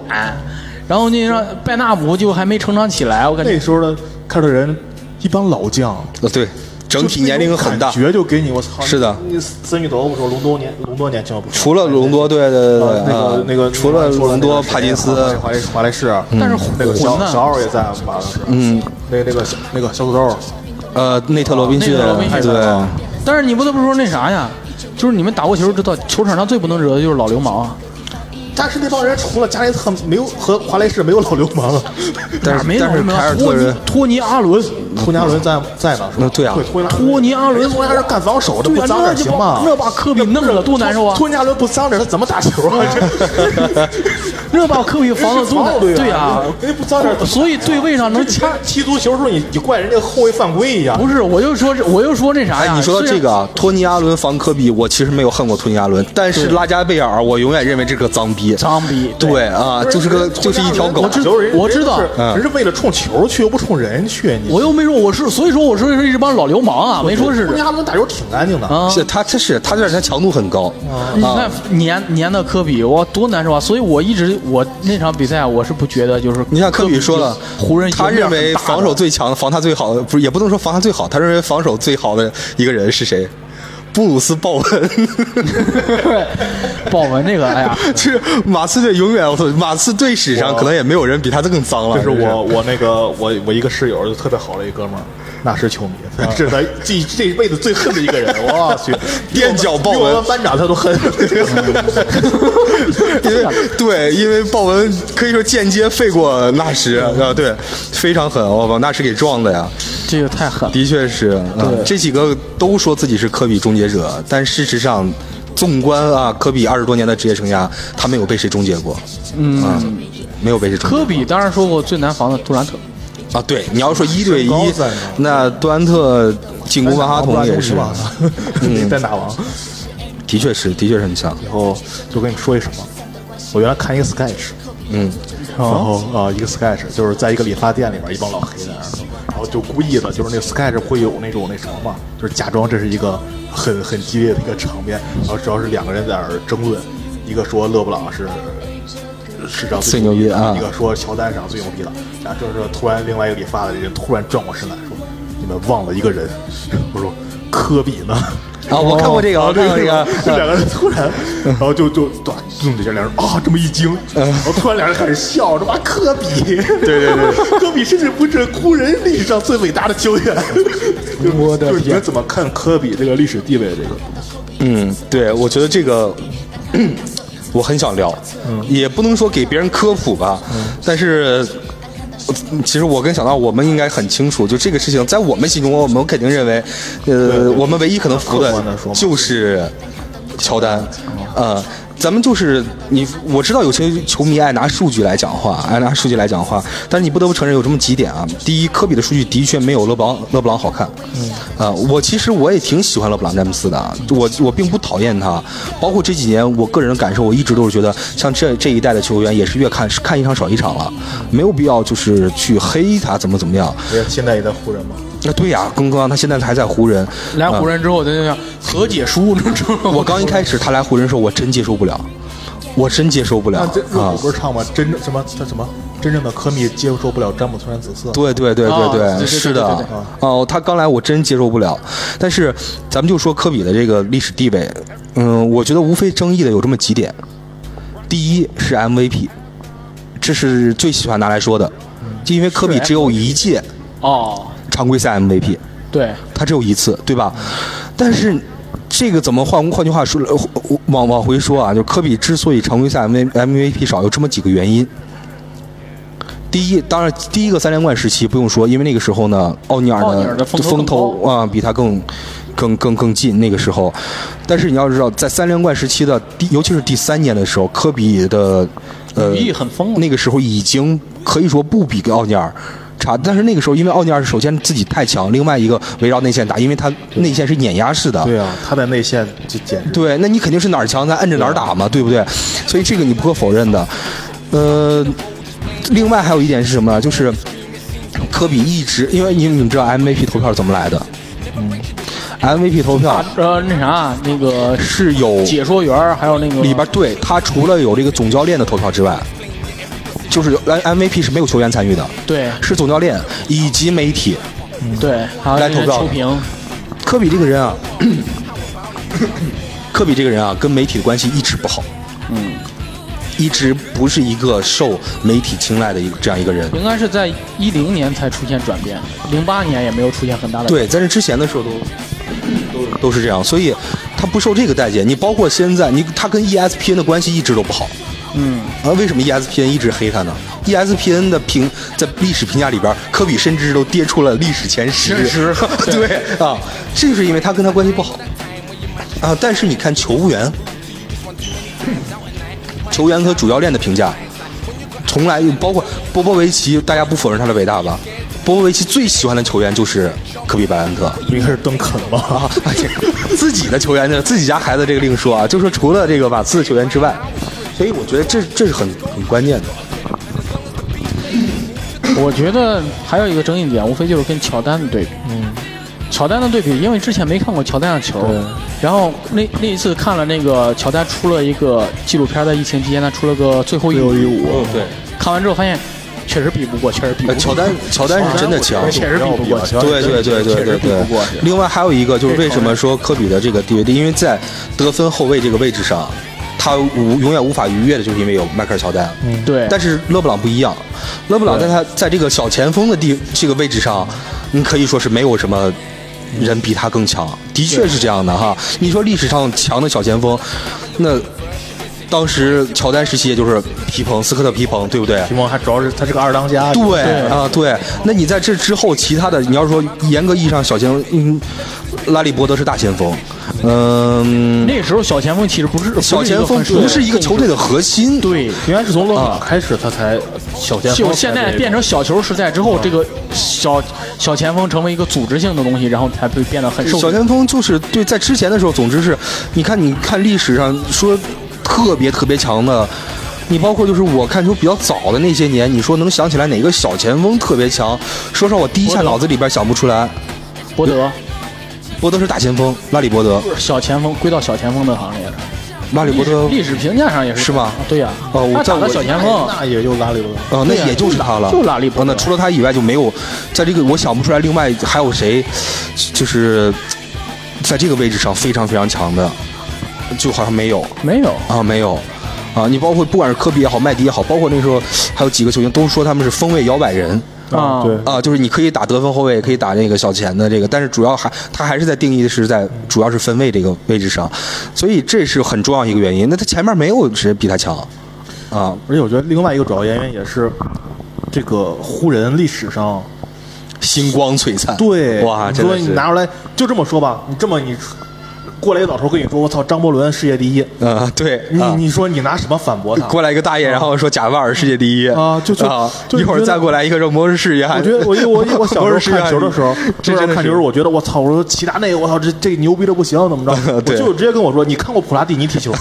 Speaker 2: 然后那让拜纳姆就还没成长起来，我感觉
Speaker 1: 那时候的凯尔特人一帮老将，
Speaker 4: 呃对整体年龄很大
Speaker 1: 就，是那种感觉就给你我操，
Speaker 4: 是的
Speaker 1: 你森玉德不说，隆多年隆多年轻了不少，
Speaker 4: 除了隆多，对对对
Speaker 2: 哦
Speaker 4: 对
Speaker 1: 呃，那个
Speaker 4: 啊
Speaker 1: 那个
Speaker 4: 除了隆多、帕金斯，嗯
Speaker 1: 华莱华莱士，啊
Speaker 2: 但是
Speaker 1: 那个
Speaker 2: 混
Speaker 1: 小
Speaker 2: 呢
Speaker 1: 小奥也在吧？嗯，那个那个小那个小土豆，
Speaker 4: 呃，内特罗宾逊，
Speaker 2: 内特哦罗宾逊
Speaker 4: 对。
Speaker 2: 但是你不得不说那啥呀，就是你们打过球知道，球场上最不能惹的就是老流氓啊。
Speaker 1: 但是那帮人除了加内特没有和华莱士没有老流氓了，
Speaker 4: 但
Speaker 2: 哪
Speaker 4: 是
Speaker 2: 没
Speaker 4: 但是
Speaker 2: 有
Speaker 4: 凯尔特人，嗯
Speaker 2: 托尼阿伦，
Speaker 1: 托尼阿伦在在呢是吧？
Speaker 4: 那对啊
Speaker 1: 托尼
Speaker 2: 托尼阿
Speaker 4: 哎
Speaker 2: 伦
Speaker 1: 托尼阿伦干防守，这
Speaker 2: 对
Speaker 1: 不
Speaker 2: 啊，
Speaker 1: 脏
Speaker 2: 那
Speaker 1: 点
Speaker 2: 就
Speaker 1: 行
Speaker 2: 把
Speaker 1: 吗？
Speaker 2: 那把科比弄了多难受啊！
Speaker 1: 托尼阿伦不脏点，他怎么打球啊？
Speaker 2: 那把科比嗯防的多难，
Speaker 1: 对
Speaker 2: 对啊，
Speaker 1: 人家不脏点，怎么
Speaker 2: 所以对位上能掐。
Speaker 1: 踢足球的时候你你怪人家后卫犯规一样？
Speaker 2: 不是，我就说这，我就说那啥
Speaker 4: 哎
Speaker 2: 呀？，
Speaker 4: 你说
Speaker 2: 虽
Speaker 4: 到这
Speaker 2: 然
Speaker 4: 个，啊，托尼阿伦防科比，我其实没有恨过托尼阿伦，但是拉加贝尔，我永远认为这个脏逼。
Speaker 2: 脏逼，
Speaker 4: 对啊，就是个就是一条狗
Speaker 1: 我。知
Speaker 2: 我知道嗯
Speaker 1: 人是为了冲球去，又不冲人去。你
Speaker 2: 我又没说我是，所以说我说是一帮老流氓啊，没说是
Speaker 1: 托尼阿伦打球挺干净的，
Speaker 2: 啊。
Speaker 4: 是他，他是他，但是他强度很高
Speaker 2: 你
Speaker 4: 啊
Speaker 2: 看。粘粘的科比，哇，多难受啊！所以我一直我那场比赛啊我是不觉得就是，
Speaker 4: 你看科比说了，
Speaker 2: 湖人赢
Speaker 4: 他
Speaker 2: 面
Speaker 4: 认为
Speaker 2: 很大的
Speaker 4: 防守最强的、防他最好的，不是也不能说防他最好，他认为防守最好的一个人是谁？布鲁斯鲍文，
Speaker 2: 豹纹这个，哎呀，
Speaker 4: 就是马刺队永远，我操，马刺队史上
Speaker 1: 我
Speaker 4: 可能也没有人比他更脏了。
Speaker 1: 这是
Speaker 4: 真
Speaker 1: 我我那个我我一个室友就特别好的一哥们儿，那是球迷，这是他这这辈子最恨的一个人。我 去，
Speaker 4: 踮脚豹
Speaker 1: 比
Speaker 4: 纹
Speaker 1: 我们班长他都恨。
Speaker 4: 因为对，因为鲍文可以说间接废过纳什啊，对，非常狠，哦我把纳什给撞的呀，
Speaker 2: 这个太狠了。
Speaker 4: 的确是。啊
Speaker 2: 对
Speaker 4: 这几个都说自己是科比终结者，但事实上，纵观啊科比二十多年的职业生涯，他没有被谁终结过，嗯，没有被谁终结
Speaker 2: 科比当然说过最难防的杜兰特，
Speaker 4: 啊。对，你要说一对
Speaker 1: 身
Speaker 4: 一
Speaker 1: 高在哪，
Speaker 4: 那杜兰特进攻曼哈顿也是，嗯
Speaker 1: 你在哪王？
Speaker 4: 的确是，的确是很强。
Speaker 1: 然后就跟你们说一声吧，我原来看一个 sketch，
Speaker 4: 嗯，
Speaker 1: 然后啊、呃一个 sketch 就是在一个理发店里边，一帮老黑在那儿，然后后就故意的，就是那个 sketch 会有那种那什么嘛，就是假装这是一个很很激烈的一个场面，然后主要是两个人在那儿争论，一个说勒布朗是史上
Speaker 4: 最牛逼的啊
Speaker 1: 一个说乔丹史上最牛逼的，然后就是说突然另外一个理发的人突然转过身来说：“你们忘了一个人。” 我说：“科比呢？”
Speaker 4: 啊，我看过这
Speaker 1: 哦
Speaker 4: 个，我看过这个，
Speaker 1: 这两个啊人突然，然后就就咚咚的这两人啊这么一惊，然后突然两人开始笑，说哇科比，对对对， 科比甚至不是湖人历史上最伟大的球员。我的就是你们怎么看科比这个历史地位这个？
Speaker 4: 嗯，对，我觉得这个 我很想聊，
Speaker 1: 嗯
Speaker 4: 也不能说给别人科普吧，但是。我其实我跟小闹，我们应该很清楚，就这个事情，在我们心中，我们肯定认为，呃，我们唯一可能服的
Speaker 1: 客观地说嘛
Speaker 4: 就是乔丹，呃，咱们就是你，我知道有些球迷爱拿数据来讲话，爱拿数据来讲话，但是你不得不承认有这么几点啊。第一，科比的数据的确没有勒布朗勒布朗好看，啊，我其实我也挺喜欢勒布朗詹姆斯的啊，我我并不讨厌他，包括这几年我个人的感受，我一直都是觉得像这这一代的球员也是越看看一场少一场了，没有必要就是去黑他怎么怎么样。
Speaker 1: 也现在也在湖人吗？
Speaker 4: 那对呀、刚刚他现在还在湖人，呃
Speaker 2: 来湖人之后，他就想和解 书，你知道吗？
Speaker 4: 我刚一开始他来湖人的时候，我真接受不了，我真接受不了
Speaker 1: 那这
Speaker 4: 啊
Speaker 1: 入股不是唱吗？真正什么他什么真正的科比接受不了詹姆斯·穿紫色。
Speaker 4: 对对对
Speaker 2: 啊
Speaker 4: 对
Speaker 2: 对对对
Speaker 4: 是
Speaker 2: 对对
Speaker 4: 的
Speaker 2: 对。
Speaker 4: 哦，他刚来我真接受不了。但是咱们就说科比的这个历史地位，嗯，我觉得无非争议的有这么几点。第一是 MVP，这是最喜欢拿来说的，
Speaker 2: 嗯
Speaker 4: 就因为科比只有一届
Speaker 2: 哦，
Speaker 4: 常规赛 MVP。
Speaker 2: 对，
Speaker 4: 他只有一次，对吧？但是这个怎么换？换句话说，呃往往回说啊，就科比之所以常规赛 M MVP 少，有这么几个原因。第一，当然，第一个三连冠时期不用说，因为那个时候呢，奥尼尔
Speaker 2: 奥尼尔
Speaker 4: 的
Speaker 2: 的风头
Speaker 4: 风
Speaker 2: 更
Speaker 4: 头啊、比他更、更、更、更近。那个时候，但是你要知道，在三连冠时期的第，尤其是第三年的时候，科比的呃
Speaker 2: 羽翼很丰
Speaker 4: 那个时候已经可以说不比奥尼尔差，但是那个时候因为奥尼尔首先自己太强，另外一个围绕内线打，因为他内线是碾压式的。
Speaker 1: 对啊，他在内线就简直
Speaker 4: 对那你肯定是哪儿强咱摁着哪儿打嘛，对不对？所以这个你不可否认的。呃，另外还有一点是什么呢？就是科比一直，因为你们知道 MVP 投票是怎么来的？嗯，MVP 投票
Speaker 2: 呃，那啥，那个
Speaker 4: 是有
Speaker 2: 解说员儿还有那个
Speaker 4: 里边对他除了有这个总教练的投票之外，就是有 M MVP 是没有球员参与的，
Speaker 2: 对
Speaker 4: 是总教练以及媒体。
Speaker 2: 对，还有
Speaker 4: 嗯来
Speaker 2: 那个
Speaker 4: 投票
Speaker 2: 球评，
Speaker 4: 科比这个人啊， 科比这个人啊，跟媒体的关系一直不好，嗯，一直不是一个受媒体青睐的一个这样一个人。
Speaker 2: 应该是在一零年才出现转变，零八年也没有出现很大的
Speaker 4: 对，在这之前的时候都都都是这样，所以他不受这个待见。你包括现在，你他跟 E ESPN 的关系一直都不好。嗯，啊，为什么 ESPN 一直黑他呢？ESPN ？E 的评在历史评价里边，科比甚至都跌出了历史前十。
Speaker 2: 前十
Speaker 4: 对啊，这就是因为他跟他关系不好啊。但是你看球员，球员和主教练的评价，从来包括波波维奇，大家不否认他的伟大吧？波波维奇最喜欢的球员就是科比·白兰特。
Speaker 1: 不应该是邓肯吗？
Speaker 4: 哎呀自己的球员呢，自己家孩子这个另说啊，就说除了这个瓦茨的球员之外，所以我觉得这这是很很关键的。
Speaker 2: 我觉得还有一个争议点，无非就是跟乔丹的对比。嗯，乔丹的对比，因为之前没看过乔丹的球，然后那那一次看了那个乔丹出了一个纪录片，在疫情期间他出了个《最后一舞》，
Speaker 4: 嗯，对，
Speaker 2: 看完之后发现确实比不过，确实比不
Speaker 4: 呃
Speaker 2: 过。
Speaker 4: 乔丹乔丹是真的强。
Speaker 2: 确实比不过。
Speaker 4: 对对对对对对。另外还有一个就是为什么说科比的这个地位低，因为在得分后卫这个位置上，他无永远无法逾越的，就是因为有迈克尔乔丹。嗯
Speaker 2: 对，
Speaker 4: 但是勒布朗不一样，勒布朗在他在这个小前锋的地这个位置上，你可以说是没有什么人比他更强，的确是这样的哈。你说历史上强的小前锋，那当时乔丹时期也就是皮蓬、斯科特皮蓬，对不对？
Speaker 1: 提莫还主要是他是个二当家，
Speaker 4: 对啊，对。那你在这之后，其他的你要说严格意义上小前锋，嗯，拉里伯德是大前锋，嗯，
Speaker 2: 那时候小前锋其实不是
Speaker 4: 小前锋不是一个球队的核心，
Speaker 2: 对。
Speaker 1: 应该是从勒布朗开始他才小前锋才这个，
Speaker 2: 就现在变成小球时代之后，这个小小前锋成为一个组织性的东西，然后才会变得很受
Speaker 4: 小前锋就是对，在之前的时候，总之是，你看，你看历史上说特别特别强的，你包括就是我看球比较早的那些年，你说能想起来哪个小前锋特别强？说实话，我第一下脑子里边想不出来。
Speaker 2: 博德
Speaker 4: 博德是大前锋，拉里伯德，
Speaker 2: 小前锋归到小前锋的行列了，
Speaker 4: 拉里伯德，
Speaker 2: 历史评价上也是啊
Speaker 4: 是吧
Speaker 2: 对呀，
Speaker 4: 哦我
Speaker 2: 他
Speaker 4: 在
Speaker 2: 打
Speaker 4: 我
Speaker 2: 个小前锋，
Speaker 1: 那也就拉里了。
Speaker 4: 呃，那
Speaker 2: 对呀啊
Speaker 4: 也就是他了，
Speaker 2: 就拉利伯
Speaker 4: 啊
Speaker 2: 德
Speaker 4: 那除了他以外就没有，在这个我想不出来，另外还有谁，就是在这个位置上非常非常强的，就好像没有
Speaker 2: 没有，
Speaker 4: 啊，没有啊。你包括不管是科比也好，麦迪也好，包括那时候还有几个球员都说他们是锋卫摇摆人。
Speaker 2: 啊
Speaker 1: 对，
Speaker 4: 啊，就是你可以打得分后卫，也可以打那个小前的这个，但是主要还他还是在定义的是在主要是分位这个位置上，所以这是很重要一个原因。那他前面没有谁比他强啊，
Speaker 1: 而且我觉得另外一个主要原因也是这个湖人历史上
Speaker 4: 星光璀璨，
Speaker 1: 对
Speaker 4: 哇，
Speaker 1: 你
Speaker 4: 真
Speaker 1: 说
Speaker 4: 的
Speaker 1: 你
Speaker 4: 是，
Speaker 1: 拿出来就这么说吧，你这么你过来一老头跟你说，我操，张伯伦世界第一，
Speaker 4: 啊，对，
Speaker 1: 你
Speaker 4: 啊
Speaker 1: 你说你拿什么反驳他？
Speaker 4: 过来一个大爷，然后说贾巴尔世界第一
Speaker 1: 啊就就
Speaker 4: 啊，
Speaker 1: 就
Speaker 4: 一会儿
Speaker 1: 觉得
Speaker 4: 再过来一个说魔术师也还，
Speaker 1: 我觉 得我我我小
Speaker 4: 魔术
Speaker 1: 时
Speaker 4: 师
Speaker 1: 候看
Speaker 4: 也还
Speaker 1: 球的时 候，
Speaker 4: 这真的
Speaker 1: 看
Speaker 4: 是
Speaker 1: 球，我觉得我操，我说齐达内，我操，这这牛逼的不行，怎么着？我
Speaker 4: 对
Speaker 1: 就有直接跟我说，你看过普拉蒂尼踢球吗？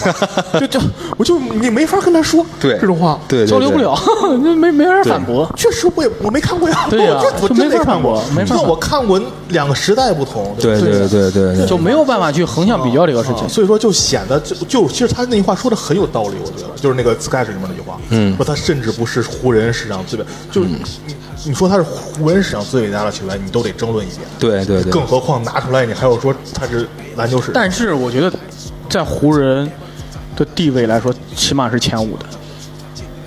Speaker 1: 就就我就你没法跟他说
Speaker 4: 对
Speaker 1: 这种话，
Speaker 4: 对对
Speaker 2: 交流
Speaker 4: 对
Speaker 2: 不了， 那没没人反驳，
Speaker 1: 确实我也我没看过呀，
Speaker 2: 对呀
Speaker 1: 我就我
Speaker 2: 就
Speaker 1: 真
Speaker 2: 没法
Speaker 1: 看过
Speaker 2: 反驳，没
Speaker 1: 就
Speaker 2: 法反驳
Speaker 1: 我看过两个时代不同，
Speaker 4: 对
Speaker 1: 吧
Speaker 4: 对对对对，
Speaker 2: 就没有办法去横向比较这个事情
Speaker 1: 啊。所以说就显得就就其实他那句话说的很有道理，我觉得就是那个 sketch 里面那句话，嗯，说他甚至不是湖人史上最伟，就是你、
Speaker 4: 嗯
Speaker 1: 你你说他是湖人史上最伟大的球员，你都得争论一遍，
Speaker 4: 对对对
Speaker 1: 更何况拿出来你还有说他是篮球史，
Speaker 2: 但是我觉得，在湖人的地位来说，起码是前五的。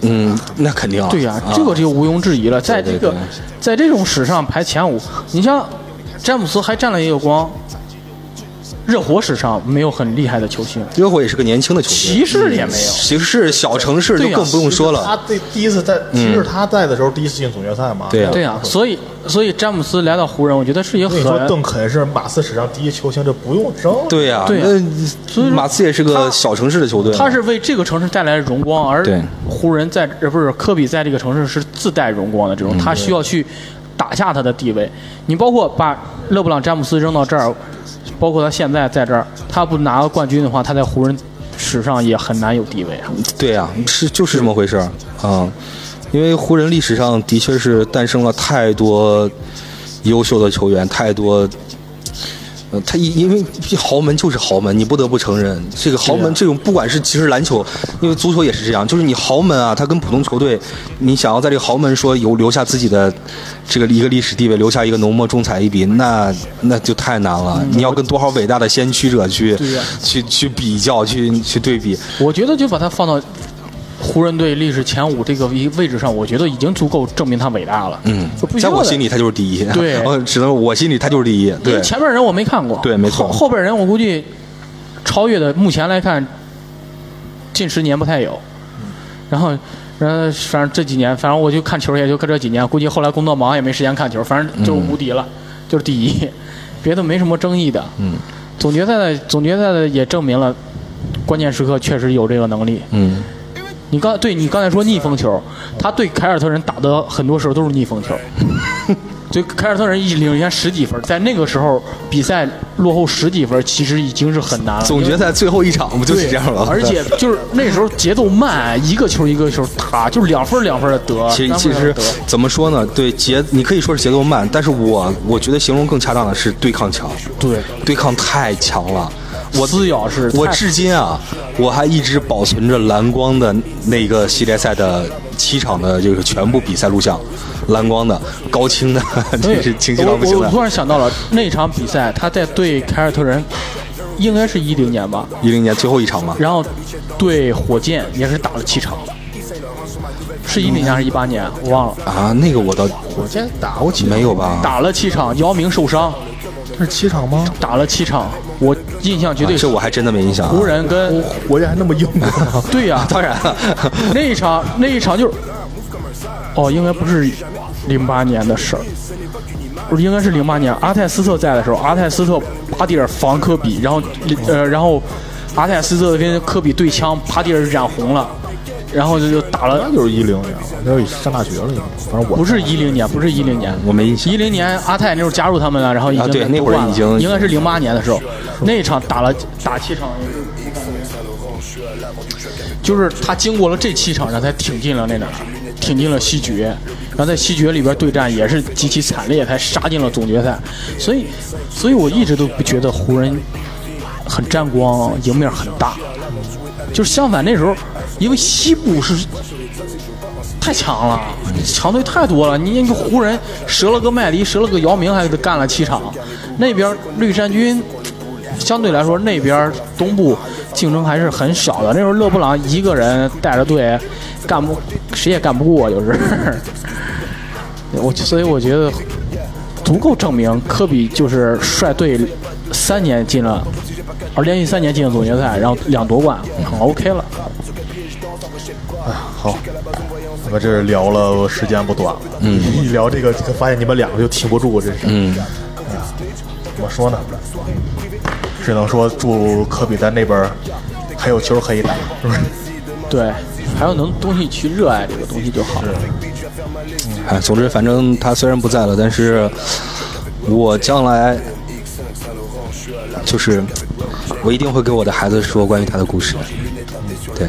Speaker 4: 嗯，那肯定啊，
Speaker 2: 对呀、
Speaker 4: 啊
Speaker 2: 这个这个毋庸置疑了。在这
Speaker 4: 对
Speaker 2: 个
Speaker 4: 对
Speaker 2: 在这种史上排前五，你像詹姆斯还占了一个光，热火史上没有很厉害的球星，
Speaker 4: 热火也是个年轻的球
Speaker 2: 骑
Speaker 4: 队，
Speaker 2: 士也没有。
Speaker 4: 骑士小城市就
Speaker 2: 对呀
Speaker 4: 更不用说了嗯
Speaker 1: 他。这第一次在，其实他在的时候第一次进总决赛嘛，
Speaker 4: 对呀啊
Speaker 2: 对呀、所以所以詹姆斯来到湖人，我觉得是一个
Speaker 1: 所以说
Speaker 2: 很
Speaker 1: 邓肯是马刺史上第一球星，这不用争，
Speaker 4: 对呀、
Speaker 2: 对呀
Speaker 4: 那
Speaker 2: 所以说
Speaker 4: 马刺也是个小城市的球队，
Speaker 2: 他是为这个城市带来荣光，而
Speaker 4: 对
Speaker 2: 湖人在呃不是科比在这个城市是自带荣光的这种，他需要去打下他的地位。你包括把勒布朗詹姆斯扔到这儿，包括他现在在这儿，他不拿个冠军的话，他在湖人史上也很难有地位啊。
Speaker 4: 对呀、是就是这么回事儿啊、因为湖人历史上的确是诞生了太多优秀的球员，太多。呃，他因因为豪门就是豪门，你不得不承认，这个豪门这种不管是其实篮球，因为足球也是这样，就是你豪门啊，他跟普通球队，你想要在这个豪门说有留下自己的这个一个历史地位，留下一个浓墨重彩一笔，那那就太难了。你要跟多少伟大的先驱者去、
Speaker 2: 对呀
Speaker 4: 去去比较，去去对比，
Speaker 2: 我觉得就把他放到湖人队历史前五这个一位置上，我觉得已经足够证明他伟大了。嗯就不需
Speaker 4: 在
Speaker 2: 要
Speaker 4: 我
Speaker 2: 再
Speaker 4: 心里他就是第一，
Speaker 2: 对
Speaker 4: 呃只能说我心里他就是第一，
Speaker 2: 因
Speaker 4: 对
Speaker 2: 为，前面人我没看过，
Speaker 4: 对没错
Speaker 2: 后后边人我估计超越的，目前来看，近十年不太有。
Speaker 4: 嗯
Speaker 2: 然后，然后反正这几年，反正我就看球也就看这几年，估计后来工作忙也没时间看球，反正
Speaker 4: 嗯
Speaker 2: 就是无敌了，就是第一，别的没什么争议的。嗯，总决赛的总决赛的也证明了，关键时刻确实有这个能力。
Speaker 4: 嗯，
Speaker 2: 你刚对你刚才说逆风球，他对凯尔特人打的很多时候都是逆风 球，所以凯尔特人一领先十几分，在那个时候比赛落后十几分，其实已经是很难了。
Speaker 4: 总决赛最后一场不就是这样了？
Speaker 2: 而且就是那时候节奏慢，一个球一个球打，就是两分两分的得。
Speaker 4: 其实
Speaker 2: 三
Speaker 4: 其
Speaker 2: 分两分
Speaker 4: 实
Speaker 2: 地得
Speaker 4: 怎么说呢？对节，你可以说是节奏慢，但是我我觉得形容更恰当的是对抗强，
Speaker 2: 对，
Speaker 4: 对抗太强了。我
Speaker 2: 撕咬是
Speaker 4: 我
Speaker 2: 太
Speaker 4: 至今啊，我还一直保存着蓝光的那个系列赛的七场的这个全部比赛录像，蓝光的高清的，
Speaker 2: 对
Speaker 4: 这是清晰到不行
Speaker 2: 我我
Speaker 4: 的
Speaker 2: 突。然想到了那场比赛，他在对凯尔特人，应该是一零年吧，
Speaker 4: 一零年最后一场嘛，
Speaker 2: 然后对火箭也是打了七场，是一零年还是一八年？我忘了，
Speaker 4: 啊，那个我倒
Speaker 1: 火箭打过几场
Speaker 4: 没有吧？
Speaker 2: 打了七场。姚明受伤，
Speaker 1: 这是七场吗？
Speaker 2: 打了七场，我印象
Speaker 5: 啊
Speaker 2: 绝对
Speaker 4: 这
Speaker 2: 是
Speaker 4: 我还真的没印象、啊。
Speaker 2: 湖人跟
Speaker 1: 火箭还那么硬吗？
Speaker 2: 对呀、
Speaker 4: 当然了，
Speaker 2: 那一场那一场就是，哦，应该不是零八年的事儿，不是应该是零八年阿泰斯特在的时候，阿泰斯特巴蒂尔防科比，然后呃，然后阿泰斯特跟科比对枪，巴蒂尔染红了，然后就就打了。
Speaker 1: 那就是一零年了，那就上大学了已经，反正我
Speaker 2: 不是一零年，不是一零年，
Speaker 4: 我没印象
Speaker 2: 一零年阿泰那时候加入他们了，然后已经
Speaker 4: 啊对那会
Speaker 2: 夺
Speaker 4: 儿
Speaker 2: 冠了
Speaker 4: 已经
Speaker 2: 应该是零八年的时候，那一场打了打七场，就是他经过了这七场，然后才挺进了那哪儿，挺进了西决，然后在西决里边对战也是极其惨烈，才杀进了总决赛。所以，所以我一直都不觉得湖人很沾光，赢面很大。就是相反，那时候因为西部是太强了，强队太多了。你那个湖人折了个麦迪，折了个姚明，还给他干了七场。那边绿衫军相对来说，那边东部竞争还是很小的。那时候勒布朗一个人带着队，干不谁也干不过，就是 我，所以我觉得足够证明科比就是率队三年进了，而连续三年进了总决赛，然后两夺冠，很 OK 了。
Speaker 1: 好，咱们这聊了时间不短了，嗯，一聊这个，发现你们两个就停不住，真是，嗯，哎呀，怎么说呢？只能说祝科比在那边还有球可以打，是不是？
Speaker 2: 对，还有能东西去热爱这个东西就好了。
Speaker 5: 哎，总之，反正他虽然不在了，但是我将来就是我一定会跟我的孩子说关于他的故事。对，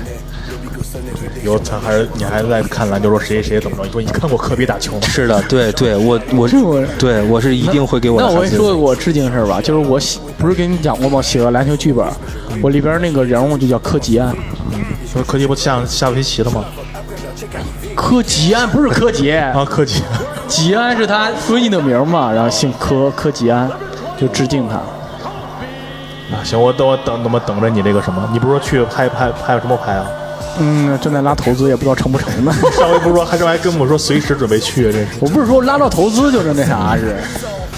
Speaker 1: 以后咱还是你还在看篮球，说谁谁怎么着？你说你看过科比打球吗？
Speaker 5: 是的，对对，我我
Speaker 2: 这我
Speaker 5: 对我是一定会给我的
Speaker 2: 那我
Speaker 5: 孩
Speaker 2: 跟
Speaker 5: 子。
Speaker 2: 你说我致敬的事儿吧，就是我写不是跟你讲过吗？写个篮球剧本，我里边那个人物就叫柯吉安，
Speaker 1: 说科吉不下下围棋的吗？
Speaker 2: 柯吉安不是柯杰，
Speaker 1: 啊，科吉，
Speaker 2: 吉安是他闺女的名儿嘛，然后姓柯，柯吉安，就致敬他。
Speaker 1: 啊，行，我等我等啊等我等着你这个什么？你不是说去拍拍拍什么拍啊？
Speaker 2: 嗯，正在拉投资，也不知道成不成呢。
Speaker 1: 上回不是说还是还跟我说随时准备去，真是。
Speaker 2: 我不是说拉到投资就是那啥是。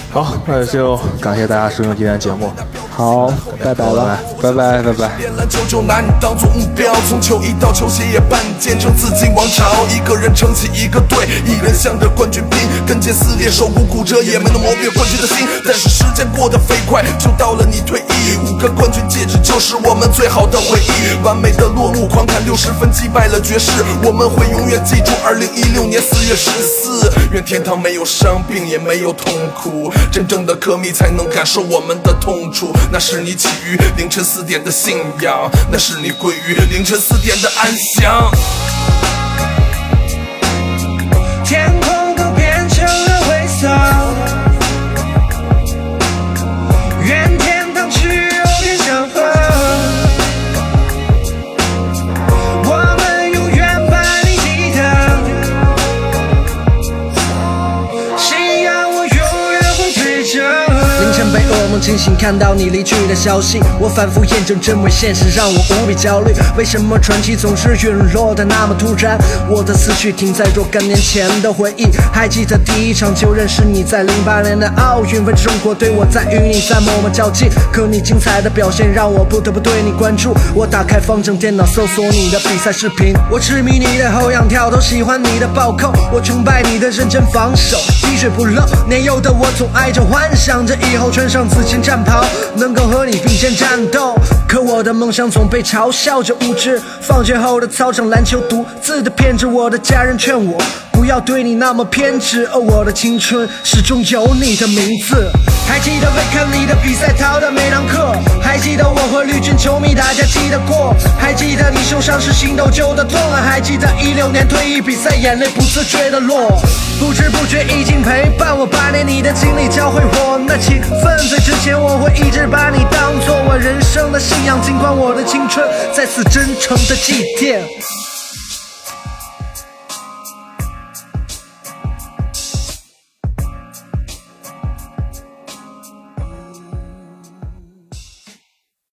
Speaker 1: 好，那就感谢大家收听今天节目，
Speaker 2: 好，拜拜了。
Speaker 5: 拜拜拜拜。
Speaker 6: 练篮球就拿你当做目标，从球衣到球鞋也扮见证自己王朝。一个人撑起一个队，一人向着冠军拼，跟腱撕裂，手骨骨折也没能磨灭冠军的心。但是时间过得飞快，就到了你退役，五个冠军戒指就是我们最好的回忆。完美的落幕，狂砍六十分击败了爵士，我们会永远记住二零一六年四月十四。愿天堂没有伤病，也没有痛苦，真正的科迷才能感受我们的痛楚。那是你起于凌晨四点的信仰，那是你归于凌晨四点的安详。
Speaker 7: 天空都变成了灰色。愿天堂只有点祥和。我们永远把你记得，信仰哎我永远会追着。
Speaker 8: 凌晨被噩梦惊醒，看到你离去的消息，我反复验证真伪，现实让我无比焦虑。为什么传奇总是陨落的那么突然？我的思绪停在若干年前的回忆，还记得第一场就认识你，在零八年的奥运为中国队，我在与你在默默较劲，可你精彩的表现让我不得不对你关注。我打开方正电脑搜索你的比赛视频，我痴迷你的后仰跳投，喜欢你的暴扣，我崇拜你的认真防守，滴水不漏。年幼的我总爱着幻想着以后穿上紫金战袍，能够和你并肩战斗。可我的梦想总被嘲笑着无知。放学后的操场篮球，独自的骗着我的家人劝我不要对你那么偏执。哦，我的青春始终有你的名字。还记得为看你的比赛逃的每堂课，还记得我和绿军球迷打架记得过，还记得你受伤时心都揪得痛，啊还记得一六年退役比赛眼泪不自觉的落，不知不觉已经陪伴我八年，你的经历教会我那勤奋，最值钱我会一直把你当做我人生的信仰，尽管我的青春在此真诚的祭奠。